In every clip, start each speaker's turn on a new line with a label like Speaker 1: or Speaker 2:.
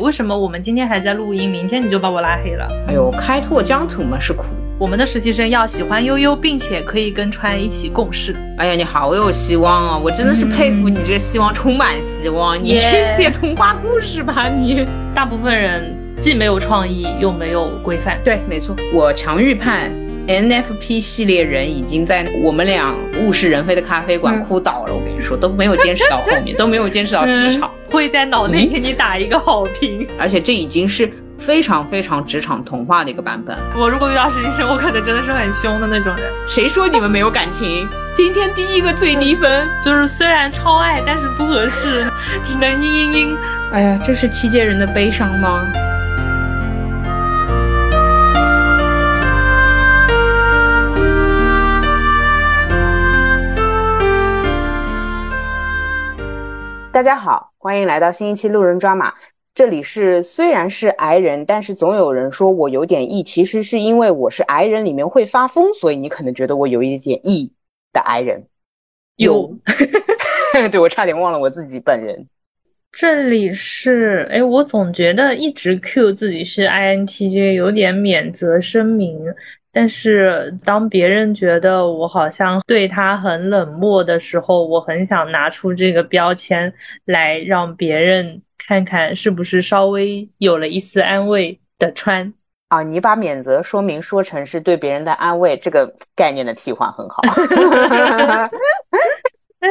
Speaker 1: 为什么我们今天还在录音，明天你就把我拉黑了？
Speaker 2: 哎呦，开拓疆土嘛是苦。
Speaker 1: 我们的实习生要喜欢悠悠，并且可以跟川一起共事。
Speaker 2: 哎呀，你好有希望啊！我真的是佩服你，这个希望充满希望。你去
Speaker 1: Yeah
Speaker 2: 写童话故事吧，你。
Speaker 1: 大部分人既没有创意，又没有规范。
Speaker 2: 对，没错，我强预判 NFP 系列人已经在我们俩物是人非的咖啡馆
Speaker 1: 嗯
Speaker 2: 哭倒了。我跟你说，都没有见识到后面，都没有见识到职场，
Speaker 1: 嗯会在脑内给你打一个好评。
Speaker 2: 而且这已经是非常非常职场童话的一个版本。
Speaker 1: 我如果遇到实习生，我可能真的是很凶的那种人。
Speaker 2: 谁说你们没有感情？今天第一个最低分。
Speaker 1: 就是虽然超爱，但是不合适，只能嘤嘤嘤。
Speaker 2: 哎呀，这是七界人的悲伤吗？大家好，欢迎来到新一期路人抓马。这里是虽然是癌人，但是总有人说我有点 E，其实是因为我是癌人里面会发疯，所以你可能觉得我有一点 E 的癌人。
Speaker 1: 有，
Speaker 2: 对我差点忘了我自己本人。
Speaker 1: 这里是哎，我总觉得一直 cue 自己是 INTJ 有点免责声明，但是当别人觉得我好像对他很冷漠的时候，我很想拿出这个标签来让别人看看是不是稍微有了一丝安慰的川。
Speaker 2: 啊，你把免责说明说成是对别人的安慰，这个概念的替换很好。啊
Speaker 1: 哎，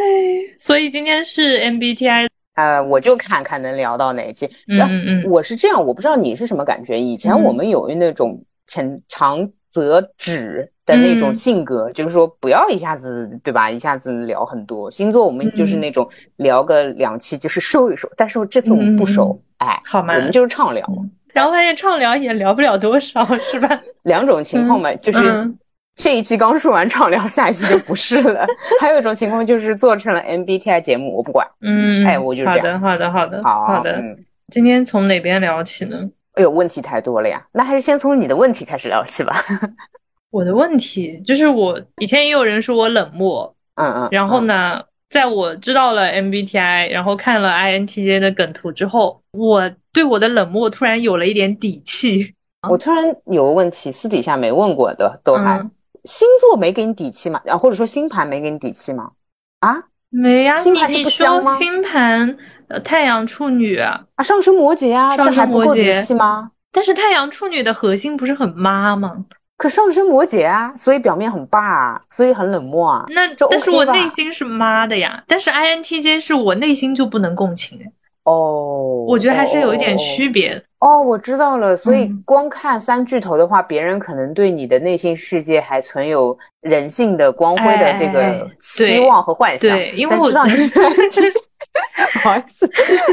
Speaker 1: 所以今天是 MBTI，
Speaker 2: 呃，我就看看能聊到哪一期。
Speaker 1: 嗯
Speaker 2: 啊
Speaker 1: 嗯嗯，
Speaker 2: 我是这样，我不知道你是什么感觉。以前
Speaker 1: 嗯
Speaker 2: 我们有那种浅尝辄止的那种
Speaker 1: 嗯
Speaker 2: 性格，就是说不要一下子，对吧？一下子聊很多星座，我们
Speaker 1: 嗯
Speaker 2: 就是那种聊个两期就是收一收。但是这次我
Speaker 1: 嗯
Speaker 2: 们不收，哎，
Speaker 1: 好
Speaker 2: 我
Speaker 1: 嘛，
Speaker 2: 们就是畅聊。
Speaker 1: 然后发现畅聊也聊不了多少，是吧？
Speaker 2: 两种情况嘛，就是
Speaker 1: 嗯
Speaker 2: 这一期刚说完畅聊，下一期就不是 了。还有一种情况就是做成了 MBTI 节目，我不管。
Speaker 1: 嗯，
Speaker 2: 哎我就
Speaker 1: 好
Speaker 2: 这
Speaker 1: 的，好的，好的，
Speaker 2: 好，
Speaker 1: 好的。
Speaker 2: 嗯，
Speaker 1: 今天从哪边聊起呢？
Speaker 2: 哎呦，问题太多了呀，那还是先从你的问题开始聊起吧。
Speaker 1: 我的问题就是，我以前也有人说我冷漠，
Speaker 2: 嗯嗯，
Speaker 1: 然后呢，在我知道了 MBTI，然后看了 INTJ 的梗图之后，我对我的冷漠突然有了一点底气。
Speaker 2: 嗯？我突然有个问题，私底下没问过的，都还、
Speaker 1: 嗯，
Speaker 2: 星座没给你底气吗？啊，或者说星盘没给你底气吗？啊
Speaker 1: 没呀、
Speaker 2: 星盘
Speaker 1: 你
Speaker 2: 是
Speaker 1: 你
Speaker 2: 不
Speaker 1: 说
Speaker 2: 香吗
Speaker 1: 星盘、呃太阳处女啊，
Speaker 2: 啊，上升摩羯啊，
Speaker 1: 上
Speaker 2: 这还
Speaker 1: 升
Speaker 2: 不
Speaker 1: 摩
Speaker 2: 够底
Speaker 1: 羯
Speaker 2: 气吗？
Speaker 1: 但是太阳处女的核心不是很妈吗？
Speaker 2: 可上升摩羯啊，所以表面很霸啊，所以很冷漠啊。
Speaker 1: 那
Speaker 2: 这
Speaker 1: 但是我
Speaker 2: OK 吧
Speaker 1: 内心是妈的呀，但是 INTJ 是我内心就不能共情，
Speaker 2: 哦，
Speaker 1: 我觉得还是有一点
Speaker 2: 哦哦哦
Speaker 1: 区别。
Speaker 2: 哦，我知道了。所以
Speaker 1: 嗯
Speaker 2: 光看三巨头的话，别人可能对你的内心世界还存有人性的光辉的这
Speaker 1: 哎哎哎
Speaker 2: 个
Speaker 1: 对
Speaker 2: 希望和幻想。
Speaker 1: 对，因为
Speaker 2: 但
Speaker 1: 我
Speaker 2: 知道你是不好意思，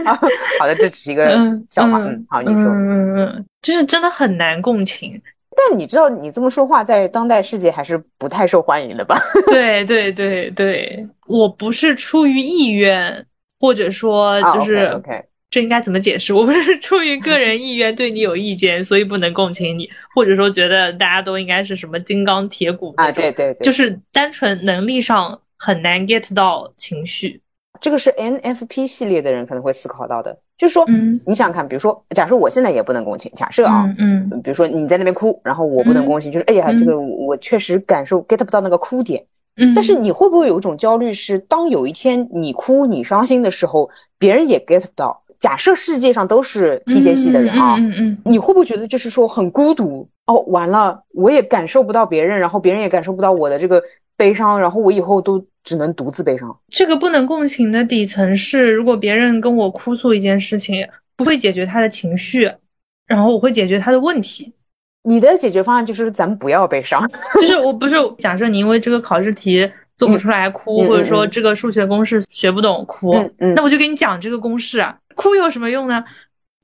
Speaker 2: 啊好的，这只是一个
Speaker 1: 嗯
Speaker 2: 笑话。
Speaker 1: 嗯
Speaker 2: 嗯，好，你
Speaker 1: 嗯
Speaker 2: 说。
Speaker 1: 嗯嗯，就是真的很难共情。
Speaker 2: 但你知道你这么说话，在当代世界还是不太受欢迎的吧？
Speaker 1: 对对对对，我不是出于意愿，或者说
Speaker 2: 啊
Speaker 1: 呃就是
Speaker 2: OK，OK
Speaker 1: 这应该怎么解释？ 我不是出于个人意愿对你有意见，所以不能共情你，或者说觉得大家都应该是什么金刚铁骨那
Speaker 2: 啊，
Speaker 1: 种
Speaker 2: 对对对，
Speaker 1: 就是单纯能力上很难 get 到情绪。
Speaker 2: 这个是 NFP 系列的人可能会思考到的，就是说，
Speaker 1: 嗯
Speaker 2: 你想想看，比如说，假设我现在也不能共情，假设啊，
Speaker 1: 嗯嗯
Speaker 2: 比如说你在那边哭，然后我不能
Speaker 1: 嗯
Speaker 2: 共情，就是哎呀，
Speaker 1: 嗯
Speaker 2: 这个我我确实感受 get 不到那个哭点。
Speaker 1: 嗯，
Speaker 2: 但是你会不会有一种焦虑是，当有一天你哭你伤心的时候，别人也 get 不到？假设世界上都是 TJ 系的人啊，
Speaker 1: 嗯嗯嗯
Speaker 2: 你会不会觉得就是说很孤独？哦，完了，我也感受不到别人，然后别人也感受不到我的这个悲伤，然后我以后都只能独自悲伤。
Speaker 1: 这个不能共情的底层是，如果别人跟我哭诉一件事情，不会解决他的情绪，然后我会解决他的问题。
Speaker 2: 你的解决方案就是咱们不要悲伤。
Speaker 1: 就是我不是假设你因为这个考试题做不出来哭，
Speaker 2: 嗯嗯
Speaker 1: 或者说
Speaker 2: 嗯
Speaker 1: 这个数学公式学不懂哭，
Speaker 2: 嗯嗯
Speaker 1: 那我就给你讲这个公式啊，哭有什么用呢？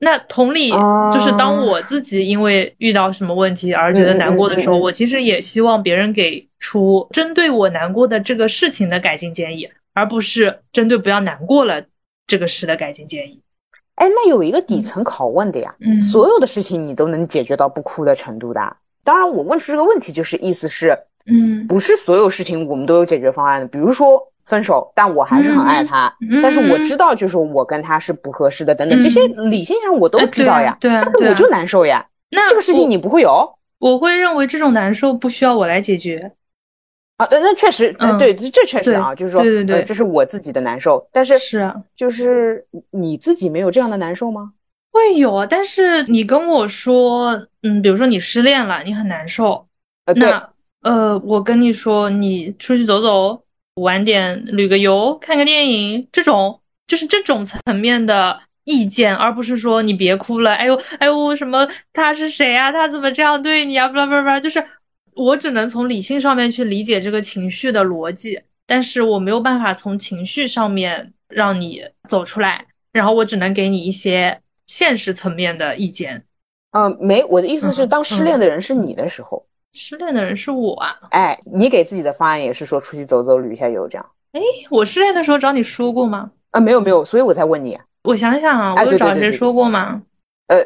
Speaker 1: 那同理，
Speaker 2: 哦
Speaker 1: 就是当我自己因为遇到什么问题而觉得难过的时候，
Speaker 2: 嗯嗯嗯嗯
Speaker 1: 我其实也希望别人给出针对我难过的这个事情的改进建议，而不是针对不要难过了这个事的改进建议。
Speaker 2: 哎，那有一个底层拷问的呀，
Speaker 1: 嗯
Speaker 2: 所有的事情你都能解决到不哭的程度的。当然，我问出这个问题就是意思是
Speaker 1: 嗯
Speaker 2: 不是所有事情我们都有解决方案的？比如说分手，但我还是很爱他，
Speaker 1: 嗯嗯
Speaker 2: 但是我知道就是我跟他是不合适的，等等、
Speaker 1: 嗯
Speaker 2: 这些理性上我都知道呀，
Speaker 1: 哎对啊对啊
Speaker 2: 但是
Speaker 1: 对
Speaker 2: 我
Speaker 1: 啊
Speaker 2: 就难受呀。
Speaker 1: 那
Speaker 2: 这个事情你不会有
Speaker 1: 我我会认为这种难受不需要我来解决。
Speaker 2: 啊？呃那确实，呃
Speaker 1: 嗯
Speaker 2: 对，这确实啊，
Speaker 1: 对
Speaker 2: 就是说，
Speaker 1: 对对对
Speaker 2: 呃这是我自己的难受，但是
Speaker 1: 是啊，
Speaker 2: 就是你自己没有这样的难受吗？
Speaker 1: 会有啊，但是你跟我说，嗯，比如说你失恋了，你很难受，
Speaker 2: 呃，对，
Speaker 1: 那呃，我跟你说，你出去走走，晚点旅个游，看个电影，这种就是这种层面的意见，而不是说你别哭了，哎呦哎呦，什么他是谁啊，他怎么这样对你啊，巴拉巴拉巴拉，就是我只能从理性上面去理解这个情绪的逻辑，但是我没有办法从情绪上面让你走出来，然后我只能给你一些现实层面的意见。
Speaker 2: 嗯、没，我的意思是，
Speaker 1: 嗯
Speaker 2: 当失恋的人是你的时候，
Speaker 1: 失恋的人是我啊。
Speaker 2: 哎，你给自己的方案也是说出去走走、旅一下游这样
Speaker 1: 我失恋的时候找你说过吗？
Speaker 2: 啊？没有没有，所以我才问你。
Speaker 1: 我想想啊，
Speaker 2: 哎
Speaker 1: 我
Speaker 2: 对
Speaker 1: 有找
Speaker 2: 对对
Speaker 1: 谁
Speaker 2: 对
Speaker 1: 说过吗？
Speaker 2: 呃，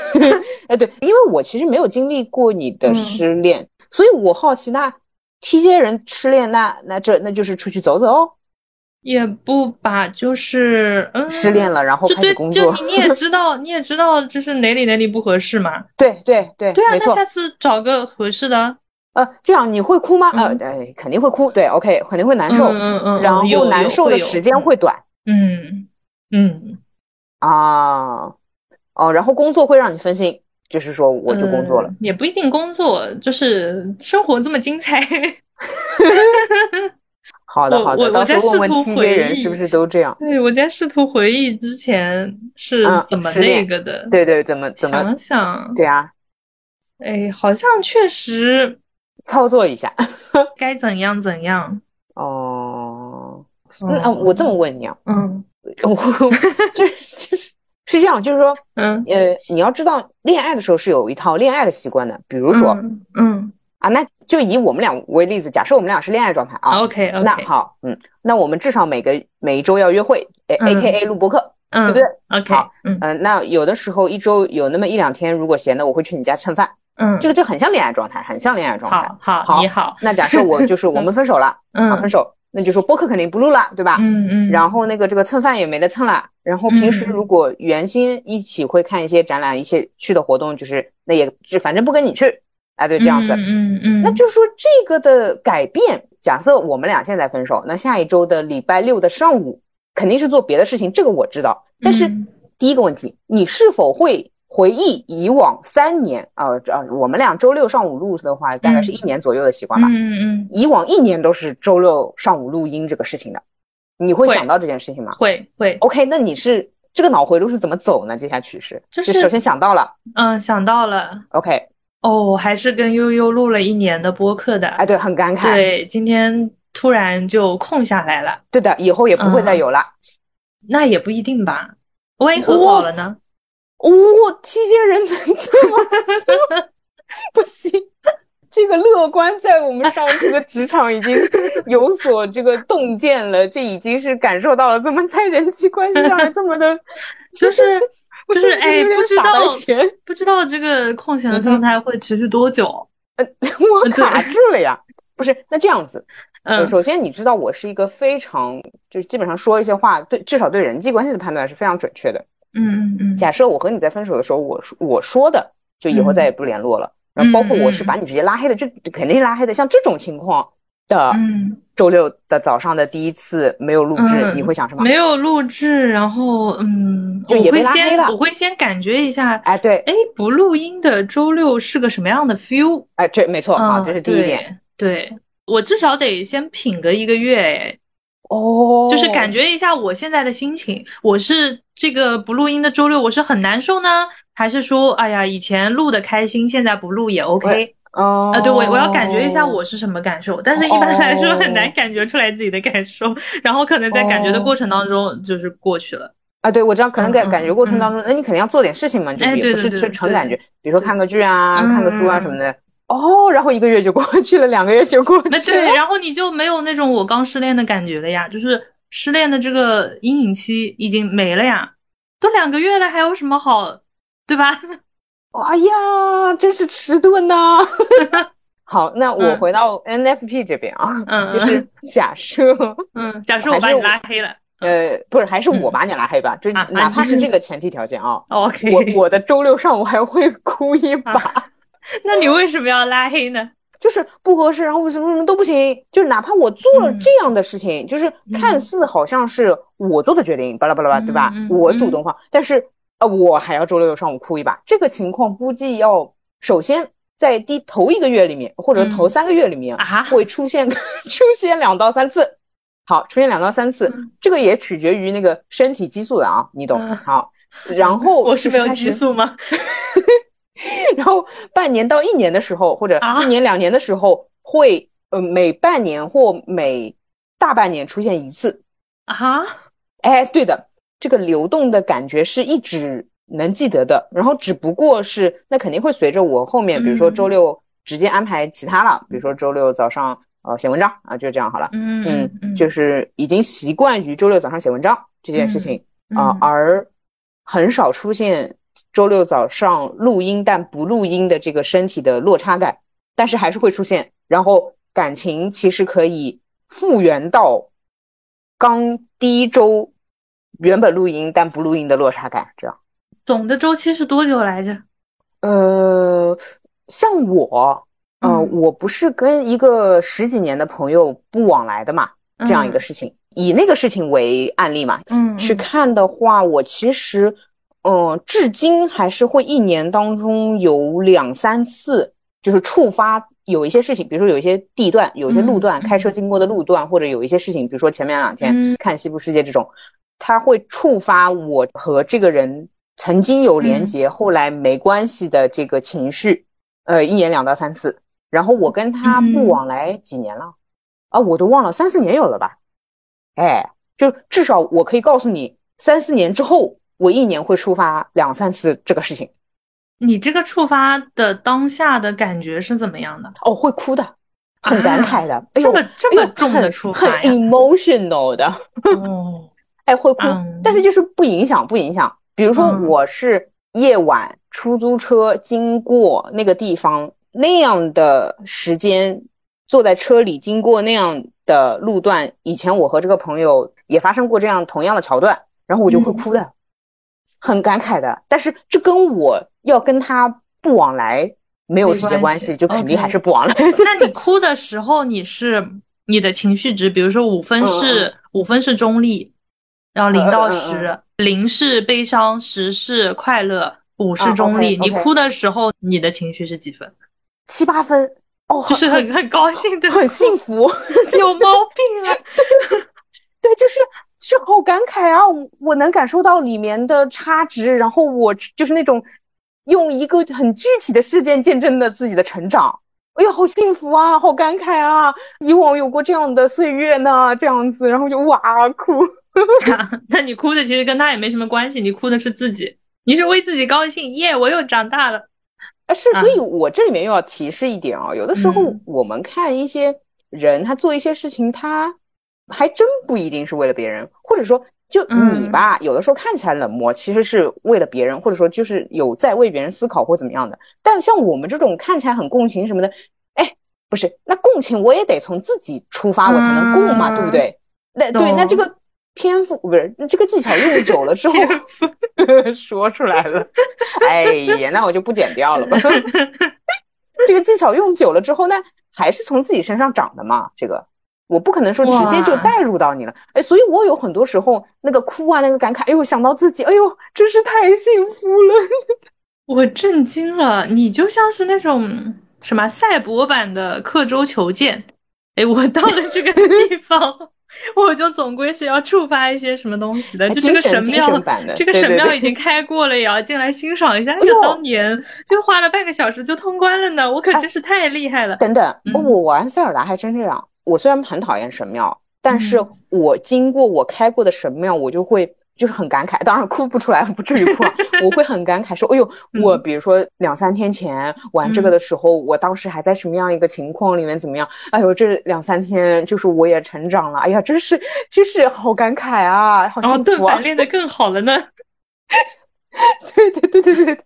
Speaker 2: 呃，对，因为我其实没有经历过你的
Speaker 1: 嗯
Speaker 2: 失恋，所以我好奇，那 TJ 人失恋，那那这那就是出去走哦走，
Speaker 1: 也不吧，就是嗯，
Speaker 2: 失恋了，然后
Speaker 1: 就
Speaker 2: 开始
Speaker 1: 对，
Speaker 2: 工
Speaker 1: 就
Speaker 2: 作，
Speaker 1: 你你 也知道，你也知道，就是哪里哪里不合适嘛。
Speaker 2: 对对对，
Speaker 1: 对啊，
Speaker 2: 没
Speaker 1: 那
Speaker 2: 错
Speaker 1: 下，次找个合适的，
Speaker 2: 呃，这样你会哭吗？呃，
Speaker 1: 嗯
Speaker 2: 对，肯定会哭，对，OK，肯定会难受，
Speaker 1: 嗯嗯嗯，嗯
Speaker 2: 然
Speaker 1: 有有
Speaker 2: 后难受的
Speaker 1: 会有
Speaker 2: 时间会短
Speaker 1: 嗯嗯，
Speaker 2: 啊，哦，然后工作会让你分心，就是说我就工作了，
Speaker 1: 嗯也不一定工作，就是生活这么精彩。
Speaker 2: 好的
Speaker 1: 我
Speaker 2: 好
Speaker 1: 我
Speaker 2: 的，到
Speaker 1: 我
Speaker 2: 时
Speaker 1: 在
Speaker 2: 候
Speaker 1: 试
Speaker 2: 问问
Speaker 1: 图
Speaker 2: TJ
Speaker 1: 回
Speaker 2: 人是不
Speaker 1: 忆
Speaker 2: 是都这样，
Speaker 1: 对，我在试图回忆之前是
Speaker 2: 嗯
Speaker 1: 怎么
Speaker 2: 失恋
Speaker 1: 那个的，
Speaker 2: 对对，怎么怎么，
Speaker 1: 想想，
Speaker 2: 对啊，
Speaker 1: 哎，好像确实。
Speaker 2: 操作一下，
Speaker 1: 该怎样怎样。
Speaker 2: 哦。
Speaker 1: 嗯
Speaker 2: 嗯，啊我这么问你啊，
Speaker 1: 嗯
Speaker 2: 我 就是就是是这样，就是说，
Speaker 1: 嗯，
Speaker 2: 呃，你要知道，恋爱的时候是有一套恋爱的习惯的。比如说、
Speaker 1: 嗯嗯
Speaker 2: 啊，那就以我们俩为例子，假设我们俩是恋爱状态啊，
Speaker 1: ，OK OK，
Speaker 2: 那好，嗯，那我们至少每个每一周要约会，诶
Speaker 1: 嗯
Speaker 2: a K A 录播课，
Speaker 1: 嗯，
Speaker 2: 对不对
Speaker 1: ？OK，
Speaker 2: 好
Speaker 1: 嗯
Speaker 2: 嗯、那有的时候一周有那么一两天，如果闲的，我会去你家蹭饭，
Speaker 1: 嗯，
Speaker 2: 这个就很像恋爱状态，很像恋爱状态。
Speaker 1: 好好，
Speaker 2: 好
Speaker 1: 你好，
Speaker 2: 那假设我就 是我们分手了，
Speaker 1: 嗯
Speaker 2: 啊，分手，那就说播客肯定不录了，对吧？
Speaker 1: 嗯嗯，
Speaker 2: 然后那个这个蹭饭也没得蹭啦。然后平时如果原先一起会看一些展览、一些去的活动，就是那也就反正不跟你去，哎，对，这样子。
Speaker 1: 嗯嗯嗯，
Speaker 2: 那就是说这个的改变，假设我们俩现在分手，那下一周的礼拜六的上午肯定是做别的事情，这个我知道。但是
Speaker 1: 嗯
Speaker 2: 第一个问题，你是否会回忆以往三年啊？这、啊我们俩周六上午录的话，大概是一年左右的习惯吧。
Speaker 1: 嗯嗯嗯，
Speaker 2: 以往一年都是周六上午录音这个事情的，你会
Speaker 1: 会
Speaker 2: 想到这件事情吗
Speaker 1: 会会，
Speaker 2: ？OK，那你是这个脑回路是怎么走呢？接下去是
Speaker 1: 就是
Speaker 2: 首先想到了
Speaker 1: 嗯，想到了，
Speaker 2: ，OK，
Speaker 1: 哦，还是跟悠悠录了一年的播客的，
Speaker 2: 哎，对，很感慨，
Speaker 1: 对，今天突然就空下来了，
Speaker 2: 对的，以后也不会
Speaker 1: 嗯
Speaker 2: 再有了。
Speaker 1: 那也不一定吧，万一和好了呢？
Speaker 2: 哦，踢毽人能这么做？ 不行，这个乐观在我们上次的职场已经有所这个洞见了，这已经是感受到了，怎么在人际关系上还这么的，
Speaker 1: 就是
Speaker 2: 我
Speaker 1: 就是
Speaker 2: 不
Speaker 1: 哎
Speaker 2: 有点
Speaker 1: 不知
Speaker 2: 傻白
Speaker 1: 道
Speaker 2: 甜，
Speaker 1: 不知道这个空闲的
Speaker 2: 嗯
Speaker 1: 状
Speaker 2: 哼
Speaker 1: 态会持续多久？
Speaker 2: 我
Speaker 1: 嗯对
Speaker 2: 卡住了呀。不是，那这样子，呃
Speaker 1: 嗯
Speaker 2: 首先你知道我是一个非常，就是基本上说一些话，对，至少对人际关系的判断是非常准确的。
Speaker 1: 嗯嗯嗯，
Speaker 2: 假设我和你在分手的时候，我说我说的就以后
Speaker 1: 嗯
Speaker 2: 再也不联络了，然后包括我是把你直接拉黑的，就肯定是拉黑的。像这种情况的
Speaker 1: 嗯。
Speaker 2: 周六的早上的第一次没有录制，
Speaker 1: 嗯
Speaker 2: 你会想什么？
Speaker 1: 没有录制，然后嗯，
Speaker 2: 就
Speaker 1: 我
Speaker 2: 也
Speaker 1: 会
Speaker 2: 被拉黑
Speaker 1: 先
Speaker 2: 了
Speaker 1: 我会先感觉一下，
Speaker 2: 哎，对，
Speaker 1: 哎，不录音的周六是个什么样的 feel？
Speaker 2: 哎，这没错啊，
Speaker 1: 嗯，
Speaker 2: 这是第一点。
Speaker 1: 对，对，我至少得先品个一个月，哎，
Speaker 2: 哦，
Speaker 1: 就是感觉一下我现在的心情，我是这个不录音的周六，我是很难受呢，还是说，哎呀，以前录的开心，现在不录也 OK？
Speaker 2: 哦，
Speaker 1: 啊，对，我我要感觉一下我是什么感受，但是一般来说很
Speaker 2: 哦
Speaker 1: 难感觉出来自己的感受，然后可能在感觉的过程当中就是过去了。
Speaker 2: 啊，对我这样可能感
Speaker 1: 嗯嗯
Speaker 2: 感觉过程当中，那你肯定要做点事情嘛，就
Speaker 1: 哎
Speaker 2: 也
Speaker 1: 对
Speaker 2: 不是
Speaker 1: 对对
Speaker 2: 纯纯
Speaker 1: 对
Speaker 2: 感觉，比如说看个剧啊、
Speaker 1: 嗯
Speaker 2: 看个书啊什么的。哦，然后一个月就过去了，两个月就过
Speaker 1: 那
Speaker 2: 去
Speaker 1: 对，
Speaker 2: 了。
Speaker 1: 然后你就没有那种我刚失恋的感觉了呀，就是失恋的这个阴影期已经没了呀，都两个月了，还有什么好，对吧？
Speaker 2: 哎呀，真是迟钝呐、好，那我回到 NFP 这边啊，
Speaker 1: 嗯
Speaker 2: 就是假设，
Speaker 1: 嗯，假设我把你拉黑了
Speaker 2: 呃，不是，还是我把你拉黑吧，就
Speaker 1: 啊
Speaker 2: 哪怕是 这个前提条件啊，
Speaker 1: 哦，OK，
Speaker 2: 我我的周六上午还会哭一 把，
Speaker 1: 啊那你为什么要拉黑呢？
Speaker 2: 就是不合适，然后什么什么都不行，就是哪怕我做了
Speaker 1: 嗯
Speaker 2: 这样的事情，就是看似好像是我做的决定，巴拉巴拉巴拉，
Speaker 1: 嗯
Speaker 2: 对吧？
Speaker 1: 嗯
Speaker 2: 我主动放，但是呃，我还要周六上午哭一把，这个情况估计要首先在第头一个月里面，或者头
Speaker 1: 嗯
Speaker 2: 三个月里面，
Speaker 1: 啊，
Speaker 2: 会出现 出现两到三次。好，出现两到三次
Speaker 1: 嗯，
Speaker 2: 这个也取决于那个身体激素的啊，你懂
Speaker 1: 嗯。
Speaker 2: 好，然后
Speaker 1: 我
Speaker 2: 就是
Speaker 1: 没有
Speaker 2: 开
Speaker 1: 激
Speaker 2: 始，
Speaker 1: 素吗？
Speaker 2: 然后半年到一年的时候，或者
Speaker 1: 啊
Speaker 2: 一年两年的时候，会呃每半年或每大半年出现一次。
Speaker 1: 啊，
Speaker 2: 哎，对的，这个流动的感觉是一直能记得的，然后只不过是那肯定会随着我后面，比如说
Speaker 1: 嗯
Speaker 2: 周六直接安排其他了，比如说周六早上呃写文章啊，就这样好了。
Speaker 1: 嗯
Speaker 2: 嗯，就是已经习惯于周六早上写文章这件事情啊、
Speaker 1: 嗯
Speaker 2: 而很少出现周六早上录音但不录音的这个身体的落差感，但是还是会出现。然后感情其实可以复原到刚第一周原本录音但不录音的落差感，这样。
Speaker 1: 总的周期是多久来着？
Speaker 2: 呃，像我，呃，
Speaker 1: 嗯
Speaker 2: 我不是跟一个十几年的朋友不往来的嘛，这样一个事情。以那个事情为案例嘛，
Speaker 1: 嗯
Speaker 2: 去看的话，我其实，嗯、至今还是会一年当中有两三次，就是触发有一些事情，比如说有一些地段、有一些路段，
Speaker 1: 嗯嗯
Speaker 2: 开车经过的路段，或者有一些事情，比如说前面两天、
Speaker 1: 嗯
Speaker 2: 看《西部世界》这种，它会触发我和这个人曾经有
Speaker 1: 嗯
Speaker 2: 连结，后来没关系的这个情绪，呃，一年两到三次。然后我跟他
Speaker 1: 嗯
Speaker 2: 不往来几年了。啊，我都忘了三四年有了吧？哎，就至少我可以告诉你，三四年之后，我一年会触发两三次这个事情。
Speaker 1: 你这个触发的当下的感觉是怎么样 的？
Speaker 2: 哦，会哭的，很感慨的，哎
Speaker 1: 啊这
Speaker 2: 呦，
Speaker 1: 么这
Speaker 2: 哎
Speaker 1: 么
Speaker 2: 呦
Speaker 1: 重
Speaker 2: 很
Speaker 1: 的触
Speaker 2: 很
Speaker 1: 发呀？
Speaker 2: emotional 的，
Speaker 1: 哦，
Speaker 2: 哎，会哭，
Speaker 1: 嗯
Speaker 2: 但是就是不影响，不影响。比如说，
Speaker 1: 嗯
Speaker 2: 我是夜晚出租车经过那个地方那样的时间，坐在车里经过那样的路段，以前我和这个朋友也发生过这样同样的桥段，然后我就会
Speaker 1: 嗯
Speaker 2: 哭的，很感慨的。但是这跟我要跟他不往来没有
Speaker 1: 没
Speaker 2: 直接
Speaker 1: 关
Speaker 2: 关
Speaker 1: 系
Speaker 2: 系，就肯定
Speaker 1: OK
Speaker 2: 还是不往来的。
Speaker 1: 那你哭的时候，你是你的情绪值，比如说五分是五分是中立，然后零到
Speaker 2: 嗯嗯嗯
Speaker 1: 十，零是悲伤，十是快乐，五是
Speaker 2: 嗯
Speaker 1: 中立。
Speaker 2: ，OK，OK
Speaker 1: 你哭的时候，你的情绪是几 分？
Speaker 2: 七八分哦，
Speaker 1: 就是
Speaker 2: 很
Speaker 1: 很很高兴的，
Speaker 2: 很幸福。
Speaker 1: 有毛病啊！
Speaker 2: 对，就是是好感慨啊！我我能感受到里面的差值，然后我就是那种用一个很具体的事件见证了自己的成长。哎呀，好幸福啊，好感慨啊！以往有过这样的岁月呢，这样子，然后就哇哭。
Speaker 1: 啊 那你哭的其实跟他也没什么关系，你哭的是自己，你是为自己高兴，耶，我又长大了。
Speaker 2: 啊，是，
Speaker 1: 啊
Speaker 2: 所以我这里面又要提示一点啊，有的时候
Speaker 1: 嗯
Speaker 2: 我们看一些人，他做一些事情，他还真不一定是为了别人，或者说，就你
Speaker 1: 嗯
Speaker 2: 吧，有的时候看起来冷漠，其实是为了别人，或者说就是有在为别人思考或怎么样的。但像我们这种看起来很共情什么的，哎，不是，那共情我也得从自己出发，我才能共嘛，
Speaker 1: 嗯
Speaker 2: 对不对？那对，
Speaker 1: 懂
Speaker 2: 那这个天赋不是这个技巧用久了之后 说出来了，哎呀，那我就不剪掉 了吧。这个技巧用久了之后，那还是从自己身上长的嘛。这个我不可能说直接就
Speaker 1: 哇
Speaker 2: 带入到你了，哎，所以我有很多时候那个哭啊，那个感慨，哎呦，想到自己，哎呦，真是太幸福了。
Speaker 1: 我震惊了，你就像是那种什么赛博版的刻舟求剑。哎，我到了这个 地方，我就总归是要触发一些什么东西的。
Speaker 2: 哎
Speaker 1: 就
Speaker 2: 精
Speaker 1: 这个
Speaker 2: 神
Speaker 1: 神
Speaker 2: 精
Speaker 1: 庙，
Speaker 2: 神版的
Speaker 1: 这个
Speaker 2: 对
Speaker 1: 神
Speaker 2: 对
Speaker 1: 庙
Speaker 2: 对哎
Speaker 1: 已经开过了，也要进来欣赏一下。
Speaker 2: 呦啊
Speaker 1: 这当年就花了半个小时就通关了呢，我可真是太厉害了。
Speaker 2: 等等，
Speaker 1: 嗯
Speaker 2: 哦，我玩塞尔达还真这样。我虽然很讨厌神庙，但是
Speaker 1: 嗯
Speaker 2: 我经过我开过的神庙，我就会就是很感慨，当然哭不出来，不至于 哭啊，我会很感慨说，哎呦，
Speaker 1: 嗯
Speaker 2: 我比如说两三天前玩这个的时候，我当时还在什么样一个情况里面，怎么样？哎呦，这两三天就是我也成长了，哎呀，真是真是好感慨
Speaker 1: 哦
Speaker 2: 啊，好
Speaker 1: 然后
Speaker 2: 幸
Speaker 1: 盾
Speaker 2: 福啊
Speaker 1: 牌！练得更好了呢。
Speaker 2: 对对对对对，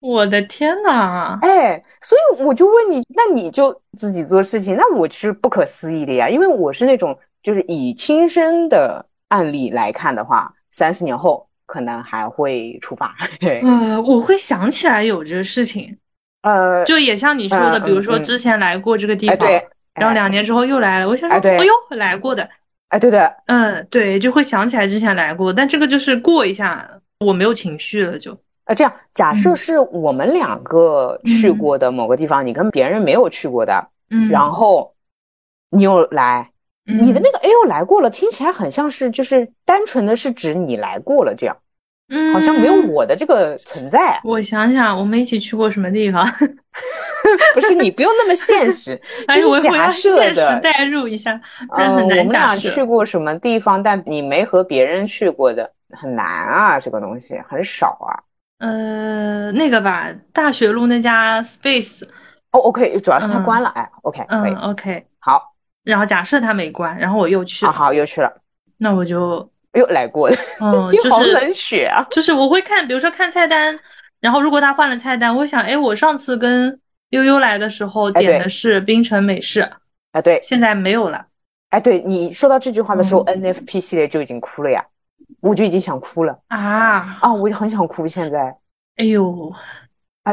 Speaker 1: 我的天哪！
Speaker 2: 哎，所以我就问你，那你就自己做事情，那我是不可思议的呀，因为我是那种就是以亲身的案例来看的话，三四年后可能还会触发。对
Speaker 1: 呃，我会想起来有这个事情，
Speaker 2: 呃，
Speaker 1: 就也像你说的，
Speaker 2: 嗯
Speaker 1: 比如说
Speaker 2: 嗯嗯
Speaker 1: 之前来过这个嗯地
Speaker 2: 哎
Speaker 1: 方，
Speaker 2: 对，
Speaker 1: 然后两
Speaker 2: 哎
Speaker 1: 年之后又来了，我想说，
Speaker 2: 哎对
Speaker 1: 哎呦，来过的，
Speaker 2: 哎对的，
Speaker 1: 嗯，对，就会想起来之前来过，但这个就是过一下，我没有情绪了就，
Speaker 2: 呃，这样假设
Speaker 1: 嗯
Speaker 2: 是我们两个去过的某个地方，你跟别人没有去过的，
Speaker 1: 嗯，
Speaker 2: 然后你又来，你的
Speaker 1: 嗯
Speaker 2: 那个哎呦来过了，听起来很像是就是单纯的是指你来过了这样，
Speaker 1: 嗯，
Speaker 2: 好像没有我的这个存在啊，
Speaker 1: 我想想，我们一起去过什么地方？
Speaker 2: 不是你不用那么 现实，嗯
Speaker 1: 哎，
Speaker 2: 就
Speaker 1: 我
Speaker 2: 是
Speaker 1: 我要
Speaker 2: 假设
Speaker 1: 现实
Speaker 2: 的
Speaker 1: 代入一下，不然
Speaker 2: 嗯，
Speaker 1: 很
Speaker 2: 我
Speaker 1: 难
Speaker 2: 们
Speaker 1: 假
Speaker 2: 俩
Speaker 1: 设。
Speaker 2: 去过什么地方，但你没和别人去过的，很难啊，这个东西很少啊。
Speaker 1: 呃，那个吧，大学路那家 Space，
Speaker 2: 哦，OK，主要是它
Speaker 1: 嗯
Speaker 2: 关了，哎，OK，可
Speaker 1: 嗯
Speaker 2: 以，
Speaker 1: ，OK。
Speaker 2: 好，
Speaker 1: 然后假设它没关，然后我又去
Speaker 2: 啊
Speaker 1: 了，
Speaker 2: 好，又去了，
Speaker 1: 那我就，
Speaker 2: 又来过了。
Speaker 1: 嗯，
Speaker 2: 就
Speaker 1: 就
Speaker 2: 好
Speaker 1: 是
Speaker 2: 冷血啊！
Speaker 1: 就是我会看，比如说看菜单，然后如果他换了菜单，我想，哎，我上次跟悠悠来的时候
Speaker 2: 哎对
Speaker 1: 点的是冰城美式，
Speaker 2: 啊，对，
Speaker 1: 现在没有了。
Speaker 2: 哎，对你说到这句话的时候
Speaker 1: 嗯
Speaker 2: ，NFP 系列就已经哭了呀，我就已经想哭了
Speaker 1: 啊，
Speaker 2: 啊，我就很想哭现在。
Speaker 1: 哎呦，
Speaker 2: 啊，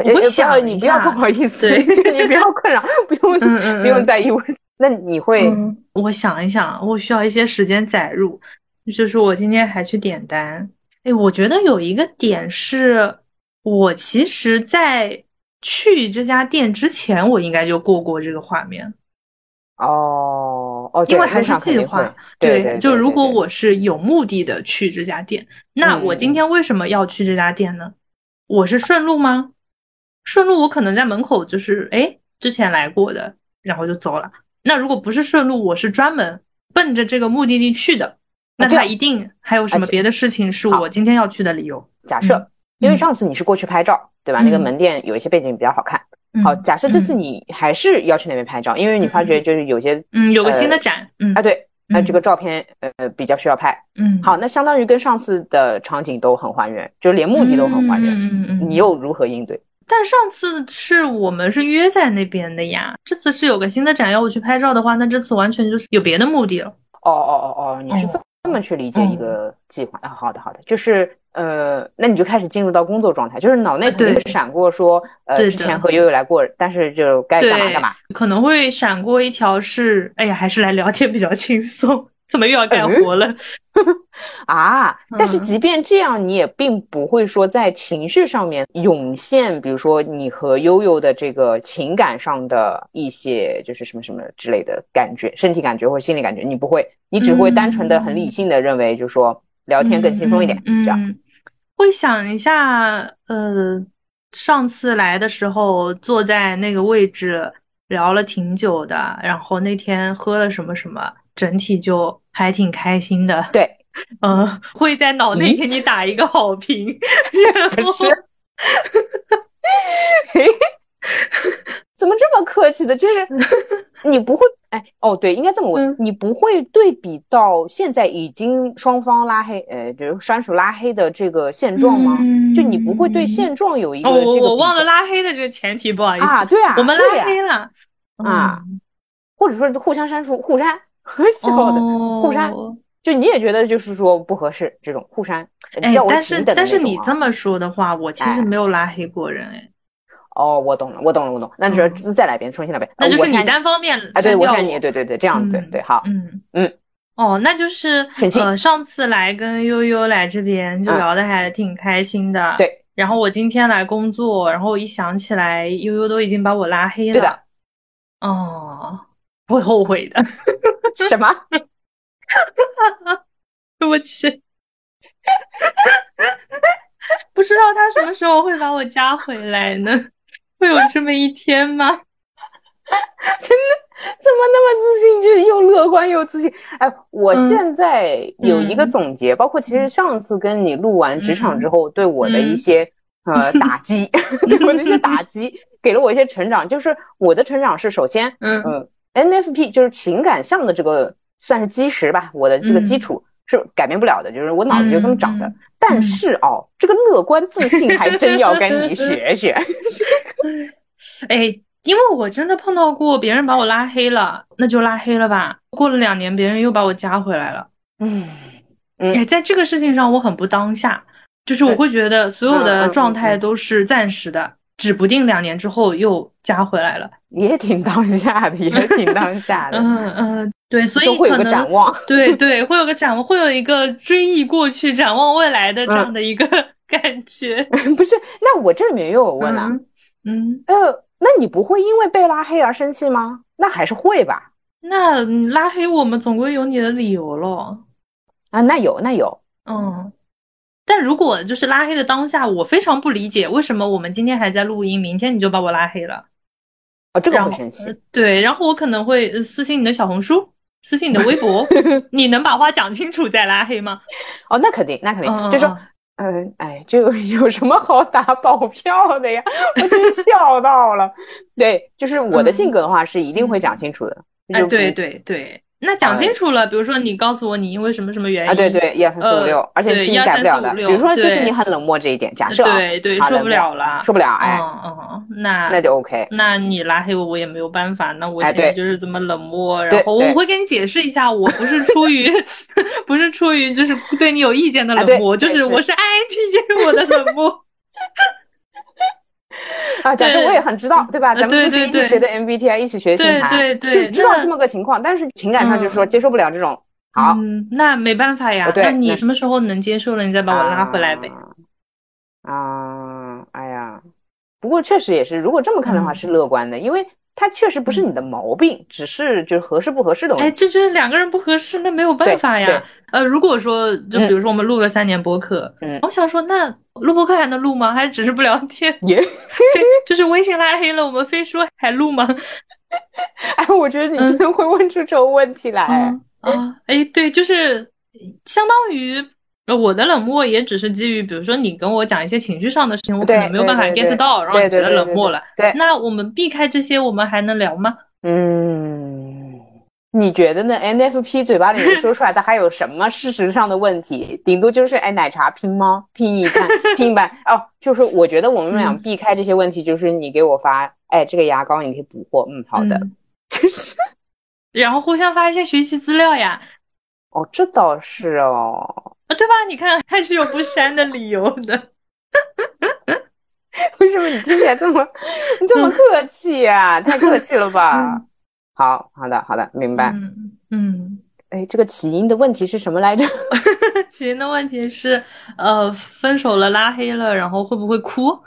Speaker 1: 我
Speaker 2: 哎哎
Speaker 1: 想
Speaker 2: 不要你
Speaker 1: 一
Speaker 2: 不要
Speaker 1: 下
Speaker 2: 不好意思，
Speaker 1: 对
Speaker 2: 就你不要困扰，不用
Speaker 1: 嗯嗯
Speaker 2: 不用
Speaker 1: 嗯
Speaker 2: 在意我。那你会
Speaker 1: 嗯，我想一想，我需要一些时间载入。就是我今天还去点单，哎，我觉得有一个点是，我其实在去这家店之前，我应该就过过这个画面，
Speaker 2: 哦哦，
Speaker 1: 因为
Speaker 2: 对
Speaker 1: 还
Speaker 2: 路
Speaker 1: 是
Speaker 2: 上肯
Speaker 1: 计
Speaker 2: 定会
Speaker 1: 划。
Speaker 2: 对对，
Speaker 1: 就
Speaker 2: 对
Speaker 1: 如
Speaker 2: 对
Speaker 1: 果
Speaker 2: 对
Speaker 1: 我是有目的的去这家店，那
Speaker 2: 嗯
Speaker 1: 我
Speaker 2: 嗯
Speaker 1: 今天为什么要去这家店呢？我是顺路吗？顺路我可能在门口就是哎之前来过的，然后就走了。那如果不是顺路，我是专门奔着这个目的地去的，那
Speaker 2: 啊这
Speaker 1: 他
Speaker 2: 样
Speaker 1: 一定还有什么
Speaker 2: 啊这
Speaker 1: 别的事情是我今天要去的理由。
Speaker 2: 假设，
Speaker 1: 嗯
Speaker 2: 因为
Speaker 1: 嗯
Speaker 2: 上次你是过去拍照，对吧？那个
Speaker 1: 嗯
Speaker 2: 门店有一些背景比较好看。好，
Speaker 1: 嗯
Speaker 2: 假设这次
Speaker 1: 嗯
Speaker 2: 你还是要去那边拍照，因为你发觉就是有些
Speaker 1: 嗯有个新的
Speaker 2: 呃
Speaker 1: 展，嗯
Speaker 2: 啊，对，那
Speaker 1: 嗯
Speaker 2: 这个照片呃比较需要拍。
Speaker 1: 嗯
Speaker 2: 好，那相当于跟上次的场景都很还原，就是连目的都很还原，
Speaker 1: 嗯嗯嗯嗯
Speaker 2: 你又如何应对？
Speaker 1: 但上次是我们是约在那边的呀，这次是有个新的展要我去拍照的话，那这次完全就是有别的目的了。
Speaker 2: 哦哦哦哦，你是
Speaker 1: 哦
Speaker 2: 这这么去理解
Speaker 1: 嗯
Speaker 2: 一个计划啊？好的好的，就是呃，那你就开始进入到工作状态，就是脑内
Speaker 1: 啊
Speaker 2: 肯
Speaker 1: 对
Speaker 2: 定会闪过说，呃，
Speaker 1: 对
Speaker 2: 之
Speaker 1: 的
Speaker 2: 前和悠悠来过，但是就该哎干嘛干嘛。，
Speaker 1: 可能会闪过一条是，哎呀，还是来聊天比较轻松，怎么又要干活了？
Speaker 2: 啊，但是
Speaker 1: 嗯
Speaker 2: 即便这样，你也并不会说在情绪上面涌现，比如说你和悠悠的这个情感上的一些就是什么什么之类的感觉，身体感觉或者心理感觉，你不会，你只会单纯的、很理性的认为，就是说聊天更轻松一点，
Speaker 1: 嗯，
Speaker 2: 这样。
Speaker 1: 嗯会想一下，呃，上次来的时候坐在那个位置聊了挺久的，然后那天喝了什么什么，整体就还挺开心的。
Speaker 2: 对，
Speaker 1: 嗯，会在脑内
Speaker 2: 咦
Speaker 1: 给你打一个好评，然
Speaker 2: 不是
Speaker 1: 后，
Speaker 2: 嘿怎么这么客气的？就是 你不会，哎，哦，对，应该这么问
Speaker 1: 嗯，
Speaker 2: 你不会对比到现在已经双方拉黑，呃，就是删除拉黑的这个现状嗯吗？
Speaker 1: 嗯
Speaker 2: 就你不会对现状有一个
Speaker 1: 哦，我
Speaker 2: 这个
Speaker 1: 我
Speaker 2: 比
Speaker 1: 忘了
Speaker 2: 较
Speaker 1: 拉黑的这个前提，不好意思，
Speaker 2: 啊，对啊，
Speaker 1: 我们
Speaker 2: 对
Speaker 1: 拉
Speaker 2: 呀
Speaker 1: 黑了
Speaker 2: 啊，或者说互相删除、互删，很
Speaker 1: 嗯
Speaker 2: 笑的，互删
Speaker 1: 哦
Speaker 2: 就你也觉得就是说不合适这种互删，呃
Speaker 1: 哎
Speaker 2: 比较，为
Speaker 1: 但
Speaker 2: 平
Speaker 1: 是
Speaker 2: 等的
Speaker 1: 但是
Speaker 2: 那种
Speaker 1: 你
Speaker 2: 啊
Speaker 1: 这么说的话，我其实
Speaker 2: 哎
Speaker 1: 没有拉黑过人，哎，
Speaker 2: 哦，我懂了，我懂了，我懂了，那就是
Speaker 1: 嗯
Speaker 2: 再来一遍，重新来一遍，
Speaker 1: 那
Speaker 2: 呃
Speaker 1: 就
Speaker 2: 我
Speaker 1: 是你
Speaker 2: 删
Speaker 1: 单方面
Speaker 2: 啊，对
Speaker 1: 删
Speaker 2: 我
Speaker 1: 掉
Speaker 2: 删你，对对对，这样对
Speaker 1: 嗯
Speaker 2: 对，好，
Speaker 1: 嗯
Speaker 2: 嗯，
Speaker 1: 哦，那就是
Speaker 2: 生气
Speaker 1: 呃，上次来跟悠悠来这边就
Speaker 2: 嗯
Speaker 1: 聊的还挺开心的，
Speaker 2: 对。
Speaker 1: 然后我今天来工作，然后我一想起来，悠悠都已经把我拉黑了，
Speaker 2: 对的，
Speaker 1: 哦，会后悔的，
Speaker 2: 什么？
Speaker 1: 对不起， 不知道他什么时候会把我加回来呢？ 会有这么一天吗？
Speaker 2: 怎么那么自信？就是又乐观又自信。哎，我
Speaker 1: 嗯
Speaker 2: 现在有一个
Speaker 1: 嗯
Speaker 2: 总结，包括其实上次跟你录完职场之后，对我的一些、呃打击， 对我的一些打击，给了我一些成长。就是我的成长是首先，
Speaker 1: 嗯
Speaker 2: 嗯、NFP 就是情感项的这个算是基石吧，我的这个基础。是改变不了的，就是我脑子就这么长的。嗯、但是哦，嗯、这个乐观自信还真要跟你学学。
Speaker 1: 哎，因为我真的碰到过别人把我拉黑了，那就拉黑了吧。过了两年，别人又把我加回来了。
Speaker 2: 嗯嗯、
Speaker 1: 哎，在这个事情上，我很不当下，就是我会觉得所
Speaker 2: 嗯
Speaker 1: 有的状态都是暂时的，嗯、指不定两年之后又加回来了，
Speaker 2: 也挺当下的，也挺当下的。
Speaker 1: 嗯嗯。对，所以
Speaker 2: 会有个展望，
Speaker 1: 对对，会有个展望，会有一个追忆过去、展望未来
Speaker 2: 嗯
Speaker 1: 的这样的一个感觉。
Speaker 2: 嗯、不是，那我这里面又有问了、啊
Speaker 1: 嗯，
Speaker 2: 嗯，呃，那你不会因为被拉黑而生气吗？那还是会吧？
Speaker 1: 那你拉黑我们总归有你的理由喽。
Speaker 2: 啊，那有，那有，
Speaker 1: 嗯。但如果就是拉黑的当下，我非常不理解为什么我们今天还在录音，明天你就把我拉黑了。
Speaker 2: 哦，这个会生气。
Speaker 1: 对，然后我可能会呃私信你的小红书。私信你的微 博，你能把话讲清楚再拉黑吗？
Speaker 2: 哦，那肯定，那肯定，嗯、就说，嗯、呃，哎，这 有什么好打保票的呀？我真笑到了。对，就是我的性格的话，是一定会讲清楚的。
Speaker 1: 哎、嗯，对对对，那讲清楚了，嗯、比如说你告诉我你因为什么什么原因
Speaker 2: 啊？对对，一呃二三四五六，而且是你改不了的。比如说，就是你很冷漠这一点，假设啊
Speaker 1: 对对受不了了，
Speaker 2: 受不了，哎，
Speaker 1: 嗯嗯，那
Speaker 2: 那就 OK。
Speaker 1: 那你拉黑我，我也没有办法。那我
Speaker 2: 哎
Speaker 1: 现在就是这么冷漠，哎、然后我会跟你解释一下，我不是出 于不是出于就是对你有意见的冷漠，
Speaker 2: 哎、
Speaker 1: 就是我是 INTJ 我的冷漠。
Speaker 2: 啊，假设我也很知道，对
Speaker 1: 呃
Speaker 2: 吧？咱们
Speaker 1: 就是
Speaker 2: 一起学的 MBTI，一起学星盘，
Speaker 1: 对对对，嗯
Speaker 2: 就知道这么个情况。但是情感上就是说接受不了这种， 好，哦
Speaker 1: 那没办法呀。那你什么时候能接受了，你再把我拉回来呗。
Speaker 2: 啊，哎呀，不过确实也是，如果这么看的话
Speaker 1: 嗯
Speaker 2: 是乐观的，因为它确实不是你的毛病，只是就是合适不合适的问题。
Speaker 1: 哎，这这两个人不合适，那没有办法呀。呃，如果说就比如说我们录了三年播客，
Speaker 2: 嗯，
Speaker 1: 我想说那。录播课还能录吗？还只是不聊 天？
Speaker 2: 也
Speaker 1: 就是微信拉黑了，我们非说还录吗？
Speaker 2: 哎，我觉得你真的会问出这种问题来。
Speaker 1: 嗯嗯、啊，哎，对，就是相当于呃我的冷漠也只是基于，比如说你跟我讲一些情绪上的事情，我可能没有办法 get 到，然后你觉得冷漠了。
Speaker 2: 对，
Speaker 1: 那我们避开这些，我们还能聊吗？
Speaker 2: 嗯，你觉得呢？NFP 嘴巴里面说出来的还有什么事实上的问题？顶多就是哎，奶茶拼吗？拼一半，拼一半哦。就是我觉得我们俩避开这些问题，就是你给我发，哎，这个牙膏你可以补货，嗯，好的，真是。
Speaker 1: 然后互相发一些学习资料呀。
Speaker 2: 哦，这倒是哦，
Speaker 1: 啊，对吧？你看还是有不删的理由的。
Speaker 2: 为什么你听起来这么你这么客气呀、啊？太客气了吧？好好的好的， 明白。
Speaker 1: 嗯嗯，
Speaker 2: 哎、嗯，这个起因的问题是什么来着？
Speaker 1: 起因的问题是，呃，分手了，拉黑了，然后会不会哭？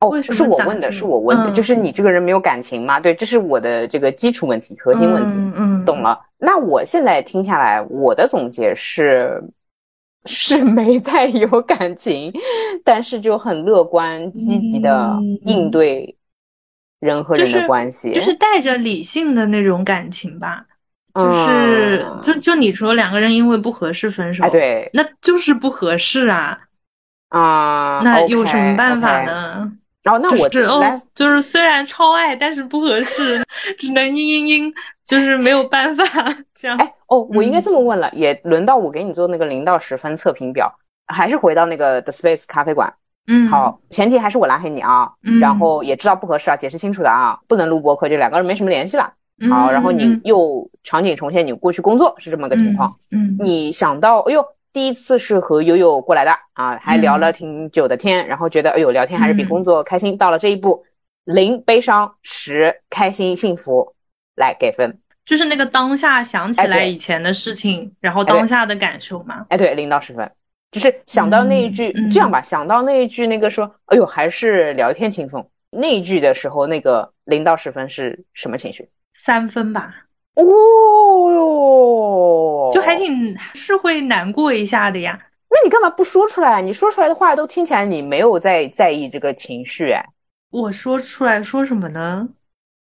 Speaker 2: 哦，是我问的，是我问的，嗯、就是你这个人没有感情吗？对，这是我的这个基础问题，核心问题。
Speaker 1: 嗯嗯，
Speaker 2: 懂了。那我现在听下来，我的总结是，是没太有感情，但是就很乐观、积极的应对。嗯人和人的关系、嗯
Speaker 1: 就是、就是带着理性的那种感情吧，就是、嗯、就就你说两个人因为不合适分手，
Speaker 2: 哎、对，
Speaker 1: 那就是不合适啊
Speaker 2: 啊，
Speaker 1: 嗯、那有什么办法呢？
Speaker 2: 然后、哦、那我、
Speaker 1: 就是、哦，就是虽然超爱，但是不合适，只能嘤嘤嘤，就是没有办法这样。
Speaker 2: 哎哦，我应该这么问了，嗯、也轮到我给你做那个零到十分测评表，还是回到那个 The Space 咖啡馆。
Speaker 1: 嗯，
Speaker 2: 好，前提还是我拉黑你啊，
Speaker 1: 嗯、
Speaker 2: 然后也知道不合适啊，解释清楚的啊，不能录播客，就两个人没什么联系了。
Speaker 1: 嗯、
Speaker 2: 好，然后你又场景重现你过去工作是这么个情况。
Speaker 1: 嗯，嗯
Speaker 2: 你想到，哎呦，第一次是和悠悠过来的啊，还聊
Speaker 1: 嗯
Speaker 2: 了挺久的天，然后觉得，哎呦，聊天还是比工作开心。到了这一步，零悲伤，十开心幸福，来给分。
Speaker 1: 就是那个当下想起来以前的事情，哎、然后当下的感受嘛。
Speaker 2: 哎，对，零到十分。就是想到那一句，
Speaker 1: 嗯嗯、
Speaker 2: 这样吧，想到那一句那个说，哎呦，还是聊天轻松那一句的时候，那个零到十分是什么情绪？
Speaker 1: 三分吧。
Speaker 2: 哦，
Speaker 1: 就还挺是会难过一下的呀。
Speaker 2: 那你干嘛不说出来？你说出来的话都听起来你没有在在意这个情绪哎。
Speaker 1: 我说出来说什么呢？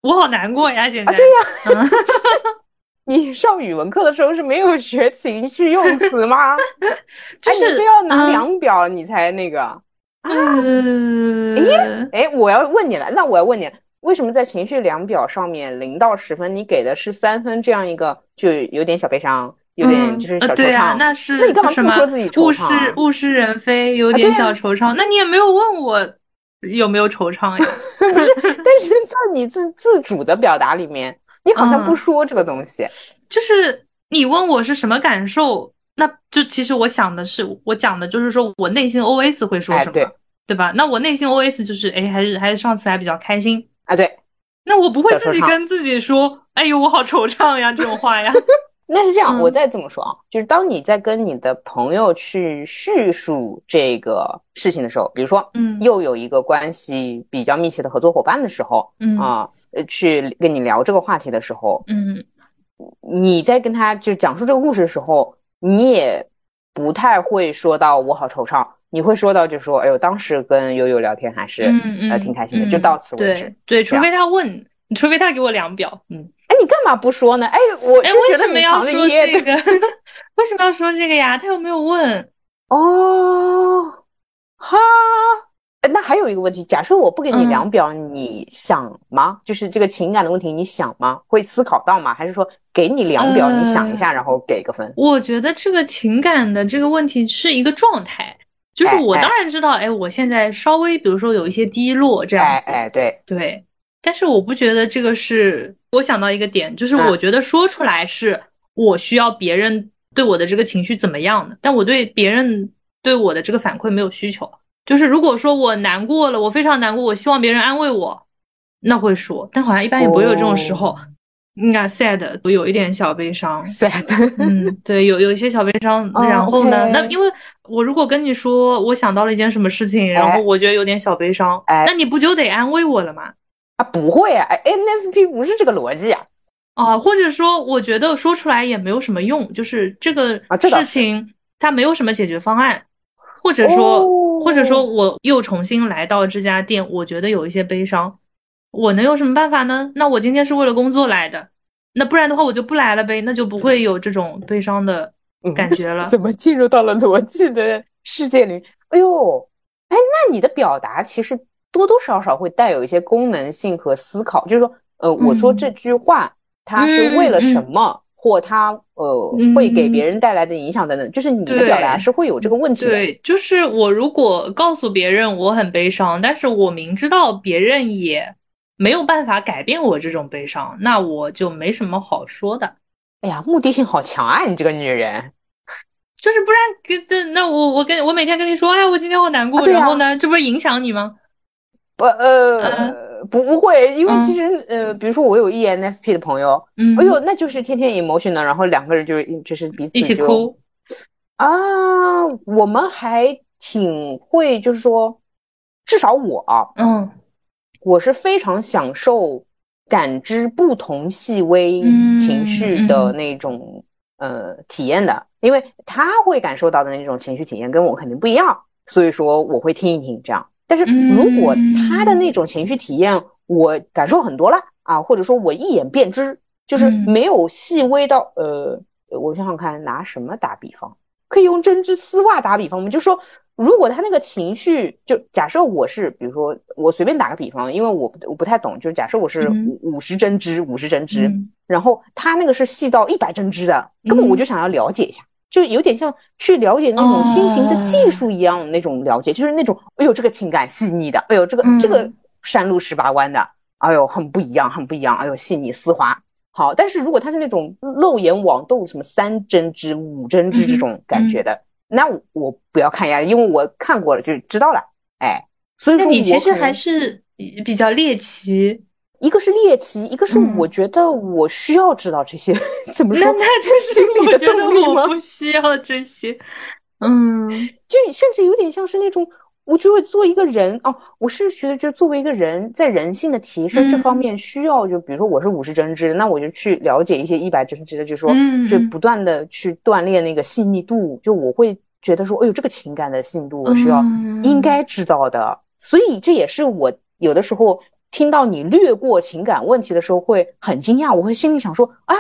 Speaker 1: 我好难过呀，现在。
Speaker 2: 啊、对呀。你上语文课的时候是没有学情绪用 词吗？
Speaker 1: 就是、
Speaker 2: 哎，你非要拿量表你才那个啊？
Speaker 1: 嗯、
Speaker 2: 哎哎，我要问你了，那我要问你，为什么在情绪量表上面零到十分，你给的是三分这样一个，就有点小悲伤，有点就是小惆怅。
Speaker 1: 呃、对啊，那是
Speaker 2: 那你干嘛不说自己惆怅、
Speaker 1: 啊？物是物是人非，有点小惆怅。啊啊、那你也没有问我有没有惆怅呀？
Speaker 2: 不是，但是在你自自主的表达里面，你好像不说这个东西。嗯、
Speaker 1: 就是你问我是什么感受，那就其实我想的是，我讲的就是说我内心 OS 会说什么，哎、
Speaker 2: 对,
Speaker 1: 对吧？那我内心 OS 就是，哎，还是还是上次还比较开心
Speaker 2: 啊，对。
Speaker 1: 那我不会自己跟自己说，哎呦，我好惆怅呀，这种话呀。
Speaker 2: 那是这样，我再这么说啊，嗯、就是当你在跟你的朋友去叙述这个事情的时候，比如说，
Speaker 1: 嗯，
Speaker 2: 又有一个关系比较密切的合作伙伴的时候，
Speaker 1: 嗯
Speaker 2: 啊，呃，去跟你聊这个话题的时候，
Speaker 1: 嗯，
Speaker 2: 你在跟他就讲述这个故事的时候，你也不太会说到我好惆怅，你会说到就说，哎呦，当时跟悠悠聊天还是、
Speaker 1: 嗯嗯、
Speaker 2: 呃挺开心的，就到此为止。
Speaker 1: 对，对除非他问，除非他给我量表，嗯。
Speaker 2: 哎，你干嘛不说呢？哎，我
Speaker 1: 哎，
Speaker 2: 为
Speaker 1: 什么要说这个？ 为什么要说这个呀？他又没有问
Speaker 2: 哦，哈。那还有一个问题，假设我不给你量表，嗯、你想吗？就是这个情感的问题，你想吗？会思考到吗？还是说给你量表，
Speaker 1: 呃、
Speaker 2: 你想一下，然后给个分？
Speaker 1: 我觉得这个情感的这个问题是一个状态，就是我当然知道，哎,哎，我现在稍微比如说有一些低落这样
Speaker 2: 子，哎哎， 对
Speaker 1: 对。但是我不觉得这个是我想到一个点，就是我觉得说出来是我需要别人对我的这个情绪怎么样的，但我对别人对我的这个反馈没有需求。就是如果说我难过了，我非常难过，我希望别人安慰我，那会说，但好像一般也不会有这种时候。你看、oh. sad，我有一点小悲伤。
Speaker 2: sad，
Speaker 1: 嗯，对，有有一些小悲伤。
Speaker 2: Oh,
Speaker 1: 然后呢，那因为我如果跟你说我想到了一件什么事情，然后我觉得有点小悲伤，
Speaker 2: 哎、
Speaker 1: 那你不就得安慰我了吗？
Speaker 2: 啊，不会啊，NFP 不是这个逻辑啊，
Speaker 1: 啊，或者说我觉得说出来也没有什么用，就是这个事情、
Speaker 2: 啊、
Speaker 1: 它没有什么解决方案，或者说，
Speaker 2: 哦、
Speaker 1: 或者说我又重新来到这家店，我觉得有一些悲伤，我能有什么办法呢？那我今天是为了工作来的，那不然的话我就不来了呗，那就不会有这种悲伤的感觉 了。嗯、
Speaker 2: 怎么进入到了逻辑的世界里？哎呦，哎，那你的表达其实。多多少少会带有一些功能性和思考，就是说，呃，我说
Speaker 1: 嗯
Speaker 2: 这句话，它是为了什么，或它呃会
Speaker 1: 嗯
Speaker 2: 给别人带来的影响等等，就是你的表达是会有这个问题的。
Speaker 1: 对，就是我如果告诉别人我很悲伤，但是我明知道别人也没有办法改变我这种悲伤，那我就没什么好说的。
Speaker 2: 哎呀，目的性好强啊，你这个女人。
Speaker 1: 就是不然跟这那我我跟我每天跟你说，哎，我今天好难过，
Speaker 2: 啊啊、
Speaker 1: 然后呢，这不是影响你吗？
Speaker 2: 不
Speaker 1: 啊
Speaker 2: 呃不不会，因为其实、嗯、呃，比如说我有 ENFP 的朋友，
Speaker 1: 嗯，
Speaker 2: 哎呦，那就是天天 emotion 呢，然后两个人就是就是彼此
Speaker 1: 一起哭
Speaker 2: 啊，我们还挺会，就是说，至少我、啊，
Speaker 1: 嗯，
Speaker 2: 我是非常享受感知不同细微情绪的那种、
Speaker 1: 嗯嗯、
Speaker 2: 呃体验的，因为他会感受到的那种情绪体验跟我肯定不一样，所以说我会听一听这样。但是如果他的那种情绪体验，我感受很多了啊，或者说我一眼便知，就是没有细微到呃，我想想看拿什么打比方，可以用针织丝袜打比方吗？就说如果他那个情绪，就假设我是，比如说我随便打个比方，因为我我不太懂，就是假设我是五十针织，五十针
Speaker 1: 嗯
Speaker 2: 织，然后他那个是细到一百针织的，
Speaker 1: 嗯
Speaker 2: 根本我就想要了解一下。就有点像去了解那种新型
Speaker 1: 哦
Speaker 2: 的技术一样的那种了解，就是那种哎呦这个情感细腻的，哎呦这个
Speaker 1: 嗯
Speaker 2: 这个山路十八弯的，哎呦很不一样，很不一样，哎呦细腻丝滑。好，但是如果它是那种漏眼网豆什么三针织、五针
Speaker 1: 嗯
Speaker 2: 织这种感觉的，那我不要看呀，因为我看过了就知道了。哎，所以说
Speaker 1: 你其实还是比较猎奇。
Speaker 2: 一个是猎奇，一个是我觉得我需要知道这些， 嗯、怎么
Speaker 1: 嗯
Speaker 2: 说？
Speaker 1: 那那就是
Speaker 2: 心理
Speaker 1: 的动力吗？我不需要这些，嗯，
Speaker 2: 就甚至有点像是那种，我就会做一个人哦，我是觉得就作为一个人，在人性的提升这方面需要，就比如说我是五十针织，
Speaker 1: 嗯、
Speaker 2: 那我就去了解一些一百针织的，就说，
Speaker 1: 嗯、
Speaker 2: 就不断的去锻炼那个细腻度，就我会觉得说，哎呦，这个情感的细腻度我是要
Speaker 1: 嗯
Speaker 2: 应该知道的，所以这也是我有的时候。听到你略过情感问题的时候，会很惊讶，我会心里想说啊，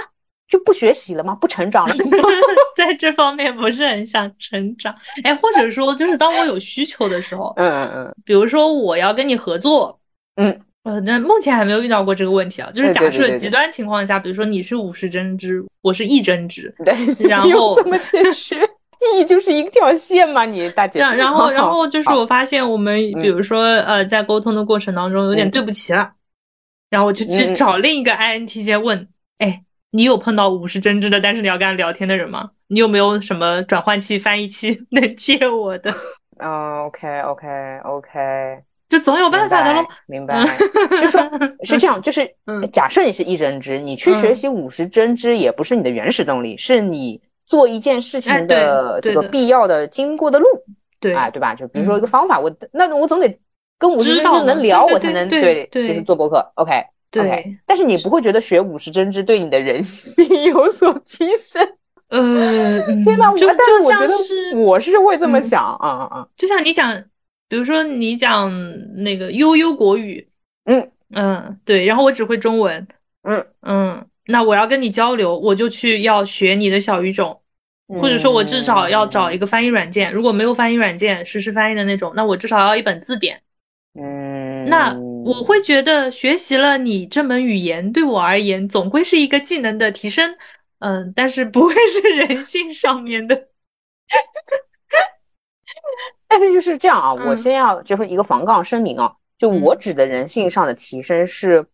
Speaker 2: 就不学习了吗？不成长了吗？
Speaker 1: 在这方面不是很想成长，哎，或者说就是当我有需求的时候，
Speaker 2: 嗯嗯嗯，
Speaker 1: 比如说我要跟你合作，
Speaker 2: 嗯，
Speaker 1: 呃，那目前还没有遇到过这个问题啊。就是
Speaker 2: 对对
Speaker 1: 假
Speaker 2: 对对
Speaker 1: 设
Speaker 2: 对
Speaker 1: 极端情况下，比如说你是五十针织，我是一针织，
Speaker 2: 对，
Speaker 1: 然
Speaker 2: 不用
Speaker 1: 后
Speaker 2: 这么 谦虚，意义就是一条线嘛，你大姐。
Speaker 1: 然然后然后就是
Speaker 2: 好
Speaker 1: 我发现我们
Speaker 2: 嗯
Speaker 1: 比如说呃在沟通的过程当中有点
Speaker 2: 嗯
Speaker 1: 对不齐了，然后我就
Speaker 2: 嗯
Speaker 1: 去
Speaker 2: 嗯
Speaker 1: 找另一个 INTJ 问，哎，你有碰到五十针织的，但是你要跟他聊天的人吗？你有没有什么转换器、翻译器 能借我的？
Speaker 2: 嗯，OK OK OK，
Speaker 1: 就总有办法的喽。
Speaker 2: 明白，明白。就说是这样，就是
Speaker 1: 嗯
Speaker 2: 假设你是一针织，你去学习五十针织也不是你的原始动力，是你做一件事
Speaker 1: 哎
Speaker 2: 情
Speaker 1: 对
Speaker 2: 的
Speaker 1: 对
Speaker 2: 这个
Speaker 1: 的
Speaker 2: 必要的经过的路
Speaker 1: 对，嗯
Speaker 2: 啊，对吧？就比如说一个方法，我那我总得跟五十
Speaker 1: 知
Speaker 2: 针
Speaker 1: 道
Speaker 2: 织
Speaker 1: 嘛
Speaker 2: 能聊，
Speaker 1: 对对
Speaker 2: 我才能
Speaker 1: 对对
Speaker 2: 就是做博客。OK。
Speaker 1: 对
Speaker 2: OK，但是你不会觉得学五十针织对你的 人性有所提升？
Speaker 1: 呃，嗯
Speaker 2: 天哪！我
Speaker 1: 就
Speaker 2: 但是
Speaker 1: 就
Speaker 2: 我觉
Speaker 1: 像
Speaker 2: 得
Speaker 1: 是
Speaker 2: 我是会这么
Speaker 1: 嗯
Speaker 2: 想啊啊啊！
Speaker 1: 就像你讲，比如说你讲那个悠悠国语，
Speaker 2: 嗯
Speaker 1: 嗯，对，然后我只会中文，
Speaker 2: 嗯
Speaker 1: 嗯，那我要跟你交流，我就去要学你的小语种，或者说我至少要找一个翻译软件，如果没有翻译软件，实时翻译的那种，那我至少要一本字典。
Speaker 2: 嗯，
Speaker 1: 那我会觉得学习了你这门语言，对我而言总归是一个技能的提升，嗯，但是不会是人性上面的，
Speaker 2: 但是就是这样啊，
Speaker 1: 嗯
Speaker 2: 我先要就是一个防杠声明啊，就我指的人性上的提升是，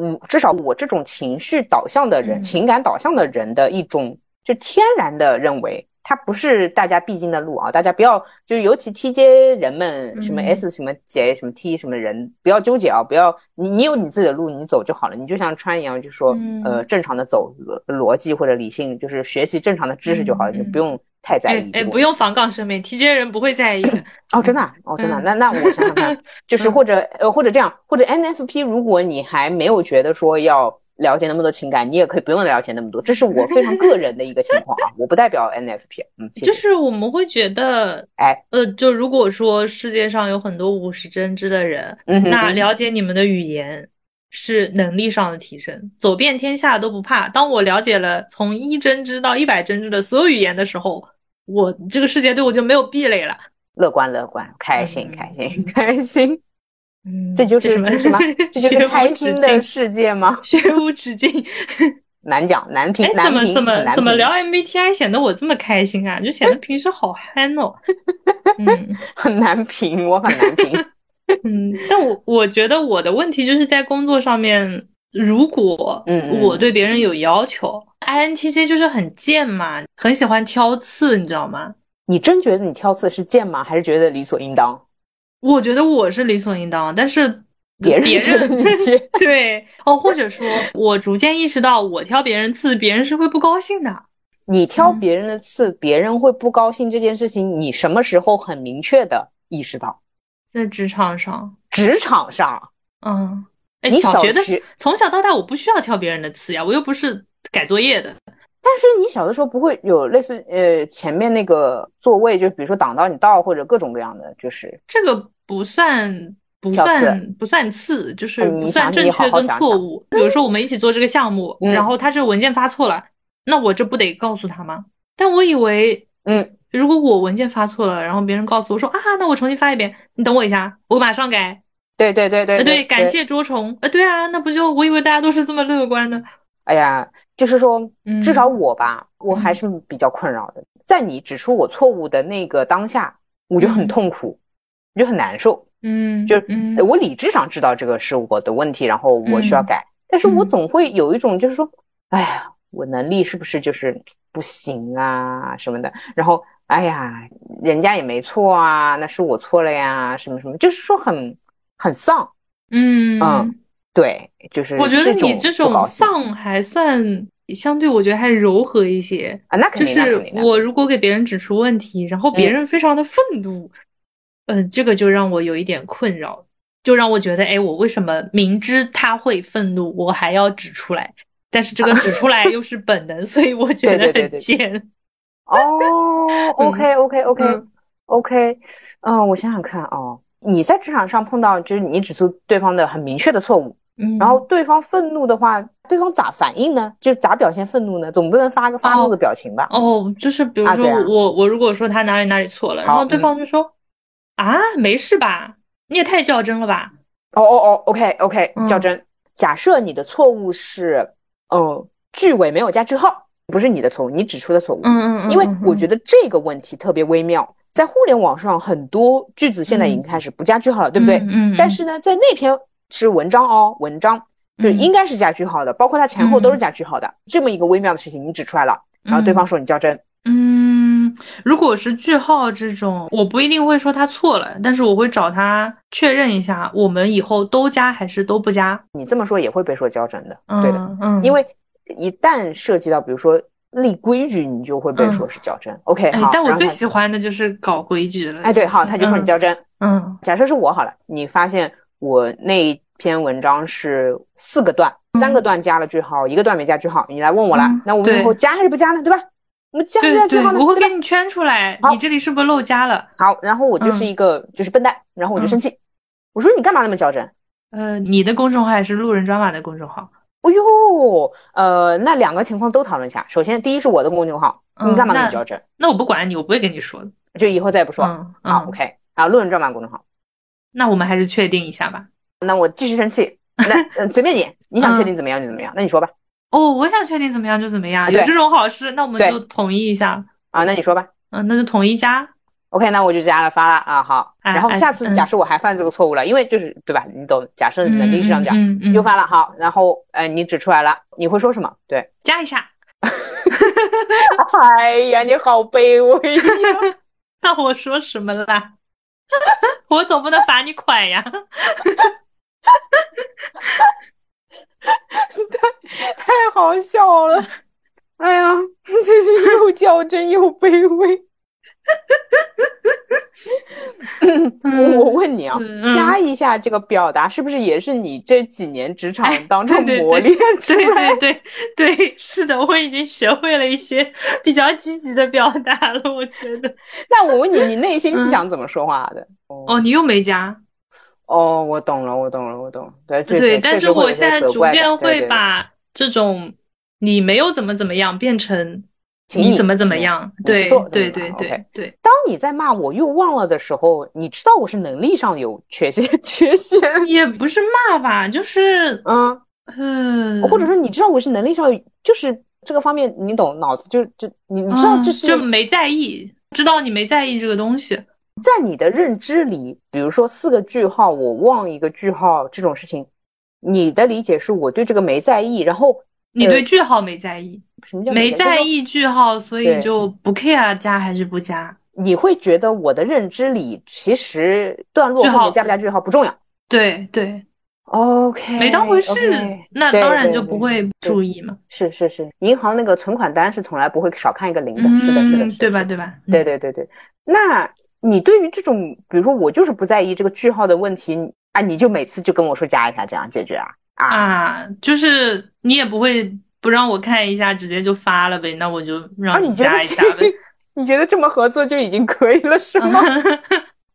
Speaker 2: 嗯，至少我这种情绪导向的人、
Speaker 1: 嗯
Speaker 2: 情感导向的人的一种就天然的认为，它不是大家必经的路啊，大家不要就是尤其 TJ 人们
Speaker 1: 嗯
Speaker 2: 什么 S 什么 J 什么 T 什么人，不要纠结啊，不要你你有你自己的路，你走就好了，你就像川一样，就说
Speaker 1: 嗯
Speaker 2: 呃正常的走逻逻辑或者理性，就是学习正常的知识就好了，
Speaker 1: 嗯
Speaker 2: 你
Speaker 1: 嗯
Speaker 2: 不用太在
Speaker 1: 哎
Speaker 2: 意这
Speaker 1: 哎，
Speaker 2: 个
Speaker 1: 不
Speaker 2: 问题
Speaker 1: 用防杠声明，TJ 人不会在意的。
Speaker 2: 哦，真的啊哦，真的啊，
Speaker 1: 嗯
Speaker 2: 那那我想想看，就是
Speaker 1: 嗯
Speaker 2: 或者呃，或者这样，或者 NFP，如果你还没有觉得说要了解那么多情感，你也可以不用了解那么多，这是我非常个人的一个情况啊，我不代表 NFP，嗯，谢谢
Speaker 1: 就是我们会觉得，
Speaker 2: 哎，
Speaker 1: 呃，就如果说世界上有很多五十针织的人，
Speaker 2: 嗯哼
Speaker 1: 那
Speaker 2: 嗯
Speaker 1: 了解你们的语言是能力上的提升，走遍天下都不怕。当我了解了从一针织到一百针织的所有语言的时候，我这个世界对我就没有壁垒了。
Speaker 2: 乐观乐观，开心
Speaker 1: 嗯
Speaker 2: 开心开心，
Speaker 1: 嗯，
Speaker 2: 这就是
Speaker 1: 什么
Speaker 2: 这是什么？这就
Speaker 1: 学
Speaker 2: 是
Speaker 1: 无
Speaker 2: 开
Speaker 1: 止
Speaker 2: 心的
Speaker 1: 境
Speaker 2: 世界吗？
Speaker 1: 学无止境。
Speaker 2: 难讲，难评
Speaker 1: 哎，，
Speaker 2: 难
Speaker 1: 怎么
Speaker 2: 评，
Speaker 1: 怎么
Speaker 2: 难
Speaker 1: 怎么
Speaker 2: 评
Speaker 1: 聊 MBTI 显得我这么开心啊？就显得平时好憨 哦。嗯。
Speaker 2: 很难评，我很难评。
Speaker 1: 嗯，但我我觉得我的问题就是在工作上面，如果
Speaker 2: 嗯嗯
Speaker 1: 我对别人有要求，INTJ 就是很贱嘛，很喜欢挑刺，你知道吗？
Speaker 2: 你真觉得你挑刺是贱吗？还是觉得理所应当？
Speaker 1: 我觉得我是理所应当，但是
Speaker 2: 别人
Speaker 1: 别
Speaker 2: 觉得
Speaker 1: 人
Speaker 2: 你贱。
Speaker 1: 对哦，或者说，我逐渐意识到，我挑别人刺，别人是会不高兴的。
Speaker 2: 你挑
Speaker 1: 嗯
Speaker 2: 别人的刺，别人会不高兴这件事情，你什么时候很明确的意识到？
Speaker 1: 在职场上，
Speaker 2: 职场上，啊
Speaker 1: 嗯，哎，
Speaker 2: 你
Speaker 1: 小
Speaker 2: 小
Speaker 1: 学的
Speaker 2: 学
Speaker 1: 从小到大，我不需要挑别人的刺呀，我又不是改作业的。
Speaker 2: 但是你小的时候不会有类似呃前面那个座位，就比如说挡到你道或者各种各样的，就是
Speaker 1: 这个不算不
Speaker 2: 挑刺
Speaker 1: 算不算次，就是
Speaker 2: 嗯你
Speaker 1: 不算
Speaker 2: 想
Speaker 1: 正
Speaker 2: 你好
Speaker 1: 确
Speaker 2: 好
Speaker 1: 跟
Speaker 2: 想
Speaker 1: 错
Speaker 2: 想
Speaker 1: 误。比如说我们一起做这个项目，
Speaker 2: 嗯
Speaker 1: 然后他这个文件发错了，那我这不得告诉他吗？但我以为
Speaker 2: 嗯，
Speaker 1: 如果我文件发错了，然后别人告诉我说啊，那我重新发一遍，你等我一下，我马上改。
Speaker 2: 对对对对
Speaker 1: 呃，
Speaker 2: 对，
Speaker 1: 感。谢捉虫。呃，对啊，那不就我以为大家都是这么乐观的。
Speaker 2: 哎呀，就是说，
Speaker 1: 嗯
Speaker 2: 至少我吧，我还是比较困扰的。在你指出我错误的那个当下，我就很
Speaker 1: 嗯
Speaker 2: 痛苦，我就很难受。
Speaker 1: 嗯，
Speaker 2: 就
Speaker 1: 嗯
Speaker 2: 呃我理智上知道这个是我的问题，然后我需要
Speaker 1: 嗯
Speaker 2: 改，但是我
Speaker 1: 嗯
Speaker 2: 总会有一种就是说，哎呀，我能力是不是就是不行啊什么的，然后哎呀，人家也没错啊，那是我错了呀，什么什么，就是说很很丧，
Speaker 1: 嗯
Speaker 2: 嗯对，就是
Speaker 1: 我觉得你这
Speaker 2: 这种不
Speaker 1: 种
Speaker 2: 高兴
Speaker 1: 丧还算相对，我觉得还柔和一些。
Speaker 2: 啊，那
Speaker 1: 就
Speaker 2: 肯定，那
Speaker 1: 是
Speaker 2: 肯定，那嗯
Speaker 1: 我
Speaker 2: 肯定
Speaker 1: 如果给别人指出问题，然后别人非常的愤怒，嗯、这个就让我有一点困扰，就让我觉得，哎，我为什么明知他会愤怒，我还要指出来？但是这个指出来又是本能， 所以我觉得
Speaker 2: 对对对对
Speaker 1: 很贱。
Speaker 2: 哦，OK OK OK
Speaker 1: 嗯
Speaker 2: OK，嗯，我想想看哦，你在职场上碰到就是你指出对方的很明确的错误。
Speaker 1: 嗯，
Speaker 2: 然后对方愤怒的话，对方咋反应呢？就是咋表现愤怒呢？总不能发个发怒的表情吧？
Speaker 1: 哦，就是比如
Speaker 2: 啊
Speaker 1: 说
Speaker 2: 对啊
Speaker 1: 我我如果说他哪里哪里错了，然
Speaker 2: 好嗯
Speaker 1: 后对方就说啊，没事吧，你也太较真了吧，
Speaker 2: 哦哦哦，OK OK，
Speaker 1: 嗯
Speaker 2: 较真。假设你的错误是，嗯，句尾没有加句号，不是你的错误，你指出的错误。
Speaker 1: 嗯嗯，
Speaker 2: 因为我觉
Speaker 1: 得
Speaker 2: 得这个问题特别微妙，在互联网上很多句子现在已经开始不加句号了，对不对？
Speaker 1: 嗯嗯，嗯
Speaker 2: 但是呢，在那篇是文章哦，文章就
Speaker 1: 嗯
Speaker 2: 应该是加句号的，包括它前后都是加句号的。这么一个微妙的事情，你指出来了，然后对方说你较真，
Speaker 1: 嗯，如果是句号这种，我不一定会说他错了，但是我会找他确认一下，我们以后都加还是都不加？
Speaker 2: 你这么说也会被说较真的，
Speaker 1: 嗯
Speaker 2: 对的，，
Speaker 1: 嗯，
Speaker 2: 因为一旦涉及到比如说立规矩，你就会被说是较真。OK，
Speaker 1: 嗯哎
Speaker 2: 好，，
Speaker 1: 但我
Speaker 2: 然后
Speaker 1: 最
Speaker 2: 他
Speaker 1: 喜欢的就是搞规矩了。
Speaker 2: 哎对，好，他就说
Speaker 1: 嗯
Speaker 2: 你较真。
Speaker 1: 嗯
Speaker 2: 假设是我好了，你发现我那一篇文章是四个段，
Speaker 1: 嗯
Speaker 2: 三个段加了句号，一个段没加句号，你来问我了，
Speaker 1: 嗯
Speaker 2: 那我们以后
Speaker 1: 对
Speaker 2: 加还是不加呢？对吧？我们加不
Speaker 1: 对
Speaker 2: 加句
Speaker 1: 对，
Speaker 2: 号呢？
Speaker 1: 我会
Speaker 2: 对吧
Speaker 1: 给你圈出来，
Speaker 2: 好
Speaker 1: 你这里是不是漏加了？
Speaker 2: 好，然后我就是
Speaker 1: 嗯
Speaker 2: 一个、就是笨蛋，然后我就生气，我说你干嘛那么哎较真？
Speaker 1: 呃，你的公众号还是路人抓马的公众号？
Speaker 2: 哎呦，呃，那两个情况都讨论一下。首先，第一是我的公众号，
Speaker 1: 嗯
Speaker 2: 你干嘛那么
Speaker 1: 那
Speaker 2: 较真？
Speaker 1: 那我不管你，我不会跟你说的。
Speaker 2: 就以后再也不说。了。
Speaker 1: 嗯
Speaker 2: 好
Speaker 1: 嗯，
Speaker 2: ，OK，啊，路人转码公众号，
Speaker 1: 那我们还是确定一下吧。
Speaker 2: 那我继续生气。那、呃、随便你，你
Speaker 1: 嗯
Speaker 2: 想确定怎么样就怎么样，那你说吧。
Speaker 1: 哦，我想确定怎么样就怎么样，有
Speaker 2: 对
Speaker 1: 这种好事，那我们
Speaker 2: 对
Speaker 1: 就统一一下。
Speaker 2: 啊，那你说吧。
Speaker 1: 嗯，那就统一加。
Speaker 2: OK，那我就加了发了啊，好。
Speaker 1: 哎
Speaker 2: 然后
Speaker 1: 哎
Speaker 2: 下次
Speaker 1: 嗯
Speaker 2: 假设我还犯这个错误了，因为就是对吧？你懂，假设你在
Speaker 1: 嗯
Speaker 2: 历史上讲
Speaker 1: 嗯嗯，嗯
Speaker 2: 又犯了，好，然后呃你指出来了，你会说什么？对，
Speaker 1: 加一下。
Speaker 2: 哎呀，你好卑微。
Speaker 1: 那我说什么啦？ 我总不能罚你款呀。
Speaker 2: 太好 笑了，哎呀， 真是又较真又卑微。
Speaker 1: 嗯
Speaker 2: 我问你啊，
Speaker 1: 嗯嗯
Speaker 2: 加一下这个表达，是不是也是你这几年职场
Speaker 1: 哎
Speaker 2: 当中
Speaker 1: 对对
Speaker 2: 磨练 出
Speaker 1: 对
Speaker 2: 来的？
Speaker 1: 对对对，是的，我已经学会了一些 比较积极的表达了，我觉得。
Speaker 2: 那我问你，你内心是想怎么说话的？
Speaker 1: 哦，你又没加。
Speaker 2: 哦，我懂了，我懂了，我懂了。对这
Speaker 1: 对，
Speaker 2: 个
Speaker 1: 但
Speaker 2: 确
Speaker 1: 是
Speaker 2: 实会
Speaker 1: 我
Speaker 2: 有些
Speaker 1: 现在
Speaker 2: 责
Speaker 1: 逐
Speaker 2: 怪
Speaker 1: 渐
Speaker 2: 感对
Speaker 1: 会
Speaker 2: 对对
Speaker 1: 把这种你没有怎么怎么样变成
Speaker 2: 请
Speaker 1: 你
Speaker 2: 你
Speaker 1: 怎么怎么
Speaker 2: 怎么
Speaker 1: 样。
Speaker 2: 你
Speaker 1: 对
Speaker 2: 去做
Speaker 1: 对
Speaker 2: 怎
Speaker 1: 对
Speaker 2: 么样
Speaker 1: 对
Speaker 2: OK
Speaker 1: 对，
Speaker 2: 当你在骂我又忘了的时候，你知道我是能力上有缺陷， 缺陷，
Speaker 1: 也不是骂吧，就是
Speaker 2: 嗯，
Speaker 1: 嗯，
Speaker 2: 哦或者说你知道我是能力上有，就是这个方面你懂，脑子就就你你知道这
Speaker 1: 嗯
Speaker 2: 是
Speaker 1: 就没在意，知道你没在意这个东西。
Speaker 2: 在你的认知里，比如说四个句号，我忘一个句号这种事情，你的理解是我对这个没在意，然后
Speaker 1: 你
Speaker 2: 呃
Speaker 1: 对句号没在意，
Speaker 2: 什么叫
Speaker 1: 没在
Speaker 2: 就是
Speaker 1: 意句号，所以
Speaker 2: 对
Speaker 1: 就不 care 加还是不加。
Speaker 2: 说你会觉得我的认知里其实段落
Speaker 1: 句
Speaker 2: 后
Speaker 1: 号
Speaker 2: 面加不加句号不重要。
Speaker 1: 对对，
Speaker 2: OK，
Speaker 1: 没当回事
Speaker 2: 哎 OK
Speaker 1: 那
Speaker 2: 对
Speaker 1: 当然
Speaker 2: 对
Speaker 1: 就
Speaker 2: 对
Speaker 1: 不会注意嘛。
Speaker 2: 是是是，银行那个存款单是从来不会少看一个零的，
Speaker 1: 嗯，
Speaker 2: 是的，是的，是的
Speaker 1: 对吧？
Speaker 2: 是的
Speaker 1: 对吧？嗯
Speaker 2: 对对对对。那你对于这种，比如说我就是不在意这个句号的问题啊，你就每次就跟我说加一下，这样解决啊啊，
Speaker 1: 啊，就是你也不会不让我看一下，直接就发了呗，那我就
Speaker 2: 啊，
Speaker 1: 让
Speaker 2: 你
Speaker 1: 你
Speaker 2: 觉得
Speaker 1: 加一
Speaker 2: 这
Speaker 1: 下啊呗。
Speaker 2: 你觉得这么合作就已经可以了是吗？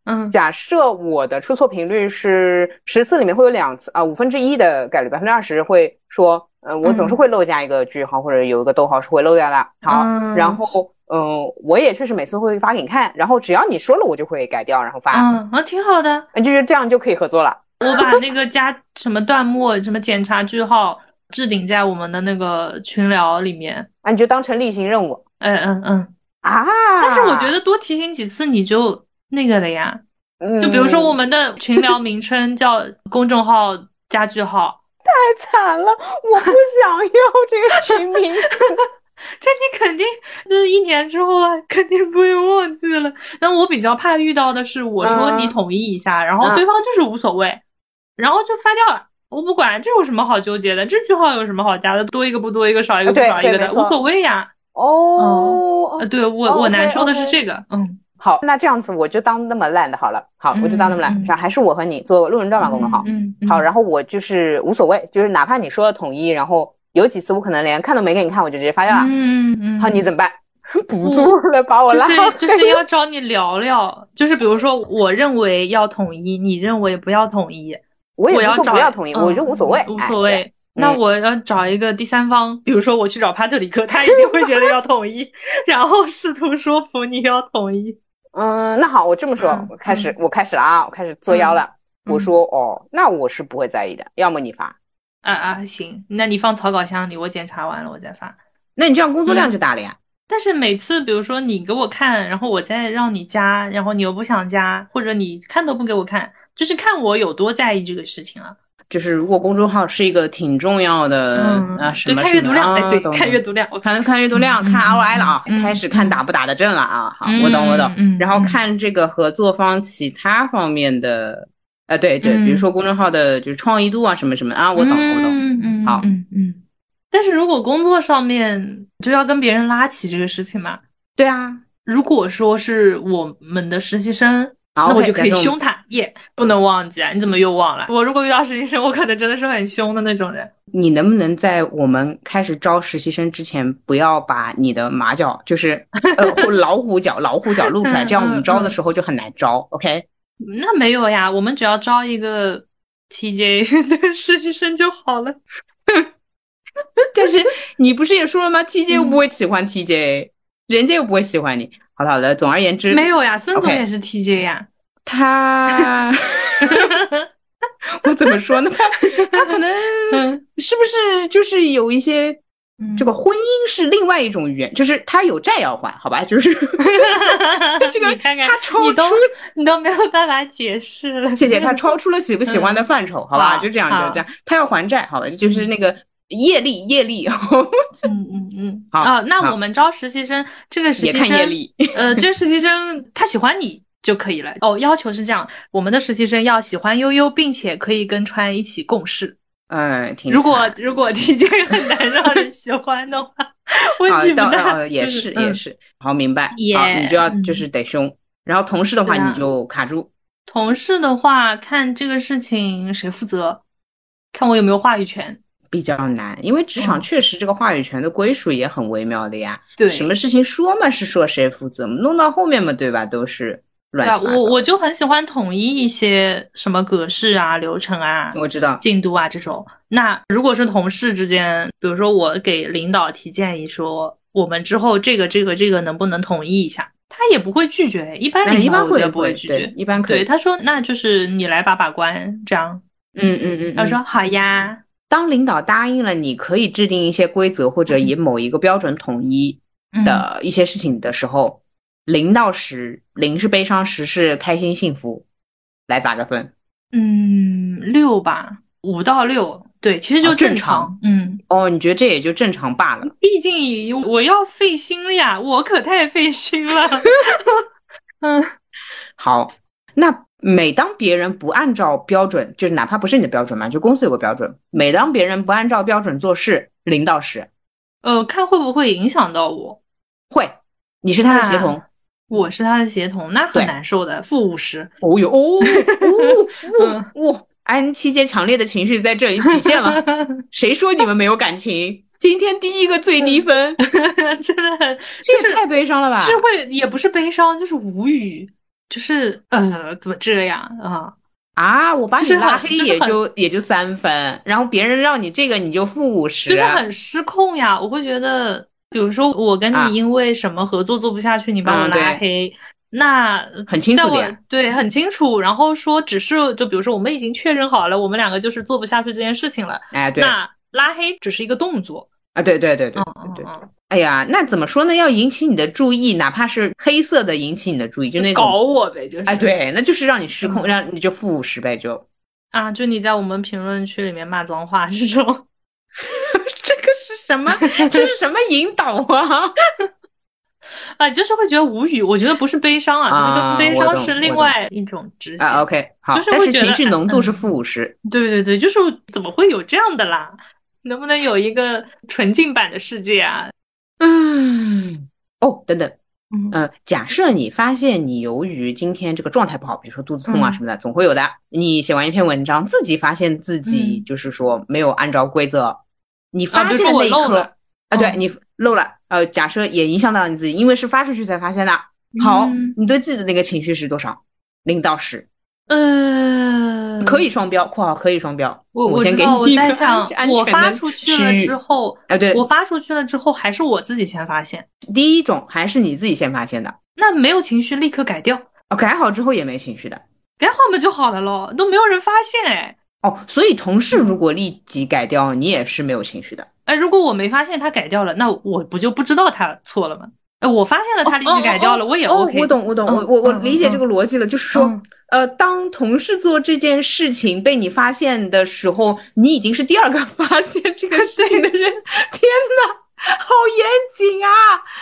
Speaker 1: 嗯
Speaker 2: 假设我的出错频率是十次里面会有两次啊，五分之一的概率，百分之二十会说，呃，我总是
Speaker 1: 嗯
Speaker 2: 会漏加一个句号或者有一个逗号是会漏掉的。好，
Speaker 1: 嗯
Speaker 2: 然后嗯、呃我也确实每次会发给你看，然后只要你说了，我就会改掉，然后发，
Speaker 1: 嗯，啊，挺好的。
Speaker 2: 嗯、就是这样就可以合作了。
Speaker 1: 我把那个加什么段末、什么检查句号置顶在我们的那个群聊里面。
Speaker 2: 啊，你就当成例行任务
Speaker 1: 嗯嗯嗯。
Speaker 2: 啊。
Speaker 1: 但是我觉得多提醒几次你就那个了呀。
Speaker 2: 得
Speaker 1: 就比如说我们的群聊名称叫公众号加句号，
Speaker 2: 太惨了，我不想要这个群 名。
Speaker 1: 这你肯定就是一年之后啊，肯定不会忘记了。但我比较怕遇到的是，我说你
Speaker 2: 嗯
Speaker 1: 统一一下，然后
Speaker 2: 嗯
Speaker 1: 对方就是无所谓，然后就发掉了。我不管，这有什么好纠结的？这句号有什么好加的？多一个不多一个，少一个不
Speaker 2: 啊对
Speaker 1: 少一个
Speaker 2: 对
Speaker 1: 的，
Speaker 2: 没错
Speaker 1: 无所谓呀。
Speaker 2: 哦，
Speaker 1: 呃，对我
Speaker 2: 哦
Speaker 1: 我
Speaker 2: ，OK，
Speaker 1: 难受的是
Speaker 2: OK
Speaker 1: 这个，嗯，
Speaker 2: 好，那这样子我就当那么烂的好了。好，我就当那么烂，
Speaker 1: 嗯嗯
Speaker 2: 这样还是我和你做路人转码公众号。
Speaker 1: 嗯，嗯
Speaker 2: 好，，然后我就是无所谓，就是哪怕你说了统一，然后有几次我可能连看都没给你看，我就直接发掉了。
Speaker 1: 嗯嗯嗯，
Speaker 2: 好，你怎么办？ 不做了，把我
Speaker 1: 就
Speaker 2: 拉
Speaker 1: 是
Speaker 2: 黑。
Speaker 1: 就是要找你聊聊，就是比如说，我认为要统一，你认为不要统一，
Speaker 2: 我也
Speaker 1: 我
Speaker 2: 不
Speaker 1: 要
Speaker 2: 是说
Speaker 1: 找
Speaker 2: 不要统一，
Speaker 1: 嗯
Speaker 2: 我就无所谓，
Speaker 1: 无
Speaker 2: 哎
Speaker 1: 所。谓。那我要找一个第三方，比如说我去找帕特里克，他一定会觉得要统一， 然后试图说服你要统一。
Speaker 2: 对嗯，那好，我这么说
Speaker 1: 嗯，
Speaker 2: 我开始，我开始了啊，我开始作妖了。
Speaker 3: 我说、哦，那我是不会在意的，要么你发，
Speaker 1: 啊啊，行，那你放草稿箱里，我检查完了我再发。
Speaker 3: 那你这样工作
Speaker 1: 嗯
Speaker 3: 量就大了呀。
Speaker 1: 但是每次，比如说你给我看，然后我再让你加，然后你又不想加，或者你看都不给我看，就是看我有多在意这个事情啊了。
Speaker 2: 就是如果公众号是一个挺重要的
Speaker 1: 嗯
Speaker 2: 啊什
Speaker 1: 对，
Speaker 2: 么
Speaker 1: 看
Speaker 2: 什
Speaker 1: 阅读
Speaker 2: 么
Speaker 1: 量，
Speaker 2: 啊
Speaker 1: 哎，对，
Speaker 2: 懂
Speaker 1: 看
Speaker 2: 懂
Speaker 1: 阅读量，我看，
Speaker 2: 看看阅读量，看 ROI 了啊，
Speaker 1: 嗯
Speaker 2: 开始看打不打得正了啊。好，我懂我懂。
Speaker 1: 嗯
Speaker 2: 然后，看这个合作方其他方面的，呃，对对，
Speaker 1: 嗯
Speaker 2: 比如说公众号的就是创意度啊什么什么啊，
Speaker 1: 嗯
Speaker 2: 我懂我懂。
Speaker 1: 嗯嗯，
Speaker 2: 好
Speaker 1: 嗯嗯。但是如果工作上面就要跟别人拉起这个事情嘛，
Speaker 2: 对啊，
Speaker 1: 如果说是我们的实习生，
Speaker 2: 好
Speaker 1: 那我
Speaker 2: OK，
Speaker 1: 就可以
Speaker 2: 假设
Speaker 1: 凶他，耶、不能忘记啊！你怎么又忘了？我如果遇到实习生，我可能真的是很凶的那种人。
Speaker 2: 你能不能在我们开始招实习生之前，不要把你的马脚，就是 呃或老虎脚、老虎脚露出来，
Speaker 1: 嗯
Speaker 2: 这样我们
Speaker 1: 嗯
Speaker 2: 招
Speaker 1: 嗯
Speaker 2: 的时候就很难招。OK，
Speaker 1: 那没有呀，我们只要招一个 TJ 的实习生就好了。
Speaker 2: 但是你不是也说了吗？TJ 又
Speaker 1: 嗯
Speaker 2: 不会喜欢 TJ，人家又不会喜欢你。好了好了，总而言之，
Speaker 1: 没有呀，孙总
Speaker 2: OK
Speaker 1: 也是 TJ 呀。
Speaker 2: 他， 我怎么说呢？他可能
Speaker 1: 嗯
Speaker 2: 是不是就是有一些这个婚姻是另外一种语言，就是他有债要还，好吧？ 就是 这个
Speaker 1: 你看看，
Speaker 2: 他超
Speaker 1: 你都
Speaker 2: 出，
Speaker 1: 你都没有办法解释了。
Speaker 2: 谢谢他超出了喜不喜欢的范畴，好吧？
Speaker 1: 好
Speaker 2: 就这样，
Speaker 1: 好
Speaker 2: 就这样，他要还债，好吧？就是那个业力，业 力，
Speaker 1: 嗯嗯嗯。
Speaker 2: 好
Speaker 1: 啊，那
Speaker 2: 好
Speaker 1: 我们招实习生，这个实
Speaker 2: 也
Speaker 1: 习
Speaker 2: 看业
Speaker 1: 生，
Speaker 2: 力，
Speaker 1: 呃，这个实习生他喜欢你。就可以了哦。要求是这样，我们的实习生要喜欢悠悠，并且可以跟川一起共事。
Speaker 2: 嗯，挺
Speaker 1: 如果如果 TJ 很难让人喜欢的话，问
Speaker 2: 啊
Speaker 1: 题，不
Speaker 2: 到
Speaker 1: 大。
Speaker 2: 到也
Speaker 1: 就是嗯
Speaker 2: 也是，好明白，好，
Speaker 1: 也
Speaker 2: 你就要
Speaker 1: 嗯
Speaker 2: 就是得凶，然后同事的话
Speaker 1: 对啊
Speaker 2: 你就卡住，
Speaker 1: 同事的话，看这个事情谁负责，看我有没有话语权。
Speaker 2: 比较难，因为职场
Speaker 1: 嗯
Speaker 2: 确实这个话语权的归属也很微妙的呀。
Speaker 1: 对，
Speaker 2: 什么事情说嘛是说谁负责嘛，弄到后面嘛，对吧？都是
Speaker 1: 对
Speaker 2: 乱
Speaker 1: 啊，
Speaker 2: 七八糟。
Speaker 1: 我我就很喜欢统一一些什么格式啊、流程啊、
Speaker 2: 我知道，
Speaker 1: 进度啊这种。那如果是同事之间，比如说我给领导提建议说，我们之后这个这个这个能不能统一一下，他也不会拒绝。一般
Speaker 2: 那
Speaker 1: 领
Speaker 2: 嗯一
Speaker 1: 导
Speaker 2: 般
Speaker 1: 我觉
Speaker 2: 会
Speaker 1: 得不
Speaker 2: 会
Speaker 1: 拒
Speaker 2: 对
Speaker 1: 绝，。
Speaker 2: 一般可
Speaker 1: 对，
Speaker 2: 以。
Speaker 1: 他说那就是你来把把关这样。
Speaker 2: 嗯嗯嗯，
Speaker 1: 他
Speaker 2: 嗯
Speaker 1: 说好呀，
Speaker 2: 当领导答应了，你可以制定一些规则或者以某一个标准统一
Speaker 1: 嗯
Speaker 2: 的一些事情的时候，零到十，零是悲伤，十是开心幸福，来打个分。
Speaker 1: 嗯，六吧，五到六，对，其实就
Speaker 2: 哦正
Speaker 1: 正
Speaker 2: 常
Speaker 1: 嗯，
Speaker 2: 哦，你觉得这也就正常罢了。
Speaker 1: 毕竟我要费心了呀，我可太费心了。嗯，
Speaker 2: 好，那每当别人不按照标准，就是哪怕不是你的标准嘛，就公司有个标准，每当别人不按照标准做事，零到十
Speaker 1: 呃，看会不会影响到我，
Speaker 2: 会，你是他的协
Speaker 1: 那
Speaker 2: 同。
Speaker 1: 我是他的协同，那
Speaker 2: 对
Speaker 1: 很难受的，负五 十。
Speaker 2: 哦哟，哦 哦哦哦！安七姐强烈的情绪在这里体现了。谁说你们没有感情？今天第一个最低 分，
Speaker 1: 真的很，就
Speaker 2: 这也
Speaker 1: 是
Speaker 2: 太悲伤了吧！
Speaker 1: 是会也不是悲伤，就是无语，就是呃，怎么这样啊？
Speaker 2: 啊，我把
Speaker 1: 就
Speaker 2: 你
Speaker 1: 是
Speaker 2: 拉
Speaker 1: 很
Speaker 2: 黑
Speaker 1: 就是
Speaker 2: 也
Speaker 1: 很
Speaker 2: 就也就三分，然后别人让你这个你就负五十，
Speaker 1: 就是很失控呀。我会觉得，比如说我跟
Speaker 2: 啊
Speaker 1: 你因为什么合作做不下去，你把我
Speaker 2: 嗯对
Speaker 1: 拉黑，那
Speaker 2: 很清
Speaker 1: 在
Speaker 2: 楚的
Speaker 1: 我
Speaker 2: 呀。
Speaker 1: 对很清楚，然后说只是就比如说我们已经确认好了，我们两个就是做不下去这件事情了，
Speaker 2: 哎，对啊，
Speaker 1: 那拉黑只是一个动作。
Speaker 2: 对对对对
Speaker 1: 嗯
Speaker 2: 对。
Speaker 1: 嗯，
Speaker 2: 哎呀，那怎么说呢？要引起你的注意，哪怕是黑色的引起你的注意，就那
Speaker 1: 搞
Speaker 2: 种，
Speaker 1: 我呗，就是
Speaker 2: 哎，对，那就是让你失控，
Speaker 1: 嗯
Speaker 2: 让你就负五十呗，就
Speaker 1: 啊，就你在我们评论区里面骂脏话这种，
Speaker 2: 这个是什么？
Speaker 1: 哎
Speaker 2: 这是什么引导啊？
Speaker 1: 啊，就是会觉得无语。我觉得不是悲伤
Speaker 2: 啊
Speaker 1: 啊，就是跟悲
Speaker 2: 我
Speaker 1: 伤
Speaker 2: 懂
Speaker 1: 是
Speaker 2: 我
Speaker 1: 另
Speaker 2: 懂
Speaker 1: 外一种执行。
Speaker 2: 啊，OK，好，
Speaker 1: 就是
Speaker 2: 但
Speaker 1: 会
Speaker 2: 是
Speaker 1: 觉得
Speaker 2: 情绪浓度是
Speaker 1: 嗯
Speaker 2: 负五十，
Speaker 1: 对对对，就是怎么会有这样的啦？能不能有一个纯净版的世界啊？
Speaker 2: 嗯，哦，等等，
Speaker 1: 嗯
Speaker 2: 呃，假设你发现你由于今天这个状态不好，比如说肚子痛啊
Speaker 1: 嗯
Speaker 2: 什么的，总会有的。你写完一篇文章，自己发现自己
Speaker 1: 嗯啊
Speaker 2: 就是说没有按照规则，你发
Speaker 1: 比如
Speaker 2: 现
Speaker 1: 说
Speaker 2: 那
Speaker 1: 我
Speaker 2: 一
Speaker 1: 漏
Speaker 2: 刻
Speaker 1: 了
Speaker 2: 啊，对
Speaker 1: 嗯
Speaker 2: 你漏了，呃，假设也影响到你自己，因为是发出去才发现的。好，
Speaker 1: 嗯
Speaker 2: 你对自己的那个情绪是多少？零到十，
Speaker 1: 呃
Speaker 2: 可以。双标（括号可以双标）
Speaker 1: 我
Speaker 2: 我先
Speaker 1: 知
Speaker 2: 给
Speaker 1: 道，我
Speaker 2: 你一
Speaker 1: 在
Speaker 2: 个
Speaker 1: 想
Speaker 2: 安全，安
Speaker 1: 我
Speaker 2: 全
Speaker 1: 发
Speaker 2: 的
Speaker 1: 出去了
Speaker 2: 区域
Speaker 1: 之后，
Speaker 2: 啊，对，
Speaker 1: 我发出去了之后，还是我自己先发现，
Speaker 2: 第一种还是你自己先发现的。
Speaker 1: 那没有情绪立刻改掉。
Speaker 2: 哦，改好之后也没情绪的。
Speaker 1: 改好嘛就好了咯，都没有人发现哎。
Speaker 2: 哦，所以同事
Speaker 1: 嗯
Speaker 2: 如果立即改掉，你也是没有情绪的。
Speaker 1: 哎，如果我没发现他改掉了，那我不就不知道他错了吗？哎，我发现了他立即改掉了，我也 OK
Speaker 2: 哦。我懂，我懂，
Speaker 1: 嗯
Speaker 2: 我我我
Speaker 1: 嗯
Speaker 2: 理解
Speaker 1: 嗯
Speaker 2: 这个逻辑了，就是说
Speaker 1: 嗯，
Speaker 2: 呃，当同事做这件事情被你发现的时候，你已经是第二个 发现这个事情的人。天哪，好严谨啊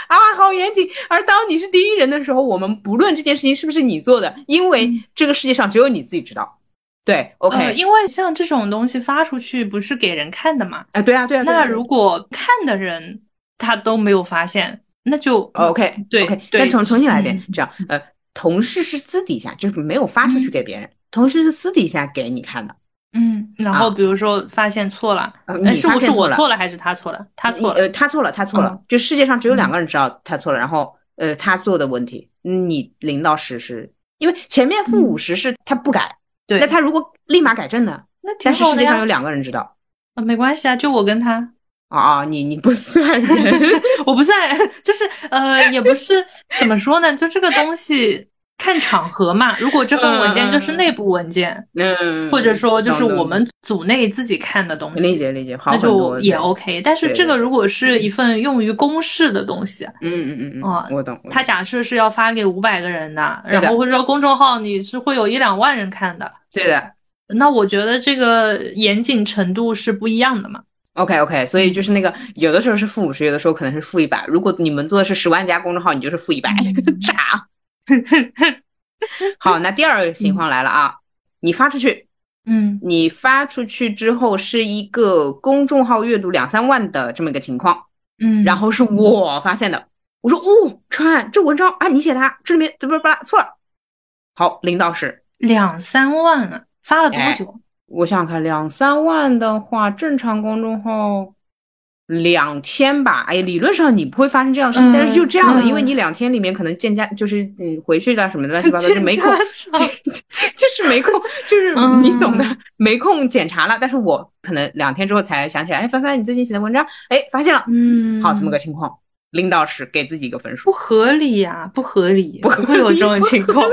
Speaker 2: 啊，好严谨！而当你是第一人的时候，我们不论这件事情是不是你做的，因为这个世界上只有你自己知道。对，OK，
Speaker 1: 嗯呃，
Speaker 2: 哎、
Speaker 1: 因为像这种东西发出去不是给人看的嘛，
Speaker 2: 对啊，对啊，对啊
Speaker 1: 那如果看的人他都没有发现，那就
Speaker 2: 哦 OK，
Speaker 1: 嗯对
Speaker 2: OK，
Speaker 1: 对
Speaker 2: 那重重新来一遍
Speaker 1: 嗯，
Speaker 2: 这样，呃，同事是私底下，就是没有发出去给别人，同事是私底下给你看的，
Speaker 1: 嗯，然后
Speaker 2: 啊
Speaker 1: 比如说发现错了，
Speaker 2: 呃，
Speaker 1: 哎，
Speaker 2: 你
Speaker 1: 是
Speaker 2: 发
Speaker 1: 我
Speaker 2: 现
Speaker 1: 是我
Speaker 2: 了，
Speaker 1: 错了还是他错了？他
Speaker 2: 你
Speaker 1: 错
Speaker 2: 呃，
Speaker 1: 了，
Speaker 2: 他错了，他错了
Speaker 1: 嗯，
Speaker 2: 就世界上只有两个人知道他错了，然后呃，他做的问题，你零到十是，因为前面负五十是他不改，
Speaker 1: 嗯对，
Speaker 2: 那他如果立马改正呢？
Speaker 1: 那挺
Speaker 2: 但是
Speaker 1: 好
Speaker 2: 世
Speaker 1: 的
Speaker 2: 界上
Speaker 1: 呀
Speaker 2: 有，两个人知道，
Speaker 1: 啊，没关系啊，就我跟他，
Speaker 2: 啊啊，你你不 算人，
Speaker 1: 我不算，就是呃，也不是怎么说呢，就这个东西看场合嘛。如果这份文件就是内部文件，
Speaker 2: 嗯，
Speaker 1: 或者说就是
Speaker 2: 懂懂
Speaker 1: 我们组内自己看的东
Speaker 2: 懂理
Speaker 1: 西，
Speaker 2: 解理解，好
Speaker 1: 那
Speaker 2: 很
Speaker 1: 就
Speaker 2: 多
Speaker 1: 也哦
Speaker 2: 对
Speaker 1: OK。但是
Speaker 2: 对嗯
Speaker 1: 这个
Speaker 2: 对
Speaker 1: 如果是一份用于公示的东西，
Speaker 2: 嗯嗯嗯嗯，
Speaker 1: 哦
Speaker 2: 我懂，我
Speaker 1: 它
Speaker 2: 懂
Speaker 1: 假设是要发给五百个人的，
Speaker 2: 对的
Speaker 1: 然后或者说公众号你是会有一两万人看的，
Speaker 2: 对的。
Speaker 1: 那我觉得这个严谨程度是不一样的嘛。
Speaker 2: OK OK，所以就是那个有的时候是负五十，有的时候可能是负一百。如果你们做的是十万加公众号，你就是负一百，
Speaker 1: 嗯
Speaker 2: 炸。好，那第二个情况来了啊，你发出去，
Speaker 1: 嗯
Speaker 2: 你发出去之后是一个公众号阅读两三万的这么一个情况，
Speaker 1: 嗯
Speaker 2: 然后是我发现的，我说哦，川这文章啊，你写的啊，这里面怎么巴拉错了，好，领导是。
Speaker 1: 两三万啊，发了多
Speaker 2: 哎
Speaker 1: 久？
Speaker 2: 我想想看，两三万的话，正常公众号两天吧。哎，理论上你不会发生这样的事情，
Speaker 1: 嗯
Speaker 2: 但是就这样了，
Speaker 1: 嗯
Speaker 2: 因为你两天里面可能见家，就是你回去啊啦什么的乱七八 糟，就没空，就是没空，就是
Speaker 1: 嗯
Speaker 2: 你懂的，没空检查了。但是我可能两天之后才想起来，哎，翻翻你最近写的文章，哎，发现了，
Speaker 1: 嗯，
Speaker 2: 好，这么个情况，领导室给自己一个分
Speaker 1: 不
Speaker 2: 数，
Speaker 1: 合理呀、不合理，
Speaker 2: 不
Speaker 1: 不
Speaker 2: 合
Speaker 1: 会
Speaker 2: 理
Speaker 1: 有这 种情况，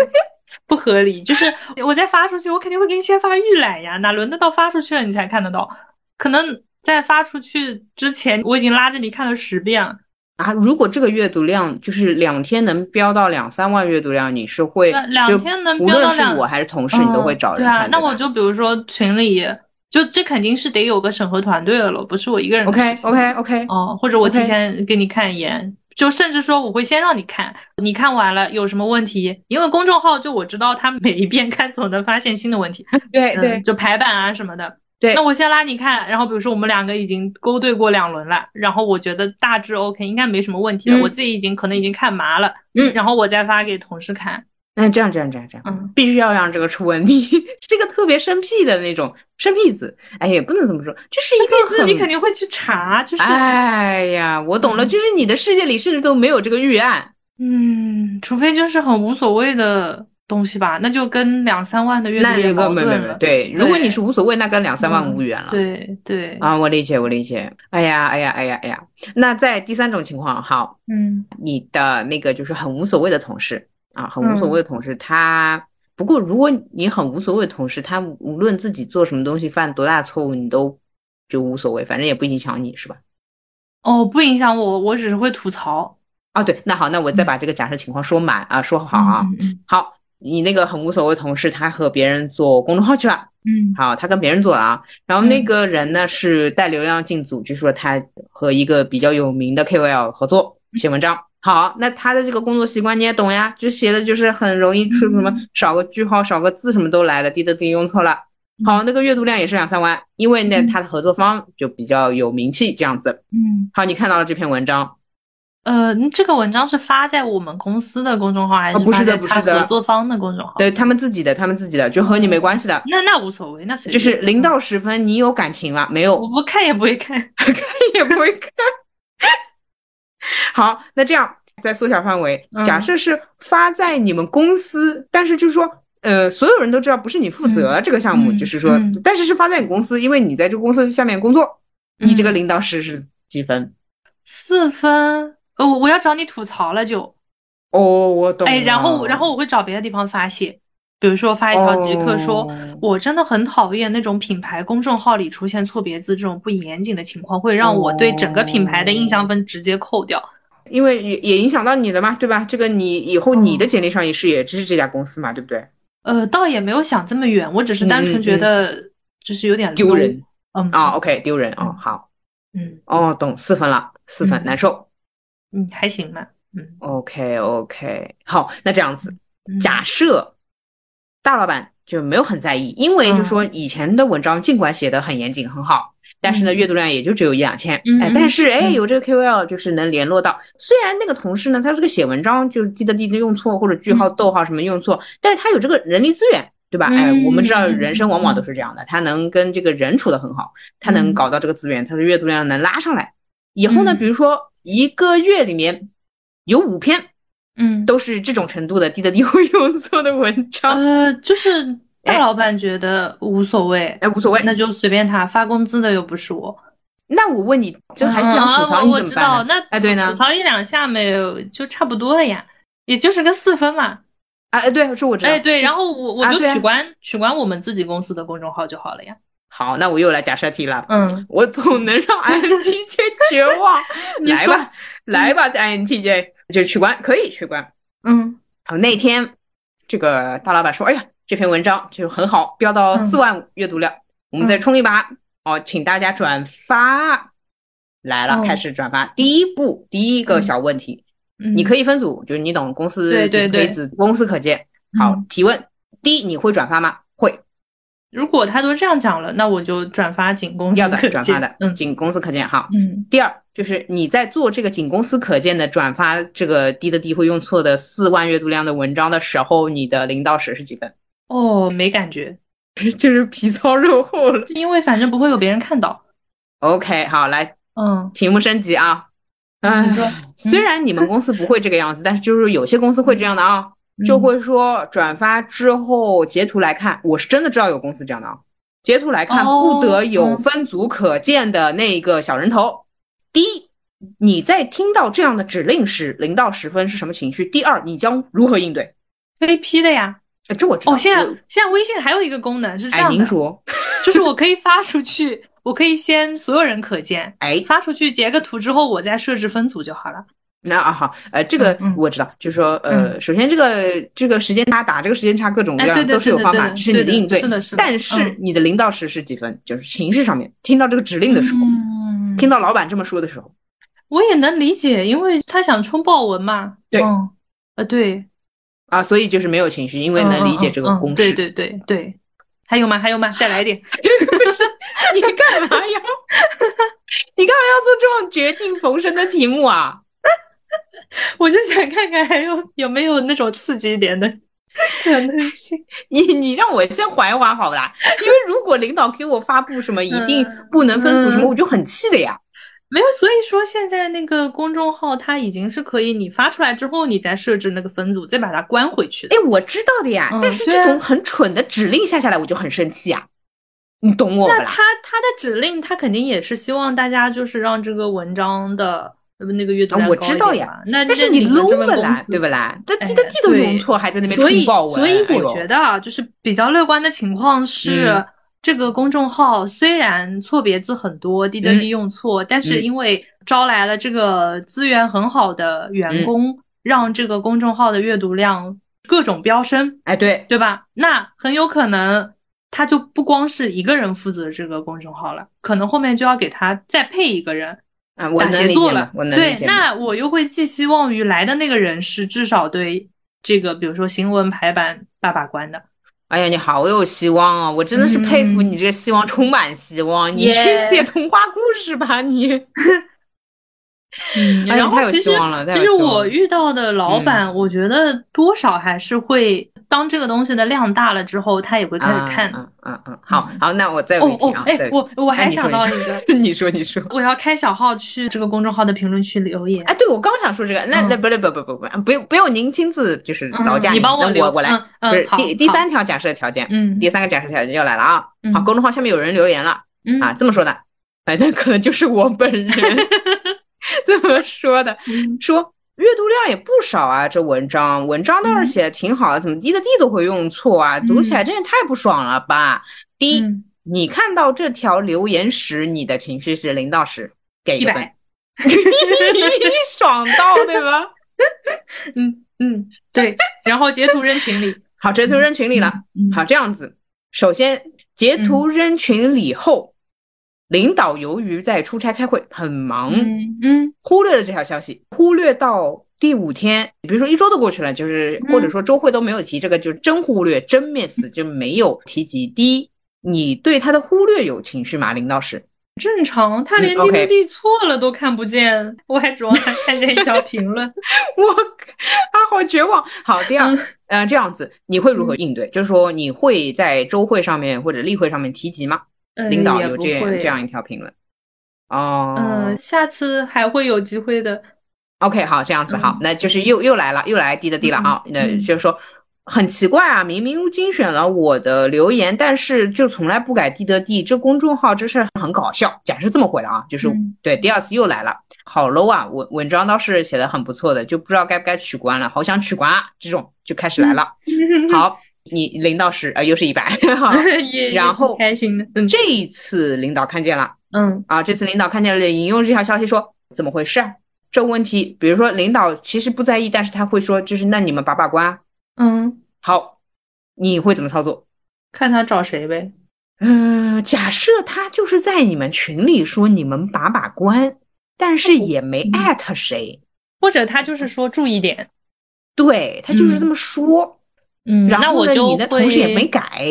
Speaker 1: 不合理。就是我再发出去，我肯定会给你先发预览呀，哪轮得到发出去了你才看得到？可能在发出去之前，我已经拉着你看了十遍了。
Speaker 2: 啊，如果这个阅读量就是两天能飙到两三万阅读量，你是会
Speaker 1: 对两
Speaker 2: 就
Speaker 1: 天能
Speaker 2: 无
Speaker 1: 飙
Speaker 2: 论
Speaker 1: 到
Speaker 2: 是
Speaker 1: 两
Speaker 2: 我还是同事，你都会
Speaker 1: 嗯
Speaker 2: 找人
Speaker 1: 对啊
Speaker 2: 看，
Speaker 1: 那
Speaker 2: 对吧
Speaker 1: 我就比如说群里，就这肯定是得有个审核团队了咯，不是我一个人的
Speaker 2: OK
Speaker 1: 事情
Speaker 2: OK OK，
Speaker 1: 哦，或者我提
Speaker 2: OK
Speaker 1: 前给你看一眼，就甚至说我会先让你看，你看完了有什么问题？因为公众号就我知道他每一遍看总能发现新的问题，
Speaker 2: 对
Speaker 1: 嗯
Speaker 2: 对
Speaker 1: 就排版啊什么的。
Speaker 2: 对
Speaker 1: 那我先拉你看，然后比如说我们两个已经勾兑过两轮了，然后我觉得大致 OK，应该没什么问题了。
Speaker 2: 嗯
Speaker 1: 我自己已经可能已经看麻了，
Speaker 2: 嗯
Speaker 1: 然后我再发给同事看，
Speaker 2: 那这样这样这样这样，
Speaker 1: 嗯
Speaker 2: 必须要让这个出问题，是个特别生僻的那种生僻子，哎，也不能这么说，就是一个
Speaker 1: 那
Speaker 2: 很
Speaker 1: 你肯定会去查，就是
Speaker 2: 哎呀，我懂了，
Speaker 1: 嗯
Speaker 2: 就是你的世界里甚至都没有这个预案，
Speaker 1: 嗯，除非就是很无所谓的东西吧，那就跟两三万的阅读
Speaker 2: 那
Speaker 1: 也
Speaker 2: 个
Speaker 1: 矛
Speaker 2: 没
Speaker 1: 盾
Speaker 2: 没没
Speaker 1: 了。
Speaker 2: 对，如果
Speaker 1: 对
Speaker 2: 你是无所谓，那跟两三万
Speaker 1: 嗯
Speaker 2: 无缘了。
Speaker 1: 对对，
Speaker 2: 啊，我理解，我理解。哎呀，哎呀，哎呀，哎呀。那在第三种情况，好，
Speaker 1: 嗯
Speaker 2: 你的那个就是很无所谓的同事啊，很无所
Speaker 1: 嗯
Speaker 2: 谓的同事，他不过如果你很无所谓的同事，他无论自己做什么东西，犯多大错误，你都就无所谓，反正也不影响你，是吧？
Speaker 1: 哦，不影响我，我只是会吐槽。
Speaker 2: 啊，对，那好，那我再把这个假设情况说满啊，说好啊。
Speaker 1: 嗯
Speaker 2: 好，你那个很无所谓的同事，他和别人做公众号去了，
Speaker 1: 嗯
Speaker 2: 好，他跟别人做了啊。然后那个人呢是带流量进组，据说他和一个比较有名的 KOL 合作写文章。好，那他的这个工作习惯你也懂呀，就写的就是很容易出什么少个句号、少个字什么都来的，滴的自己用错了。好，那个阅读量也是两三万，因为呢
Speaker 1: 嗯
Speaker 2: 他的合作方就比较有名气这样子。
Speaker 1: 嗯，
Speaker 2: 好，你看到了这篇文章，
Speaker 1: 呃，你这个文章是发在我们公司的公众号，还
Speaker 2: 啊
Speaker 1: 是
Speaker 2: 不
Speaker 1: 发
Speaker 2: 是的
Speaker 1: 在
Speaker 2: 不
Speaker 1: 他
Speaker 2: 是的
Speaker 1: 合作方的公众号？
Speaker 2: 对他们自己的，他们自己的就和你没关系的，
Speaker 1: 那那无所谓，那随
Speaker 2: 就
Speaker 1: 便。
Speaker 2: 是零到十分，你有感情了没有
Speaker 1: 我？不看也不会看。
Speaker 2: 也不会看。好，那这样在缩小范围，
Speaker 1: 嗯
Speaker 2: 假设是发在你们公司，但是就是说，呃，所有人都知道不是你负责这个项目，
Speaker 1: 嗯
Speaker 2: 就是说，
Speaker 1: 嗯
Speaker 2: 但是是发在你公司，因为你在这个公司下面工作， 你这个
Speaker 1: 嗯
Speaker 2: 领导室是几分？
Speaker 1: 四分，呃，我我要找你吐槽了就。
Speaker 2: 哦，我懂哦
Speaker 1: 哎，然后
Speaker 2: 了
Speaker 1: 然后我会找别的地方发泄，比如说发一条极客说，哦、我真的很讨厌那种品牌公众号里出现错别字这种不严谨的情况，会让我对整个品牌的印
Speaker 2: 哦
Speaker 1: 象分直接扣掉。
Speaker 2: 因为也也影响到你了嘛，对吧？这个你以后你
Speaker 1: 哦
Speaker 2: 的简历上也是也只是这家公司嘛，对不对？
Speaker 1: 呃，倒也没有想这么远，我只是单纯觉得就是有点
Speaker 2: 嗯丢人。
Speaker 1: 嗯
Speaker 2: 啊、哦、，OK，丢人哦，好，
Speaker 1: 嗯，
Speaker 2: 哦，懂，四分了，四分，
Speaker 1: 嗯、
Speaker 2: 难受。
Speaker 1: 嗯，还行吧。嗯
Speaker 2: ，OK OK，好，那这样子，假设大老板就没有很在意，因为就说以前的文章尽管写的很严谨很好，但是呢阅读量也就只有一两千，哎，但是哎有这个 KOL 就是能联络到，虽然那个同事呢他这个写文章就是滴答滴答用错或者句号逗号什么用错，但是他有这个人力资源。对吧？哎，我们知道人生往往都是这样的，他能跟这个人处的很好，他能搞到这个资源，他的阅读量能拉上来。以后呢，比如说一个月里面。有五篇，
Speaker 1: 嗯，
Speaker 2: 都是这种程度的低的低会用错的文章。
Speaker 1: 呃，就是大老板觉得无所谓，
Speaker 2: 哎，无所谓，
Speaker 1: 那就随便他发工资的又不是我。
Speaker 2: 那我问你，就还是想吐槽、
Speaker 1: 啊、
Speaker 2: 你
Speaker 1: 我知道，那
Speaker 2: 哎对呢，
Speaker 1: 吐槽一两下没有就差不多了呀，也就是个四分嘛。
Speaker 2: 啊哎对，是我知道。
Speaker 1: 哎对，然后我我就取关、
Speaker 2: 啊啊、
Speaker 1: 取关我们自己公司的公众号就好了呀。
Speaker 2: 好，那我又来假设题了。
Speaker 1: 嗯，
Speaker 2: 我总能让 INTJ 绝 望。来
Speaker 1: 嗯
Speaker 2: 吧，来吧，INTJ 就取关，可以取关。
Speaker 1: 嗯，
Speaker 2: 好，那天这个大老板说：“哎呀，这篇文章就是很好，飙
Speaker 1: 嗯
Speaker 2: 到四万五阅读量，我们再冲一把。”哦，请大家转发。来
Speaker 1: 哦
Speaker 2: 了，开始转发。第一步，第
Speaker 1: 嗯
Speaker 2: 一个小问题，你可以分组，就是你懂公司，
Speaker 1: 对对对，
Speaker 2: 子公司可见。好，提问：第一，你会转发吗？会。
Speaker 1: 如果他都这样讲了，那我就转发仅公司
Speaker 2: 要的转发哦的，
Speaker 1: 嗯，
Speaker 2: 仅公司可见哈。
Speaker 1: 嗯。
Speaker 2: 第二就是你在做这个仅公司可见的转发这个低的低会用错的四万阅读量的文章的时候，你的零到十是几分？
Speaker 1: 哦，没感觉，
Speaker 2: 就是皮糙肉厚了，
Speaker 1: 因为反正不会有别人看到。
Speaker 2: OK，好，来，
Speaker 1: 嗯，
Speaker 2: 题目升级啊。
Speaker 1: 嗯，
Speaker 2: 虽然你们公司不会这个样子，但是就是有些公司会这样的啊，
Speaker 1: 嗯
Speaker 2: 就会说转发之后截图来看，我是真的知道有公司这样的啊。截图来看，
Speaker 1: 哦
Speaker 2: 不得
Speaker 1: 嗯
Speaker 2: 有分组可见的那个小人头。
Speaker 1: 哦
Speaker 2: 嗯、第一，你在听到这样的指令时，零到十分是什么情绪？第二，你将如何应对？哎
Speaker 1: 被批的呀，
Speaker 2: 这我知道。
Speaker 1: 哦，现在现在微信还有一个功能是这样
Speaker 2: 的，哎、您说
Speaker 1: 就是我可以发出去，我可以先所有人可见，
Speaker 2: 哎，
Speaker 1: 发出去截个图之后，我再设置分组就好了。
Speaker 2: 那啊好，呃，这
Speaker 1: 嗯
Speaker 2: 个我知道，就是说，呃，首先这个这个时间差打这个时间差各
Speaker 1: 哎
Speaker 2: 种各样都是有方法，这是你的应对。
Speaker 1: 是的，嗯是的。
Speaker 2: 但是你的零到十是几分？就是情绪上面，听到这个指令的时候，
Speaker 1: 嗯
Speaker 2: 听到老板这么说的时候，
Speaker 1: 我也能理解，因为他想冲爆文嘛。
Speaker 2: 对，
Speaker 1: 呃，对，嗯
Speaker 2: 啊，所以就是没有情绪，因为能理解这个公式。
Speaker 1: 对 对对对，还有吗？还有吗？再来一点。
Speaker 2: 不是你干嘛要？ 你干嘛要做这种绝境逢生的题目啊？
Speaker 1: 我就想看看还有有没有那种刺激一点的可能性。
Speaker 2: 你你让我先缓一缓好啦，因为如果领导给我发布什么一定不能分组什么，
Speaker 1: 嗯、
Speaker 2: 我就很气的呀。
Speaker 1: 没有，所以说现在那个公众号它已经是可以，你发出来之后，你再设置那个分组，再把它关回去的。
Speaker 2: 哎，我知道的呀，
Speaker 1: 嗯、
Speaker 2: 但是这种很蠢的指令下下来，我就很生气呀、啊。你懂我
Speaker 1: 那
Speaker 2: 啦？
Speaker 1: 他他的指令，他肯定也是希望大家就是让这个文章的呃那个阅读量
Speaker 2: 我知道呀，
Speaker 1: 那
Speaker 2: 但是
Speaker 1: 你
Speaker 2: low
Speaker 1: 了
Speaker 2: 啦，对不啦？这滴答滴都用错，还在那边
Speaker 1: 所以
Speaker 2: 冲爆文。
Speaker 1: 所以我
Speaker 2: 哎
Speaker 1: 觉
Speaker 2: 呦
Speaker 1: 得啊，就是比较乐观的情况是，
Speaker 2: 嗯
Speaker 1: 这个公众号虽然错别字很多，滴答
Speaker 2: 嗯
Speaker 1: 滴用错，但是因为招来了这个资源很好的
Speaker 2: 嗯
Speaker 1: 员工，让这个公众号的阅读量各种飙升，
Speaker 2: 哎，对，
Speaker 1: 对吧？那很有可能。他就不光是一个人负责这个公众号了，可能后面就要给他再配一个人，
Speaker 2: 啊，我
Speaker 1: 打
Speaker 2: 能
Speaker 1: 协
Speaker 2: 理
Speaker 1: 作
Speaker 2: 解
Speaker 1: 了
Speaker 2: 嘛，我能理
Speaker 1: 对，
Speaker 2: 解嘛。
Speaker 1: 那我又会寄希望于来的那个人是至少对这个，比如说新闻排版把把关的。
Speaker 2: 哎呀，你好有希望啊！我真的是佩服你，这个希望充满希望。你去
Speaker 1: Yeah
Speaker 2: 写童话故事吧， 你。
Speaker 1: 嗯
Speaker 2: 哎呀
Speaker 1: 然后
Speaker 2: 太有
Speaker 1: 其实
Speaker 2: 希望了太
Speaker 1: 其
Speaker 2: 有
Speaker 1: 实
Speaker 2: 希望
Speaker 1: 我
Speaker 2: 了嗯
Speaker 1: 遇到的老板，我觉得多少还是会当这个东西的量大了之后，他也会开始看。
Speaker 2: 嗯嗯嗯，好好，那我再有一
Speaker 1: 哦
Speaker 2: 题
Speaker 1: 哦
Speaker 2: 啊，。再有
Speaker 1: 哎
Speaker 2: 一，题
Speaker 1: 我我
Speaker 2: 哎
Speaker 1: 还
Speaker 2: 你说
Speaker 1: 想到
Speaker 2: 你
Speaker 1: 一
Speaker 2: 说
Speaker 1: 个，
Speaker 2: 你说你说。
Speaker 1: 我要开小号去这个公众号的评论区留言。
Speaker 2: 哎，对，我刚想说这个，那那不是不不不不，不用不用，您亲自就是劳驾
Speaker 1: 嗯你帮
Speaker 2: 我
Speaker 1: 我
Speaker 2: 我
Speaker 1: 留
Speaker 2: 我来
Speaker 1: 嗯，嗯
Speaker 2: 不是
Speaker 1: 好
Speaker 2: 第第
Speaker 1: 好
Speaker 2: 三条假设条件，
Speaker 1: 嗯
Speaker 2: 第三个假设条件要来了啊！
Speaker 1: 嗯
Speaker 2: 好，公众号下面有人留言了
Speaker 1: 嗯
Speaker 2: 啊，这么说的， 反正可能就是我本人这么说的，
Speaker 1: 嗯
Speaker 2: 说阅读量也不少啊，这文章文章
Speaker 1: 嗯
Speaker 2: 倒是写的挺好的，怎么一个字都会用错啊？读起来真的太不爽了吧！第一，
Speaker 1: 嗯
Speaker 2: 你看到这条留言时，你的情绪是零到十，给一个分
Speaker 1: 100，
Speaker 2: 爽到对吧？
Speaker 1: 嗯嗯， 对，然后截图扔群里，
Speaker 2: 好，截图扔群里了。
Speaker 1: 嗯
Speaker 2: 好，这样子，首先截图扔群里后，领导由于在出差开会，很忙，
Speaker 1: 嗯嗯
Speaker 2: 忽略了这条消息，忽略到第五天，比如说一周都过去了，就是
Speaker 1: 嗯
Speaker 2: 或者说周会都没有提这个，就是真忽略、真 miss 就没有提及。第一，你对他的忽略有情绪吗？零到十，
Speaker 1: 正常，他连
Speaker 2: 嗯，OK
Speaker 1: 地地错了都看不见，我还指望他看见一条评论。
Speaker 2: 我啊，好绝望。好，第
Speaker 1: 嗯
Speaker 2: 二，呃，这样子你会如何应对？就是说你会在周会上面或者例会上面提及吗？
Speaker 1: 嗯
Speaker 2: 领导
Speaker 1: 也
Speaker 2: 有
Speaker 1: 不
Speaker 2: 这样
Speaker 1: 会
Speaker 2: 这样一条评论。哦，
Speaker 1: 嗯，下次还会有机会的。
Speaker 2: OK，好，这样子好
Speaker 1: 嗯，
Speaker 2: 那就是又又来了，又来滴的滴了啊，那
Speaker 1: 嗯
Speaker 2: 就是说很奇怪啊，明明精选了我的留言，但是就从来不改滴的滴，这公众号真是很搞笑。假设这么回了啊，就是
Speaker 1: 嗯
Speaker 2: 对，第二次又来了，好 low 啊，文文章倒是写的很不错的，就不知道该不该取关了，好想取关啊，这种就开始来了。
Speaker 1: 嗯
Speaker 2: 好，你零到十，呃，又是一百， 好，
Speaker 1: 也
Speaker 2: 然
Speaker 1: 也挺
Speaker 2: 后
Speaker 1: 开心的，嗯
Speaker 2: 这一次领导看见了。
Speaker 1: 嗯
Speaker 2: 啊，这次领导看见了，引用这条消息说怎么回事啊？这问题，比如说领导其实不在意，但是他会说，就是那你们把把关啊。
Speaker 1: 嗯，
Speaker 2: 好，你会怎么操作？
Speaker 1: 看他找谁呗。
Speaker 2: 嗯、假设他就是在你们群里说你们把把关，但是也
Speaker 1: 嗯
Speaker 2: 没艾特谁，
Speaker 1: 或者他就是说注意点，
Speaker 2: 对他就是这么说。
Speaker 1: 嗯，
Speaker 2: 然
Speaker 1: 那
Speaker 2: 后
Speaker 1: 我
Speaker 2: 呢，
Speaker 1: 就
Speaker 2: 你的同事也
Speaker 1: 会
Speaker 2: 没改，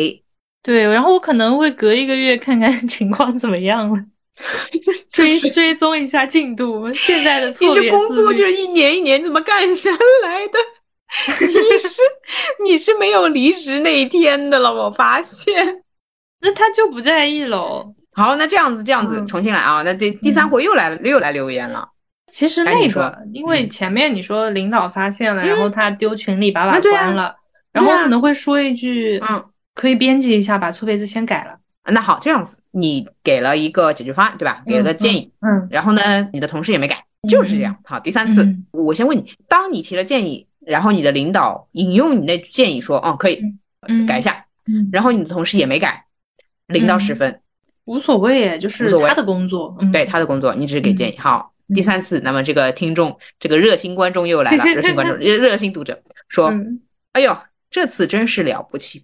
Speaker 1: 对，然后我可能会隔一个月看看 情况怎么样 了，追追踪一下进度。现在的
Speaker 2: 你
Speaker 1: 错
Speaker 2: 这
Speaker 1: 别
Speaker 2: 工
Speaker 1: 字
Speaker 2: 作
Speaker 1: 律
Speaker 2: 就是一年一年怎么干下来的？ 你是你是没有离职那一天的了，我发现。
Speaker 1: 那他就不在意喽。
Speaker 2: 好，那这样子，这样子，
Speaker 1: 嗯
Speaker 2: 重新来啊！那这第三回又来了，又来留言了。
Speaker 1: 其实
Speaker 2: 哎你
Speaker 1: 那
Speaker 2: 说
Speaker 1: 个，因为
Speaker 2: 嗯
Speaker 1: 前面你说领导发现了，然后他丢群里把
Speaker 2: 啊
Speaker 1: 把
Speaker 2: 对啊
Speaker 1: 关了，然后
Speaker 2: 对啊
Speaker 1: 我可能会说一句，
Speaker 2: 嗯，
Speaker 1: 可以编辑一下，把错别字先改了。
Speaker 2: 那好，这样子，你给了一个解决方案，对吧？给了个建议，
Speaker 1: 嗯
Speaker 2: 然后呢，你的同事也没改，就是这样。好，第三次
Speaker 1: 嗯，
Speaker 2: 我先问你，当你提了建议，然后你的领导引用你的建议说，哦，可以
Speaker 1: 嗯，
Speaker 2: 改一下，
Speaker 1: 嗯，
Speaker 2: 然后你的同事也没改，零到
Speaker 1: 嗯
Speaker 2: 十分，
Speaker 1: 无所谓耶，就是
Speaker 2: 无所谓
Speaker 1: 他的工作。嗯，
Speaker 2: 对他的工作，你只是给建议。好，
Speaker 1: 嗯
Speaker 2: 第三次，那么这个听众，这个热心观众又来了，热心 观众，热热心读者说，
Speaker 1: 嗯，
Speaker 2: 哎呦，这次真是了不起，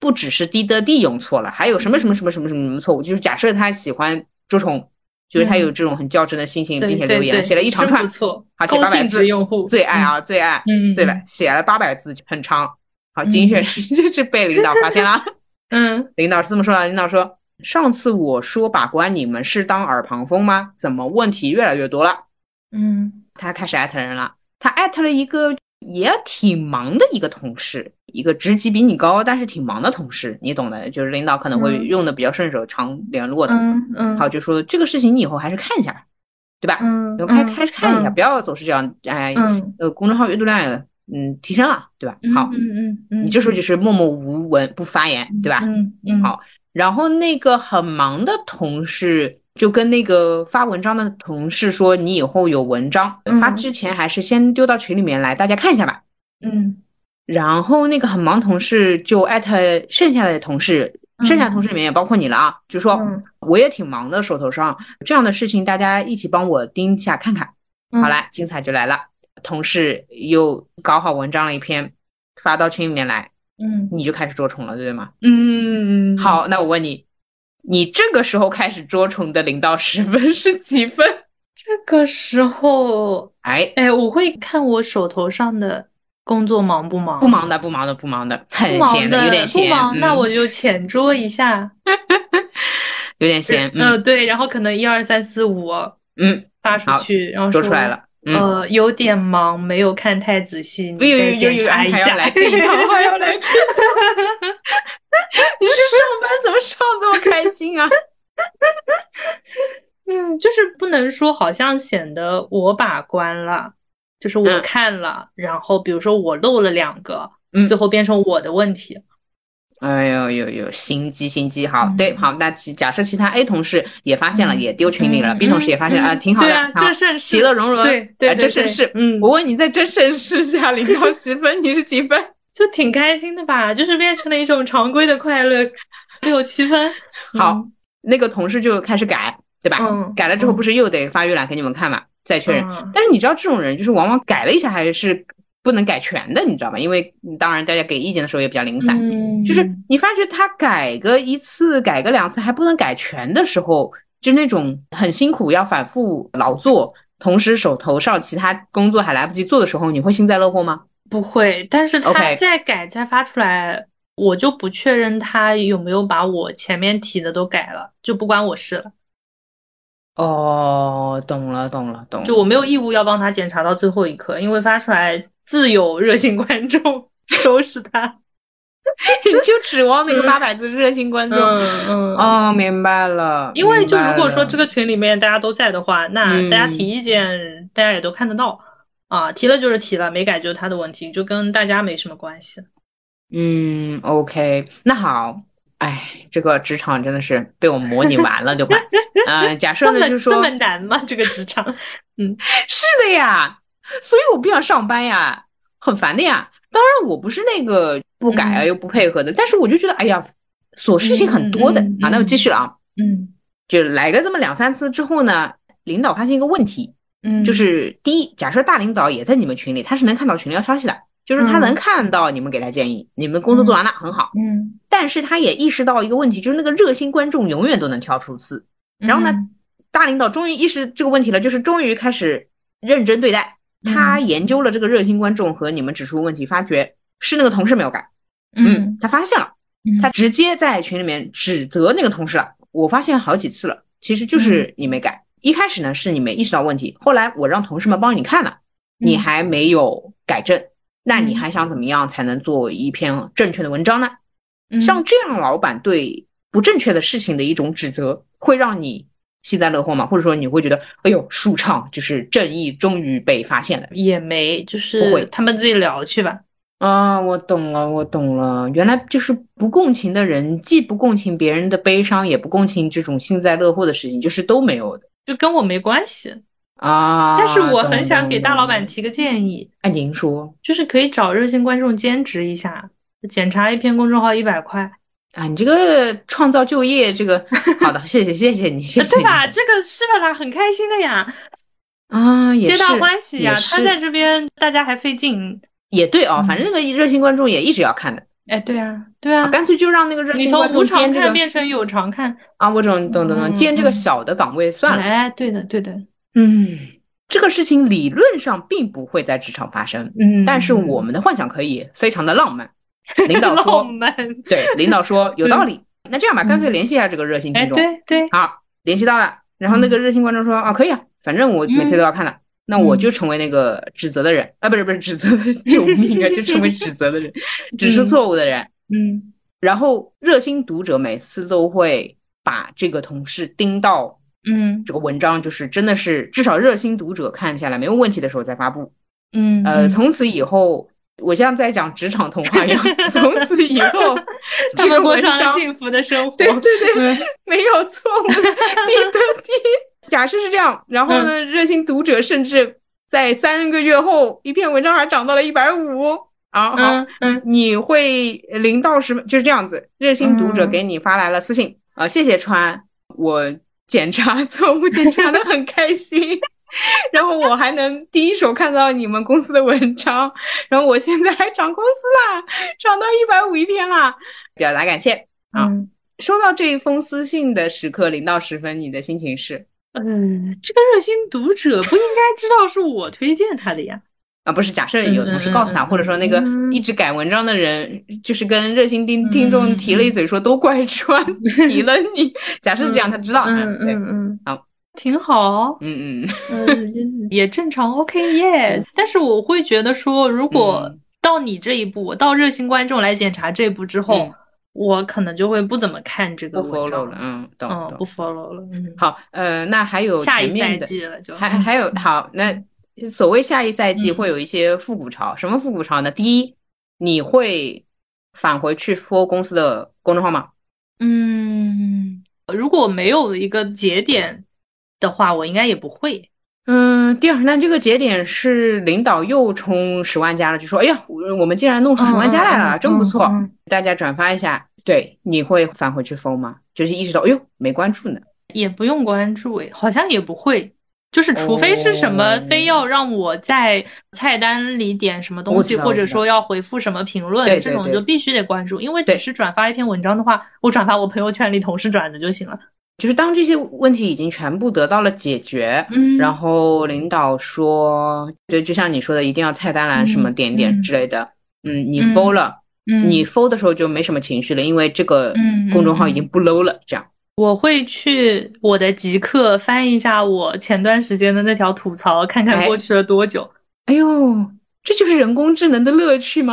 Speaker 2: 不只是滴的地用错了，还有什么什么什么什么什么什么错误。就是假设他喜欢捉虫，就是他有这种很较真的心
Speaker 1: 嗯
Speaker 2: 情，
Speaker 1: 对
Speaker 2: 并且
Speaker 1: 对
Speaker 2: 留言
Speaker 1: 对
Speaker 2: 写了一长
Speaker 1: 真
Speaker 2: 串
Speaker 1: 不，错，
Speaker 2: 好写
Speaker 1: 高
Speaker 2: 八百
Speaker 1: 净
Speaker 2: 字
Speaker 1: 值用户
Speaker 2: 最爱，啊，最爱，
Speaker 1: 嗯，
Speaker 2: 最
Speaker 1: 嗯
Speaker 2: 爱，写了八百字，很长。好，精选是 就是被领导发现了，啊
Speaker 1: 嗯
Speaker 2: 领导是这么说的，领导说。上次我说把关，你们是当耳旁风吗？怎么问题越来越多了？
Speaker 1: 嗯
Speaker 2: 他开始艾特人了，他艾特了一个也挺忙的一个同事，一个职级比你高但是挺忙的同事，你懂的，就是领导可能会
Speaker 1: 嗯
Speaker 2: 用的比较顺手，常联络的。
Speaker 1: 嗯嗯，
Speaker 2: 好，就说这个事情你以后还是看一下吧，对吧？
Speaker 1: 嗯，
Speaker 2: 以后还
Speaker 1: 嗯
Speaker 2: 还是看一下，
Speaker 1: 嗯
Speaker 2: 不要总是这样，哎，
Speaker 1: 嗯
Speaker 2: 呃，公众号阅读量也嗯提升了，对吧？好，
Speaker 1: 嗯嗯嗯，
Speaker 2: 你这时候就是默默无闻不发言，对吧？
Speaker 1: 嗯嗯，
Speaker 2: 好然后那个很忙的同事就跟那个发文章的同事说：“你以后有文章
Speaker 1: 嗯
Speaker 2: 发之前，还是先丢到群里面来，大家看一下吧。
Speaker 1: 嗯”
Speaker 2: 然后那个很忙同事就艾特剩下的同事，
Speaker 1: 嗯
Speaker 2: 剩下同事里面也包括你了啊，就说
Speaker 1: 嗯：“
Speaker 2: 我也挺忙的，手头上这样的事情，大家一起帮我盯一下看看。”
Speaker 1: 嗯
Speaker 2: 好啦，精彩就来了，同事又搞好文章了一篇，发到群里面来，
Speaker 1: 嗯
Speaker 2: 你就开始捉虫了，对吗？
Speaker 1: 嗯，
Speaker 2: 好，那我问你，你这个时候开始捉虫的零到十分是几分？
Speaker 1: 这个时候，
Speaker 2: 哎，
Speaker 1: 哎，我会看我手头上的工作忙不忙，
Speaker 2: 不忙的，不忙哦的，不忙的，
Speaker 1: 不
Speaker 2: 很
Speaker 1: 忙
Speaker 2: 闲有点
Speaker 1: 不
Speaker 2: 闲，
Speaker 1: 忙，那
Speaker 2: 嗯
Speaker 1: 我就浅捉一下，
Speaker 2: 有点闲，
Speaker 1: 呃
Speaker 2: 嗯
Speaker 1: 对，然后可能一二三四五
Speaker 2: 嗯，
Speaker 1: 发出
Speaker 2: 好
Speaker 1: 去，然后
Speaker 2: 捉出
Speaker 1: 说
Speaker 2: 来了，嗯，
Speaker 1: 呃，有点忙，没有看太仔细，你
Speaker 2: 哎呦呦
Speaker 1: 再
Speaker 2: 呦
Speaker 1: 检
Speaker 2: 呦，
Speaker 1: 查
Speaker 2: 哎
Speaker 1: 一
Speaker 2: 还要
Speaker 1: 下。
Speaker 2: 来这一套，还要 来这一套，你是上班怎么上这么开心啊？
Speaker 1: 嗯，就是不能说好像显得我把关了，就是我
Speaker 2: 嗯
Speaker 1: 看了，然后比如说我漏了两个，
Speaker 2: 嗯
Speaker 1: 最后变成我的问题。
Speaker 2: 哎呦呦呦，心机心机，好，对，好，那其假设其他 A 同事也发现了，也丢群里了
Speaker 1: 嗯
Speaker 2: ，B 同事也发现
Speaker 1: 嗯
Speaker 2: 了，啊，挺好
Speaker 1: 对
Speaker 2: 的，
Speaker 1: 啊
Speaker 2: 好
Speaker 1: 这盛世
Speaker 2: 其乐融融，
Speaker 1: 对对
Speaker 2: 哎
Speaker 1: 对
Speaker 2: 这盛
Speaker 1: 对
Speaker 2: 世，
Speaker 1: 嗯
Speaker 2: 我问你，在这盛世下，零到十分，你是几分？
Speaker 1: 就挺开心的吧，就是变成了一种常规的快乐，六七分。
Speaker 2: 好，那个同事就开始改，对吧？
Speaker 1: 嗯
Speaker 2: 改了之后
Speaker 1: 嗯
Speaker 2: 不是又得发预览给你们看嘛，再确认。
Speaker 1: 嗯
Speaker 2: 但是你知道这种人就是往往改了一下还是不能改全的，你知道吗？因为嗯当然大家给意见的时候也比较零散，
Speaker 1: 嗯，
Speaker 2: 就是你发觉他改个一次、改个两次还不能改全的时候，就那种很辛苦要反复劳作，同时手头上其他工作还来不及做的时候，你会幸灾乐祸吗？
Speaker 1: 不会，但是他
Speaker 2: OK
Speaker 1: 再改再发出来，我就不确认他有没有把我前面提的都改了，就不关我事了，
Speaker 2: 哦，懂了，懂了，懂了。
Speaker 1: 就我没有义务要帮他检查到最后一刻，因为发出来自有热心观众 收拾他。
Speaker 2: 你就指望那个八百字热心观众。
Speaker 1: 嗯嗯。
Speaker 2: 哦，明白了。
Speaker 1: 因为就如果说这
Speaker 2: 个，
Speaker 1: 个群里面大家都在的话，那
Speaker 2: 嗯
Speaker 1: 大家提意见，大家也都看得到啊，提了就是提了，没改就是他的问题，就跟大家没什么关系。
Speaker 2: 嗯，OK，那好，哎，这个职场真的是被我模拟完了，对吧？嗯、假设
Speaker 1: 这
Speaker 2: 呢，
Speaker 1: 么
Speaker 2: 就是说哎
Speaker 1: 这么难吗？ 这个职场？
Speaker 2: 是的呀，所以我不想上班呀，很烦的呀。当然，我不是那个不改啊
Speaker 1: 嗯
Speaker 2: 又不配合的，但是我就觉得，哎呀，琐事情很多的
Speaker 1: 嗯嗯嗯
Speaker 2: 啊。那我继续了啊，
Speaker 1: 嗯
Speaker 2: 就来个这么两三次之后呢，领导发现一个问题，
Speaker 1: 嗯，
Speaker 2: 就是第一，假设大领导也在你们群里，他是能看到群聊消息的，就是他
Speaker 1: 嗯
Speaker 2: 能看到你们给他建议，你们工作做完了很好，
Speaker 1: 嗯，
Speaker 2: 但是他也意识到一个问题，就是那个热心观众永远都能挑出刺。
Speaker 1: 嗯
Speaker 2: 然后呢，大领导终于意识这个问题了，就是终于开始认真对
Speaker 1: 嗯
Speaker 2: 待。他研究了这个热心观众和你们指出问题，发觉是那个同事没有改，
Speaker 1: 嗯，
Speaker 2: 他发现了，
Speaker 1: 嗯
Speaker 2: 他直接在群里面指责那个同事了。我发现好几次了，其实
Speaker 1: 嗯
Speaker 2: 就是你没改。一开始呢是你没意识到问题，后来我让同事们帮你看了，你还没有改正，那你还想怎么样才能做一篇正确的文章呢？
Speaker 1: 嗯
Speaker 2: 像这样老板对不正确的事情的一种指责，会让你幸灾乐祸吗？或者说你会觉得，哎呦，舒畅，就是正义终于被发现了。
Speaker 1: 也没，就
Speaker 2: 不会
Speaker 1: 是他们自己聊去吧。
Speaker 2: 啊，我懂了，我懂了，原来就是不共情的人，既不共情别人的悲伤，也不共情这种幸灾乐祸的事情，就是都没有的
Speaker 1: 就跟我没关系，
Speaker 2: 啊。
Speaker 1: 但是我
Speaker 2: 懂
Speaker 1: 很想给大老板。
Speaker 2: 懂懂
Speaker 1: 提个建议，
Speaker 2: 哎，您说
Speaker 1: 就是可以找热心观众兼职一下，检查一篇公众号一百块，
Speaker 2: 啊，你这个创造就业，这 个好的，谢谢谢谢你，谢谢
Speaker 1: 呃对
Speaker 2: 你
Speaker 1: 吧？这个是吧啦，很开心的呀，
Speaker 2: 啊，也
Speaker 1: 皆大
Speaker 2: 是
Speaker 1: 欢喜
Speaker 2: 也
Speaker 1: 呀。他
Speaker 2: 是
Speaker 1: 在这边，大家还费劲。
Speaker 2: 也对哦，
Speaker 1: 嗯
Speaker 2: 反正那个热心观众也一直要看的，
Speaker 1: 哎，对啊，对
Speaker 2: 啊
Speaker 1: 啊，
Speaker 2: 干脆就让那个热
Speaker 1: 你
Speaker 2: 心
Speaker 1: 从
Speaker 2: 观
Speaker 1: 无
Speaker 2: 众
Speaker 1: 偿
Speaker 2: 兼这
Speaker 1: 看
Speaker 2: 个
Speaker 1: 变成有偿看，
Speaker 2: 啊，我懂懂懂懂，
Speaker 1: 嗯
Speaker 2: 兼这个
Speaker 1: 嗯
Speaker 2: 小的岗位算了。
Speaker 1: 哎，对的，对的，
Speaker 2: 嗯，这个事情理论上并不会在职场发生，
Speaker 1: 嗯，
Speaker 2: 但 是我们的幻想可以非常的浪漫。领导说
Speaker 1: 浪，漫，嗯
Speaker 2: 对，领导说有道理。那这样吧，干脆联系一下这个热心
Speaker 1: 哎，
Speaker 2: 听众。
Speaker 1: 对对，
Speaker 2: 好，联系到了，然后那
Speaker 1: 嗯
Speaker 2: 个热心观众说啊，可以啊，反正我每次都要看的。那我就成为那个指责的人啊，不是不是指责的人， 救 命啊！就成为指责的人，指出错误的人。
Speaker 1: 嗯
Speaker 2: 然后热心读者每次都会把这个同事盯到
Speaker 1: 嗯
Speaker 2: 这个文章，就是真的是至少热心读者看下来没有问题的时候再发布。
Speaker 1: 嗯，
Speaker 2: 呃，
Speaker 1: 嗯
Speaker 2: 从此以后，我像在讲职场童话一样， 从此以后
Speaker 1: 他
Speaker 2: 这
Speaker 1: 们
Speaker 2: 个
Speaker 1: 过
Speaker 2: 文
Speaker 1: 上了
Speaker 2: 章
Speaker 1: 幸福嗯的生活。
Speaker 2: 对对对， 没有错误，滴的滴。 假设是这样，然后呢，热心读者甚至在三个月后，一篇文章还涨到了一百五啊，好。
Speaker 1: 嗯嗯
Speaker 2: 你会零到十就是这样子，热心读者
Speaker 1: 嗯
Speaker 2: 给你发来了私信，啊，谢谢川，我检查错误检查的很开 心，然后我还能第一手看到你们公司的文章，然后我现在还涨工资啦，涨到一百五一篇啦，表达感谢。啊
Speaker 1: 嗯
Speaker 2: 收到这一封私信的时刻，零到十分，你的心情是
Speaker 1: 嗯，这个热心读者不应该知道是我推荐他的呀。
Speaker 2: 啊，不是假设有
Speaker 1: 嗯
Speaker 2: 同事告诉他，
Speaker 1: 嗯嗯
Speaker 2: 或者说那个
Speaker 1: 嗯
Speaker 2: 一直改文章的人，就是跟热心听听众提
Speaker 1: 嗯
Speaker 2: 了一嘴，说都 怪川提了你。假设是这样，他知道，
Speaker 1: 嗯
Speaker 2: 对，
Speaker 1: 嗯嗯，
Speaker 2: 好，。
Speaker 1: 挺好哦
Speaker 2: 嗯嗯，
Speaker 1: 嗯，也正常，OK 耶。但是我会觉得说，如果
Speaker 2: 嗯
Speaker 1: 到你这一步，到热心观众来检查这一步之后
Speaker 2: 嗯，
Speaker 1: 我可能就会不怎么看这
Speaker 2: 不
Speaker 1: 个文
Speaker 2: follow
Speaker 1: 章
Speaker 2: 了，。嗯，懂
Speaker 1: 嗯，不
Speaker 2: 懂。
Speaker 1: follow 了。嗯，
Speaker 2: 好，呃，那还有
Speaker 1: 下
Speaker 2: 前
Speaker 1: 一赛
Speaker 2: 面的，
Speaker 1: 季嗯了就
Speaker 2: 还还有好，那
Speaker 1: 嗯
Speaker 2: 所谓下一赛季会有一些复古潮，什么复古潮呢？第一，你会返回去 for 公司的公众号吗？
Speaker 1: 嗯，如果没有一个节点的话，我应该也不会。
Speaker 2: 嗯，第二，那这个节点是领导又冲十万加了，就说：“哎呀，我我们竟然弄出十万加来了，啊
Speaker 1: 嗯
Speaker 2: 真不错！
Speaker 1: 嗯嗯
Speaker 2: 大家转发一下。”对，你会返回去封吗？就是意识到，哎呦，没关注呢。
Speaker 1: 也不用关注，诶好像也不会。就是，除非是什么
Speaker 2: 哦
Speaker 1: 非要让我在菜单里点什么东
Speaker 2: 我知
Speaker 1: 西，
Speaker 2: 道
Speaker 1: 或者
Speaker 2: 我知道
Speaker 1: 说要回复什么评论，
Speaker 2: 对对
Speaker 1: 这种
Speaker 2: 对
Speaker 1: 就必须得关注。因为
Speaker 2: 对
Speaker 1: 只是转发一篇文章的话，我转发我朋友圈里同事转的就行了。
Speaker 2: 就是当这些问题已经全部得到了解决，
Speaker 1: 嗯
Speaker 2: 然后领导说，对，就像你说的，一定要菜单栏什么
Speaker 1: 嗯
Speaker 2: 点点
Speaker 1: 嗯
Speaker 2: 之类的。嗯，你
Speaker 1: 嗯
Speaker 2: f 了，
Speaker 1: 嗯
Speaker 2: 你 f 的时候就没什么情绪了，因为这个
Speaker 1: 嗯嗯
Speaker 2: 公众号已
Speaker 1: 嗯
Speaker 2: 经不 low 了，这样。
Speaker 1: 我会去我的极客翻一下我前段时间的那条吐槽，看看
Speaker 2: 哎
Speaker 1: 过去了多久。
Speaker 2: 哎呦，这就是人工智能的乐趣 吗？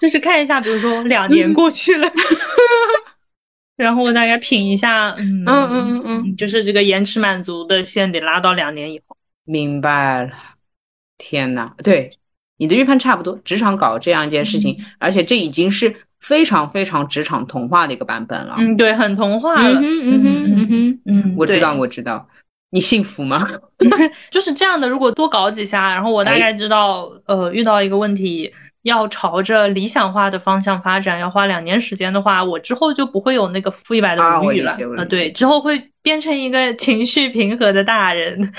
Speaker 1: 就是看一下，比如说两
Speaker 2: 嗯
Speaker 1: 年过去了， 然后我大概品一下，嗯
Speaker 2: 嗯嗯嗯嗯，
Speaker 1: 就是这个延迟满足的线得拉到两年以后。
Speaker 2: 明白了，天呐，对，你的预判差不多，职场搞这样一件事情，而且这已经是非常非常职场童话的一个版本了。
Speaker 1: 嗯，对，很童话了。
Speaker 2: 嗯哼嗯
Speaker 1: 嗯
Speaker 2: 哼，
Speaker 1: 嗯，
Speaker 2: 我知道，
Speaker 1: 对
Speaker 2: 我知道，你幸福吗？
Speaker 1: 就是这样的。如果多搞几下，然后
Speaker 2: 哎
Speaker 1: 我大概知道，呃，遇到一个问题要朝着理想化的方向发展，要花两年时间的话，我之后就不会有那个负一百
Speaker 2: 啊
Speaker 1: 的无
Speaker 2: 我理
Speaker 1: 语
Speaker 2: 解
Speaker 1: 了。
Speaker 2: 我理
Speaker 1: 啊、
Speaker 2: 解
Speaker 1: 对，之后会变成一个情绪平和的大人。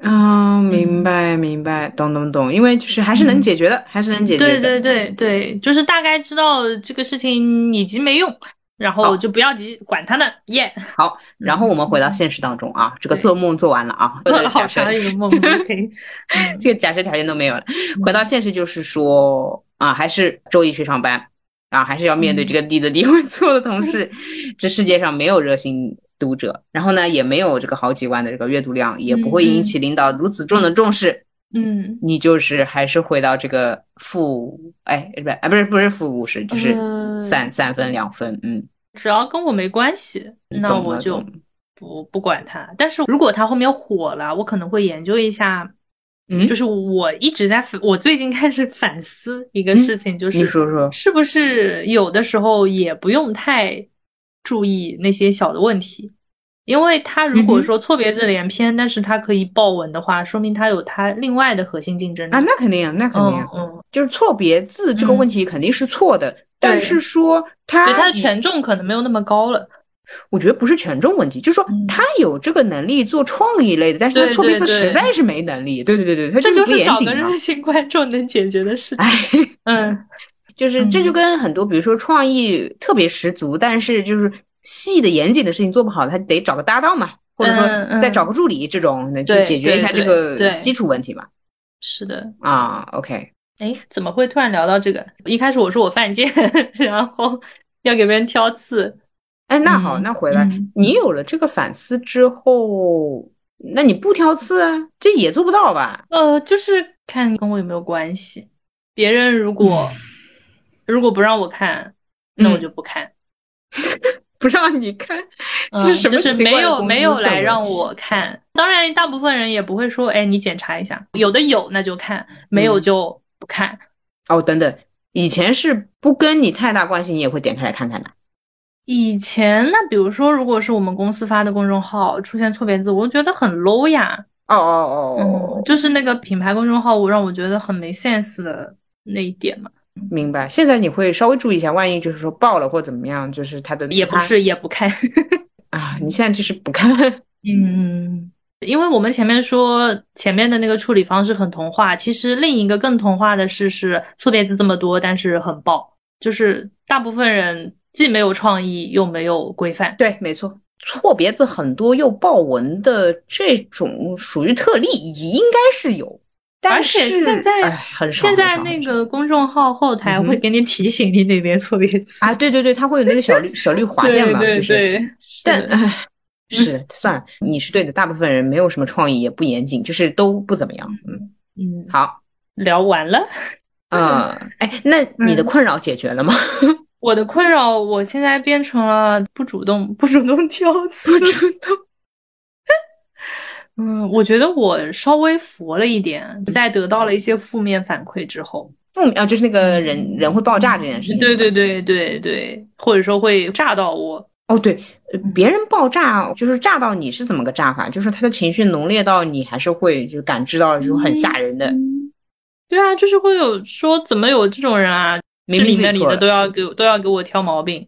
Speaker 2: 啊，明白明白，懂懂懂，因为就是还是能解决的，还是能解决
Speaker 1: 对对
Speaker 2: 的。
Speaker 1: 对对，就是大概知道这个事情你急没用，然
Speaker 2: 好
Speaker 1: 后就不要急，管他呢，耶、
Speaker 2: 好，然后我们回到现实当中啊，这个
Speaker 1: 对
Speaker 2: 做梦做完了啊，
Speaker 1: 做 了
Speaker 2: 假
Speaker 1: 好
Speaker 2: 设
Speaker 1: 长一个梦。OK，嗯
Speaker 2: 这个假设条件都没有了。回到现实，就是说啊，还是周一去上班啊，还是要面对这个
Speaker 1: 嗯
Speaker 2: 地的地会做的同事。这世界上没有热心读者，然后呢，也没有这个好几万的这个阅读量，也不会引起领导如此重的重视。
Speaker 1: 嗯，
Speaker 2: 你就是还是回到这个负，哎，不是，哎，不是，不是负五十，就是
Speaker 1: 嗯
Speaker 2: 三三分两分，嗯，
Speaker 1: 只要跟我没关系，那
Speaker 2: 懂
Speaker 1: 我
Speaker 2: 了
Speaker 1: 就
Speaker 2: 懂了
Speaker 1: 不不管他。但是如果他后面火了，我可能会研究一下。
Speaker 2: 嗯
Speaker 1: 就是我一直在反，我最近开始反思一个事情，就是
Speaker 2: 嗯你说说，
Speaker 1: 是不是有的时候也不用太注意那些小的问题？因为他如
Speaker 2: 嗯
Speaker 1: 果
Speaker 2: 哼
Speaker 1: 说错别字连篇，但是他可以爆文的话，说明他有他另外的核心竞争力。
Speaker 2: 啊，那肯定啊，那肯定啊，
Speaker 1: 嗯嗯，
Speaker 2: 就是错别字这个问题肯定是错的，但是说他
Speaker 1: 对，他的权重可能没有那么高了。
Speaker 2: 我觉得不是权重问题，就是说
Speaker 1: 嗯
Speaker 2: 他有这个能力做创意类的，但是他
Speaker 1: 对
Speaker 2: 错别字
Speaker 1: 对对
Speaker 2: 实在是没能力。对对对对，他
Speaker 1: 这
Speaker 2: 就
Speaker 1: 就是
Speaker 2: 不
Speaker 1: 是
Speaker 2: 严
Speaker 1: 找
Speaker 2: 谨
Speaker 1: 个
Speaker 2: 嘛
Speaker 1: 热。心观众能解决的事情。
Speaker 2: 哎，
Speaker 1: 嗯，
Speaker 2: 就是
Speaker 1: 嗯
Speaker 2: 这就跟很多比如说创意特别十足，但是就是细的严谨的事情做不好，他得找个搭档嘛，或者
Speaker 1: 嗯
Speaker 2: 说
Speaker 1: 嗯
Speaker 2: 再找个助理这种，能去
Speaker 1: 对
Speaker 2: 解决一下
Speaker 1: 对
Speaker 2: 这个
Speaker 1: 对
Speaker 2: 基础问题嘛。
Speaker 1: 是的。
Speaker 2: 啊，OK，
Speaker 1: 哎，怎么会突然聊到这个？一开始我说我犯贱， 然后要给别人挑刺。
Speaker 2: 哎，那好，
Speaker 1: 嗯
Speaker 2: 那回来
Speaker 1: 嗯
Speaker 2: 你有了这个反思之后，那你不挑刺啊，这也做不到吧？
Speaker 1: 呃，就是看跟我有没有关系。别人如果如果不让我看，那我
Speaker 2: 嗯
Speaker 1: 就不看。
Speaker 2: 不让你看，这
Speaker 1: 嗯
Speaker 2: 是什么
Speaker 1: 就是
Speaker 2: 奇怪
Speaker 1: 没
Speaker 2: 的
Speaker 1: 有
Speaker 2: 公
Speaker 1: 没
Speaker 2: 司
Speaker 1: 有
Speaker 2: 氛
Speaker 1: 来
Speaker 2: 围
Speaker 1: 让我看。当然，大部分人也不会说，哎，你检查一下。有的有那就看，没有
Speaker 2: 嗯
Speaker 1: 就不看。
Speaker 2: 哦，等等，以前是不跟你太大关系，你也会点开来看看的。
Speaker 1: 以前那比如说，如果是我们公司发的公众号出现错别字，我就觉得很 low 呀。
Speaker 2: 哦哦
Speaker 1: 嗯，，就是那个品牌公众号，我让我觉得很没 sense 的那一点嘛，
Speaker 2: 明白。现在你会稍微注意一下，万一就是说爆了或怎么样，就是它的
Speaker 1: 也
Speaker 2: 其
Speaker 1: 不
Speaker 2: 他
Speaker 1: 是也不看。
Speaker 2: 啊，你现在就是不看。
Speaker 1: 嗯，因为我们前面说前面的那个处理方式很童话，其实另一个更童话的事是错别字这么多，但是很爆，就是大部分人既没有创意又没有规范。
Speaker 2: 对，没错，错别字很多又爆文的这种属于特例，也应该是有，但
Speaker 1: 而且
Speaker 2: 是
Speaker 1: 现在
Speaker 2: 哎很少
Speaker 1: 现
Speaker 2: 很
Speaker 1: 在
Speaker 2: 少
Speaker 1: 那
Speaker 2: 很少
Speaker 1: 个公众号后台
Speaker 2: 嗯哼
Speaker 1: 会给你提醒你哪边错别字，
Speaker 2: 啊，对对对，它会有那个小绿小绿划
Speaker 1: 对
Speaker 2: 线 嘛，
Speaker 1: 对
Speaker 2: 就是
Speaker 1: 对，是嗯
Speaker 2: 但
Speaker 1: 的
Speaker 2: 唉，是的，算了，你是对的，大部分人没有什么创意，也不严谨，就是都不怎么样。嗯，
Speaker 1: 嗯，
Speaker 2: 好，
Speaker 1: 聊完了。嗯
Speaker 2: 呃，哎，那你的困扰解决了吗？
Speaker 1: 我的困扰，我现在变成了不主动、 不主动挑刺。不 主动。嗯，我觉得我稍微佛了一点，在得到了一些负面反馈之后，
Speaker 2: 负面啊，就是那个人人会爆炸这件事情。
Speaker 1: 对对对对对，或者说会炸到我。
Speaker 2: 哦，
Speaker 1: 嗯
Speaker 2: 对，呃别人爆炸就是炸到你是怎么个炸法？就是他的情绪浓烈到你还是会就感知到，就是很吓
Speaker 1: 嗯
Speaker 2: 人的。
Speaker 1: 对啊，就是会有说怎么有这种人啊，
Speaker 2: 明
Speaker 1: 这里
Speaker 2: 明自
Speaker 1: 那
Speaker 2: 己
Speaker 1: 里
Speaker 2: 错
Speaker 1: 的
Speaker 2: 了。
Speaker 1: 都要给我都要给我挑毛病。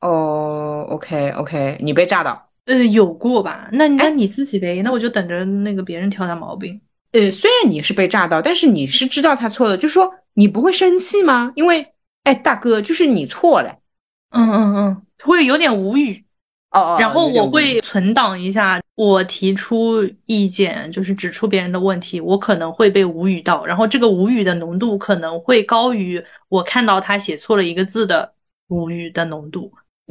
Speaker 2: 哦，OK OK，你被炸到。
Speaker 1: 呃，有过吧？那那你自己呗，那我就等着那个别人挑他毛病。
Speaker 2: 呃，虽然你是被炸到，但是你是知道他错的，就说你不会生气吗？因为，哎，大哥，就是你错了。
Speaker 1: 嗯嗯嗯，会有点无语。
Speaker 2: 哦哦，
Speaker 1: 然后
Speaker 2: 有点
Speaker 1: 我
Speaker 2: 无
Speaker 1: 会
Speaker 2: 语
Speaker 1: 存档一下，我提出意见，就是指出别人的问题，我可能会被无语到，然后这个无语的浓度可能会高于我看到他写错了一个字的无语的浓度。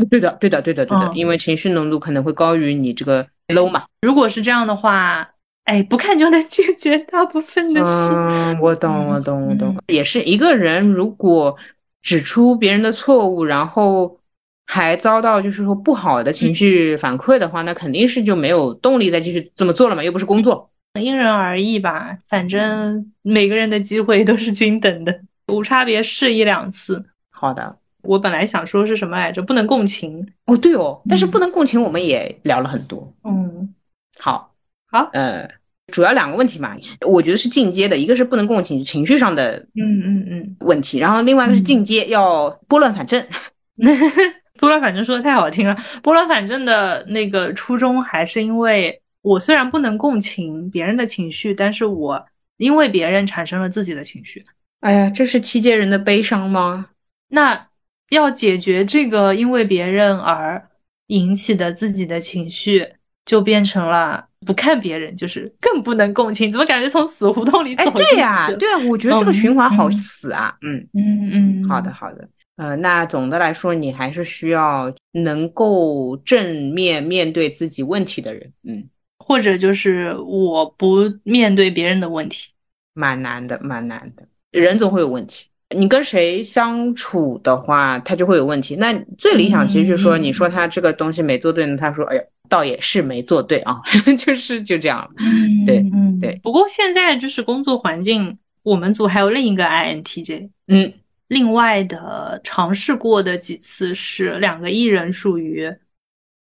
Speaker 2: 对的，对的，对的，对的，
Speaker 1: 嗯
Speaker 2: 因为情绪浓度可能会高于你这个 low 嘛。
Speaker 1: 如果是这样的话，哎，不看就能解决 大部分的事。
Speaker 2: 嗯，我懂，
Speaker 1: 嗯
Speaker 2: 我懂，我懂。也是一个人如果指出别人的错误，然后还遭到就是说不好的情绪反馈的话，那肯定是就没有动力再继续这么做了嘛，又不是工作。
Speaker 1: 因人而异吧，反正每个人的机会都是均等的，无差别试一两次。
Speaker 2: 好的，
Speaker 1: 我本来想说是什么来着，不能共情。
Speaker 2: 哦，对哦，但是
Speaker 1: 嗯
Speaker 2: 不能共情，我们也聊了很多。
Speaker 1: 嗯，
Speaker 2: 好，
Speaker 1: 好
Speaker 2: 呃，主要两个问题嘛，我觉得是进阶的，一个是不能共情，情绪上的
Speaker 1: 嗯嗯嗯。
Speaker 2: 问题，然后另外一个是进阶，要拨乱反正。
Speaker 1: 拨乱反正说的太好听了。拨乱反正的那个初衷还是因为我虽然不能共情别人的情绪，但是我因为别人产生了自己的情绪。
Speaker 2: 哎呀，这是七阶人的悲伤吗？
Speaker 1: 那要解决这个因为别人而引起的自己的情绪，就变成了不看别人，就是更不能共情。怎么感觉从死胡同里走
Speaker 2: 哎，
Speaker 1: 进去
Speaker 2: 对呀、
Speaker 1: 了
Speaker 2: 对呀、我觉得这个
Speaker 1: 嗯
Speaker 2: 循环好
Speaker 1: 嗯
Speaker 2: 死啊。嗯，
Speaker 1: 嗯嗯，
Speaker 2: 好的，。好的。呃，那总的来说，你还是需要能够正面面对自己问题的人。嗯，
Speaker 1: 或者就是我不面对别人的问题。
Speaker 2: 蛮难的，蛮难的。人总会有问题。你跟谁相处的话，他就会有问题。那最理想其实就是说，
Speaker 1: 嗯
Speaker 2: 你说他这个东西没做对呢，他说：“哎呀，倒也是没做对啊。” 就是就这样。
Speaker 1: 嗯
Speaker 2: 对
Speaker 1: 嗯
Speaker 2: 对。
Speaker 1: 不过现在就是工作环境，我们组还有另一个 INTJ，
Speaker 2: 嗯，
Speaker 1: 另外的尝试过的几次是两个艺人，属于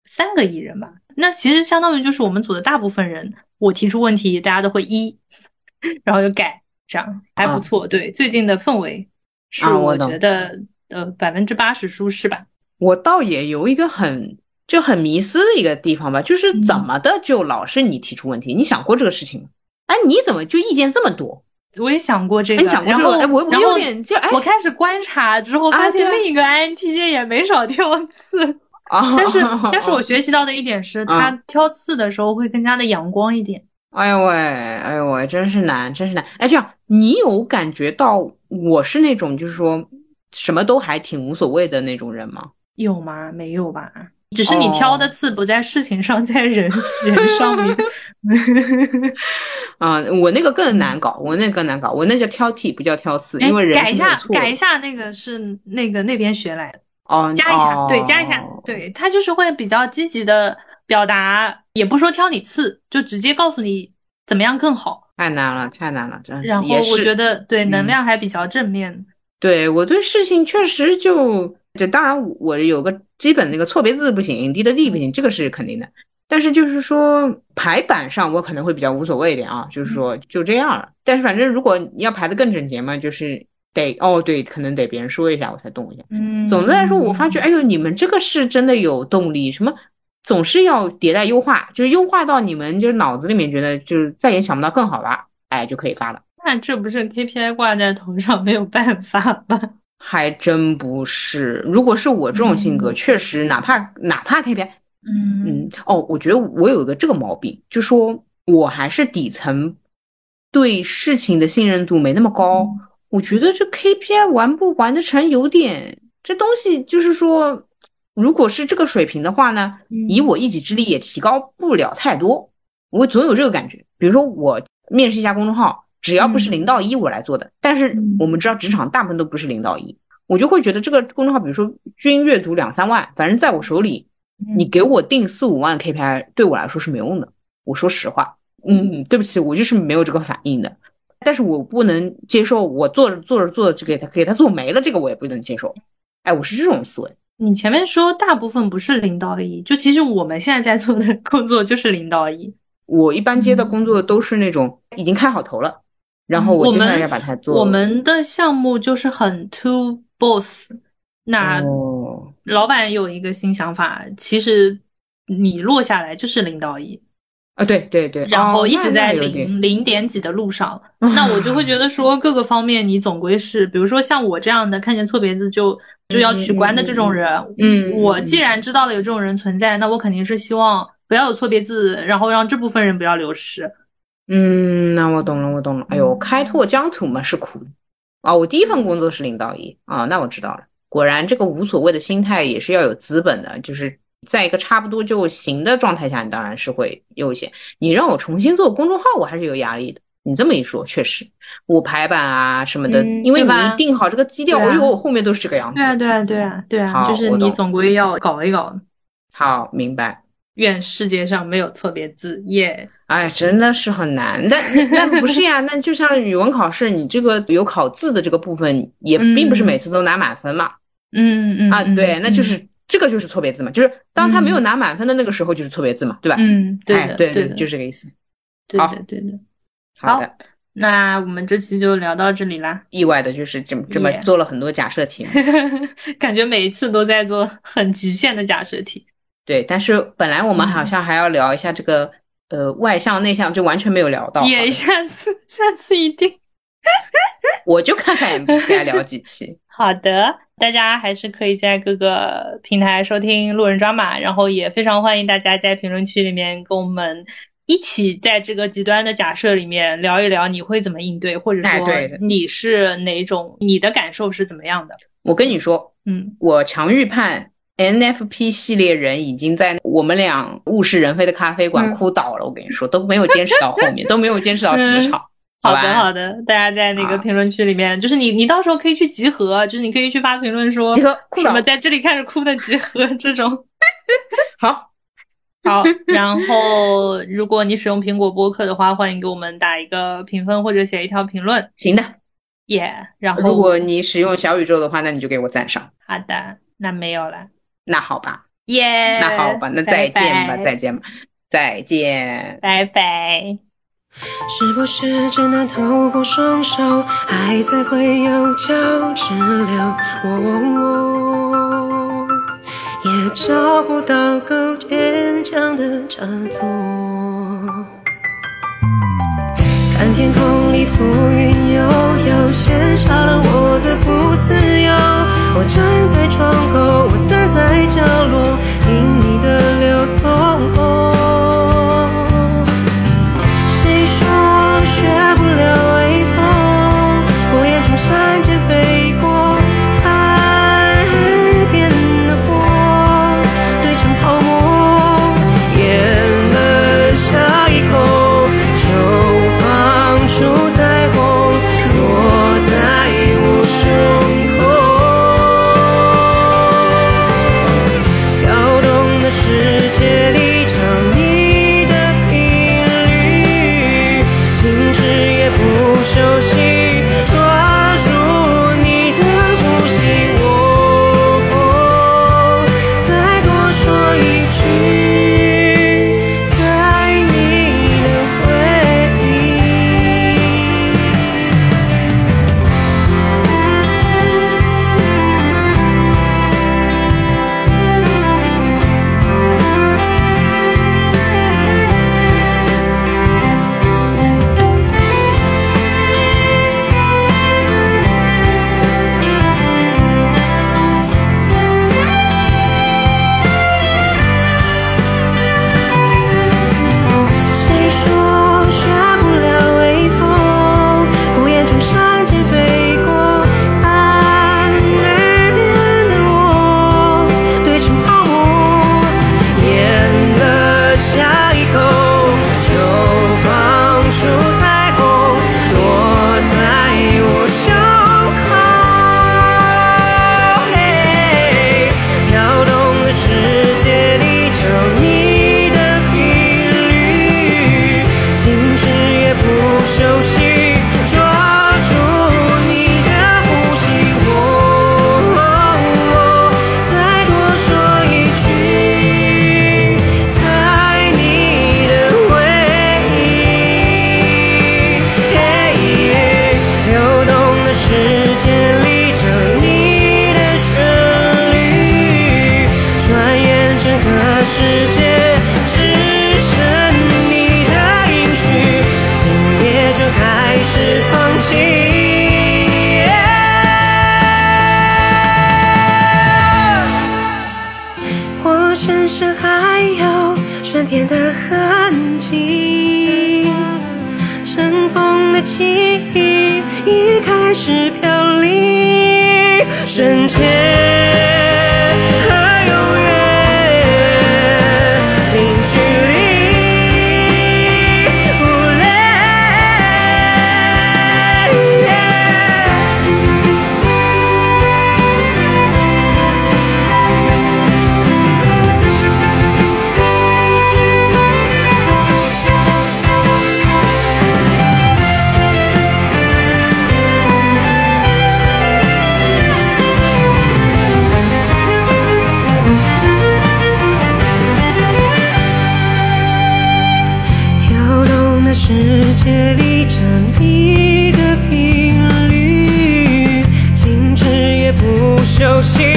Speaker 1: 三个艺人吧。那其实相当于就是我们组的大部分人，我提出问题，大家都会一， 然后就改，这样还不错。对，最近的氛围是
Speaker 2: 嗯啊我懂
Speaker 1: 觉得呃百分之八十舒适吧。
Speaker 2: 我倒也有一个很就很迷思的一个地方吧，就是
Speaker 1: 嗯
Speaker 2: 怎么的就老是你提出问题？你想过这个事情吗？哎，你怎么就意见这么多？
Speaker 1: 我也想过这
Speaker 2: 哎，
Speaker 1: 个，
Speaker 2: 你想过
Speaker 1: 然
Speaker 2: 这个？
Speaker 1: 后
Speaker 2: 哎，我我
Speaker 1: 然
Speaker 2: 有
Speaker 1: 后
Speaker 2: 点就哎
Speaker 1: 我开始观察之后，
Speaker 2: 啊
Speaker 1: 发现
Speaker 2: 对啊
Speaker 1: 另一个 INTJ 也没少 挑刺，
Speaker 2: 啊，
Speaker 1: 但是但是我学习到的一点是，他挑刺的时候会更加的阳光一点。
Speaker 2: 哎呦喂，哎呦喂，真是难，真是难。哎，这样你有感觉到我是那种就是说什么都还挺无所谓的那种人吗？
Speaker 1: 有吗？没有吧？只是你挑的刺不在事情上，在人人上面。
Speaker 2: 啊，我那个更难搞，我那个更难搞，我那叫挑剔，不叫挑刺，因为
Speaker 1: 嗯
Speaker 2: 人
Speaker 1: 哎改
Speaker 2: 是
Speaker 1: 一
Speaker 2: 没有
Speaker 1: 下，
Speaker 2: 错
Speaker 1: 改
Speaker 2: 的
Speaker 1: 一下，那个是那个那边学来的，
Speaker 2: 哦，
Speaker 1: 加一下，
Speaker 2: 哦
Speaker 1: 对，加一下，对，他就是会比较积极的表达，也不说挑你刺，就直接告诉你怎么样更好。
Speaker 2: 太难了，太难了，真是
Speaker 1: 然后
Speaker 2: 也
Speaker 1: 我
Speaker 2: 是
Speaker 1: 觉得对
Speaker 2: 嗯
Speaker 1: 能量还比较正面。
Speaker 2: 对，我对事情确实就，就当然我有个基本那个错别字不行，d 的 d 不行，这个是肯定的。但是就是说排版上我可能会比较无所谓一点啊，就是说就这样了。但是反正如果你要排的更整洁嘛，就是得哦对，可能得别人说一下我才动一下。
Speaker 1: 嗯，
Speaker 2: 总的来说，我发觉哎呦，你们这个是真的有动力，什么总是要迭代优化，就是优化到你们就是脑子里面觉得就是再也想不到更好了，哎就可以发了。
Speaker 1: 那这不是 KPI 挂在头上没有办法吗？
Speaker 2: 还真不是，如果是我这种性格，
Speaker 1: 嗯
Speaker 2: 确实哪怕哪怕 KPI，
Speaker 1: 嗯
Speaker 2: 嗯，哦，我觉得我有一个这个毛病，就说我还是底层对事情的信任度没那么高。
Speaker 1: 嗯
Speaker 2: 我觉得这 KPI 完不完得成，有点这东西就是说，如果是这个水平的话呢，以
Speaker 1: 嗯
Speaker 2: 我一己之力也提高不了太多。我总有这个感觉，比如说我面试一家公众号，只要不是
Speaker 1: 嗯
Speaker 2: 零到一，我来做的。但是
Speaker 1: 嗯
Speaker 2: 我们知道职场大部分都不是零到一，我就会觉得这个公众号，比如说均阅读两三万，反正在我手里，
Speaker 1: 嗯
Speaker 2: 你给我定四五万 KPI 对我来说是没用的。我说实话，嗯，对不起，我就是没有这个反应的。但是我不能接受，我做着做着做着就给他给他做没了，这个我也不能接受。哎，我是这种思维。
Speaker 1: 你前面说大部分不是零到一，就其实我们现在在做的工作就是零到一。
Speaker 2: 我一般
Speaker 1: 嗯
Speaker 2: 接的工作都是那种已经开好头了，然后
Speaker 1: 我
Speaker 2: 尽量
Speaker 1: 们
Speaker 2: 要把它做。
Speaker 1: 我们的项目就是很 to boss，那
Speaker 2: 哦，
Speaker 1: 老板有一个新想法，其实你落下来就是零到一，
Speaker 2: 啊，对对对，
Speaker 1: 然后一直在
Speaker 2: 哦那那有点
Speaker 1: 零零点嗯几的路上，那我就会觉得说各个方面你总归是，比如说像我这样的看见错别字就就要取关的这种人，
Speaker 2: 嗯嗯嗯
Speaker 1: 我既然知道了有这种人存在，那我肯定是希望不要有错别字，然后让这部分人不要流失。
Speaker 2: 嗯，那我懂了，我懂了。哎
Speaker 1: 嗯
Speaker 2: 呦，开拓疆土嘛是苦的啊！我第一份工作是零到一啊，那我知道了。果然，这个无所谓的心态也是要有资本的，就是在一个差不多就行的状态下，你当然是会优先。你让我重新做公众号，我还是有压力的。你这么一说，确实，我排版啊什么的，
Speaker 1: 嗯
Speaker 2: 因为
Speaker 1: 对
Speaker 2: 你
Speaker 1: 吧
Speaker 2: 一定好这个基调，
Speaker 1: 对啊
Speaker 2: 我以为我后面都是这个样
Speaker 1: 对啊，
Speaker 2: 子。
Speaker 1: 对啊，对啊，对啊，
Speaker 2: 好
Speaker 1: 就是
Speaker 2: 我懂
Speaker 1: 你总归要搞一搞。
Speaker 2: 好，明白。
Speaker 1: 愿世界上没有错别字，耶、
Speaker 2: 哎，真的是很难，但但但不是呀，那就像语文考试，你这个有考字的这个部分，也并不是每次都拿满分嘛。
Speaker 1: 嗯嗯
Speaker 2: 啊，对，那就
Speaker 1: 嗯
Speaker 2: 是这个就是错别字嘛，就是当他没有拿满分的那个时候，就是错别字嘛，对吧？
Speaker 1: 嗯，对
Speaker 2: 哎
Speaker 1: 的，
Speaker 2: 对
Speaker 1: 对的，
Speaker 2: 就是这个意思。
Speaker 1: 对
Speaker 2: 好
Speaker 1: 的，对的。
Speaker 2: 好的，
Speaker 1: 那我们这期就聊到这里啦，
Speaker 2: 意外的就是这么这么
Speaker 1: Yeah
Speaker 2: 做了很多假设 题目，
Speaker 1: 感觉每一次都在做很极限的假设题。
Speaker 2: 对，但是本来我们好像还要聊一下这个呃外向内向，就完全没有聊到。好
Speaker 1: 也
Speaker 2: 的
Speaker 1: 下次 下次一定。
Speaker 2: 我就看看 MBTI 聊几期。
Speaker 1: 好的，大家还是可以在各个平台收听路人抓马，然后也非常欢迎大家在评论区里面跟我们一起在这个极端的假设里面聊一聊你会怎么应对，或者
Speaker 2: 哎
Speaker 1: 说
Speaker 2: 对的
Speaker 1: 你是哪种，你的感受是怎么样的。
Speaker 2: 我跟你说，
Speaker 1: 嗯，
Speaker 2: 我强预判 NFP 系列人已经在我们俩物是人非的咖啡馆
Speaker 1: 嗯
Speaker 2: 哭倒了，我跟你说都没有坚持到后 面，都没有坚持到职
Speaker 1: 嗯
Speaker 2: 场，
Speaker 1: 好
Speaker 2: 吧？
Speaker 1: 的好的，大家在那个
Speaker 2: 好
Speaker 1: 评论区里面，就是你你到时候可以去集合，就是你可以去发评论说
Speaker 2: 集合
Speaker 1: 嗯
Speaker 2: 哭
Speaker 1: 什
Speaker 2: 倒
Speaker 1: 么，在这里开始哭的集合这种。
Speaker 2: 好，
Speaker 1: 好，然后如果你使用苹果播客的话，欢迎给我们打一个评分或者写一条评论，
Speaker 2: 行的。
Speaker 1: 耶、然后
Speaker 2: 如果你使用小宇宙的话，那你就给我赞赏。
Speaker 1: 好的，那没有了，
Speaker 2: 那好吧，
Speaker 1: 耶、
Speaker 2: 那好吧，那再见吧，
Speaker 1: 拜拜
Speaker 2: 再见吧，再见。
Speaker 1: 拜拜。
Speaker 4: 是不是真的透过双手，爱才会有交直流？哦哦哦也找不到够坚强的插座。看天空里浮云悠悠，嫌少了我的不自由。我站在窗口，我待在角落，听你的流动。谁说学不了微风？我眼中闪箭飞过，看耳边的火堆成泡沫，咽了下一口就放出彩虹，落在我胸口。跳动的世界里，找你的频率，静止也不休息，抓住你的呼吸。哦，再多说一句，在你的回忆。谁说学不了微风？孤雁从山间飞过，岸边的我堆成泡沫，咽了下一口就放出彩虹，落在我胸口。嘿，跳动的世界里，找你的频率，静止也不休息，抓风的记忆已开始飘零，瞬间和永远零距离，无泪。跳动的世界里，占一个频率，静止也不休息。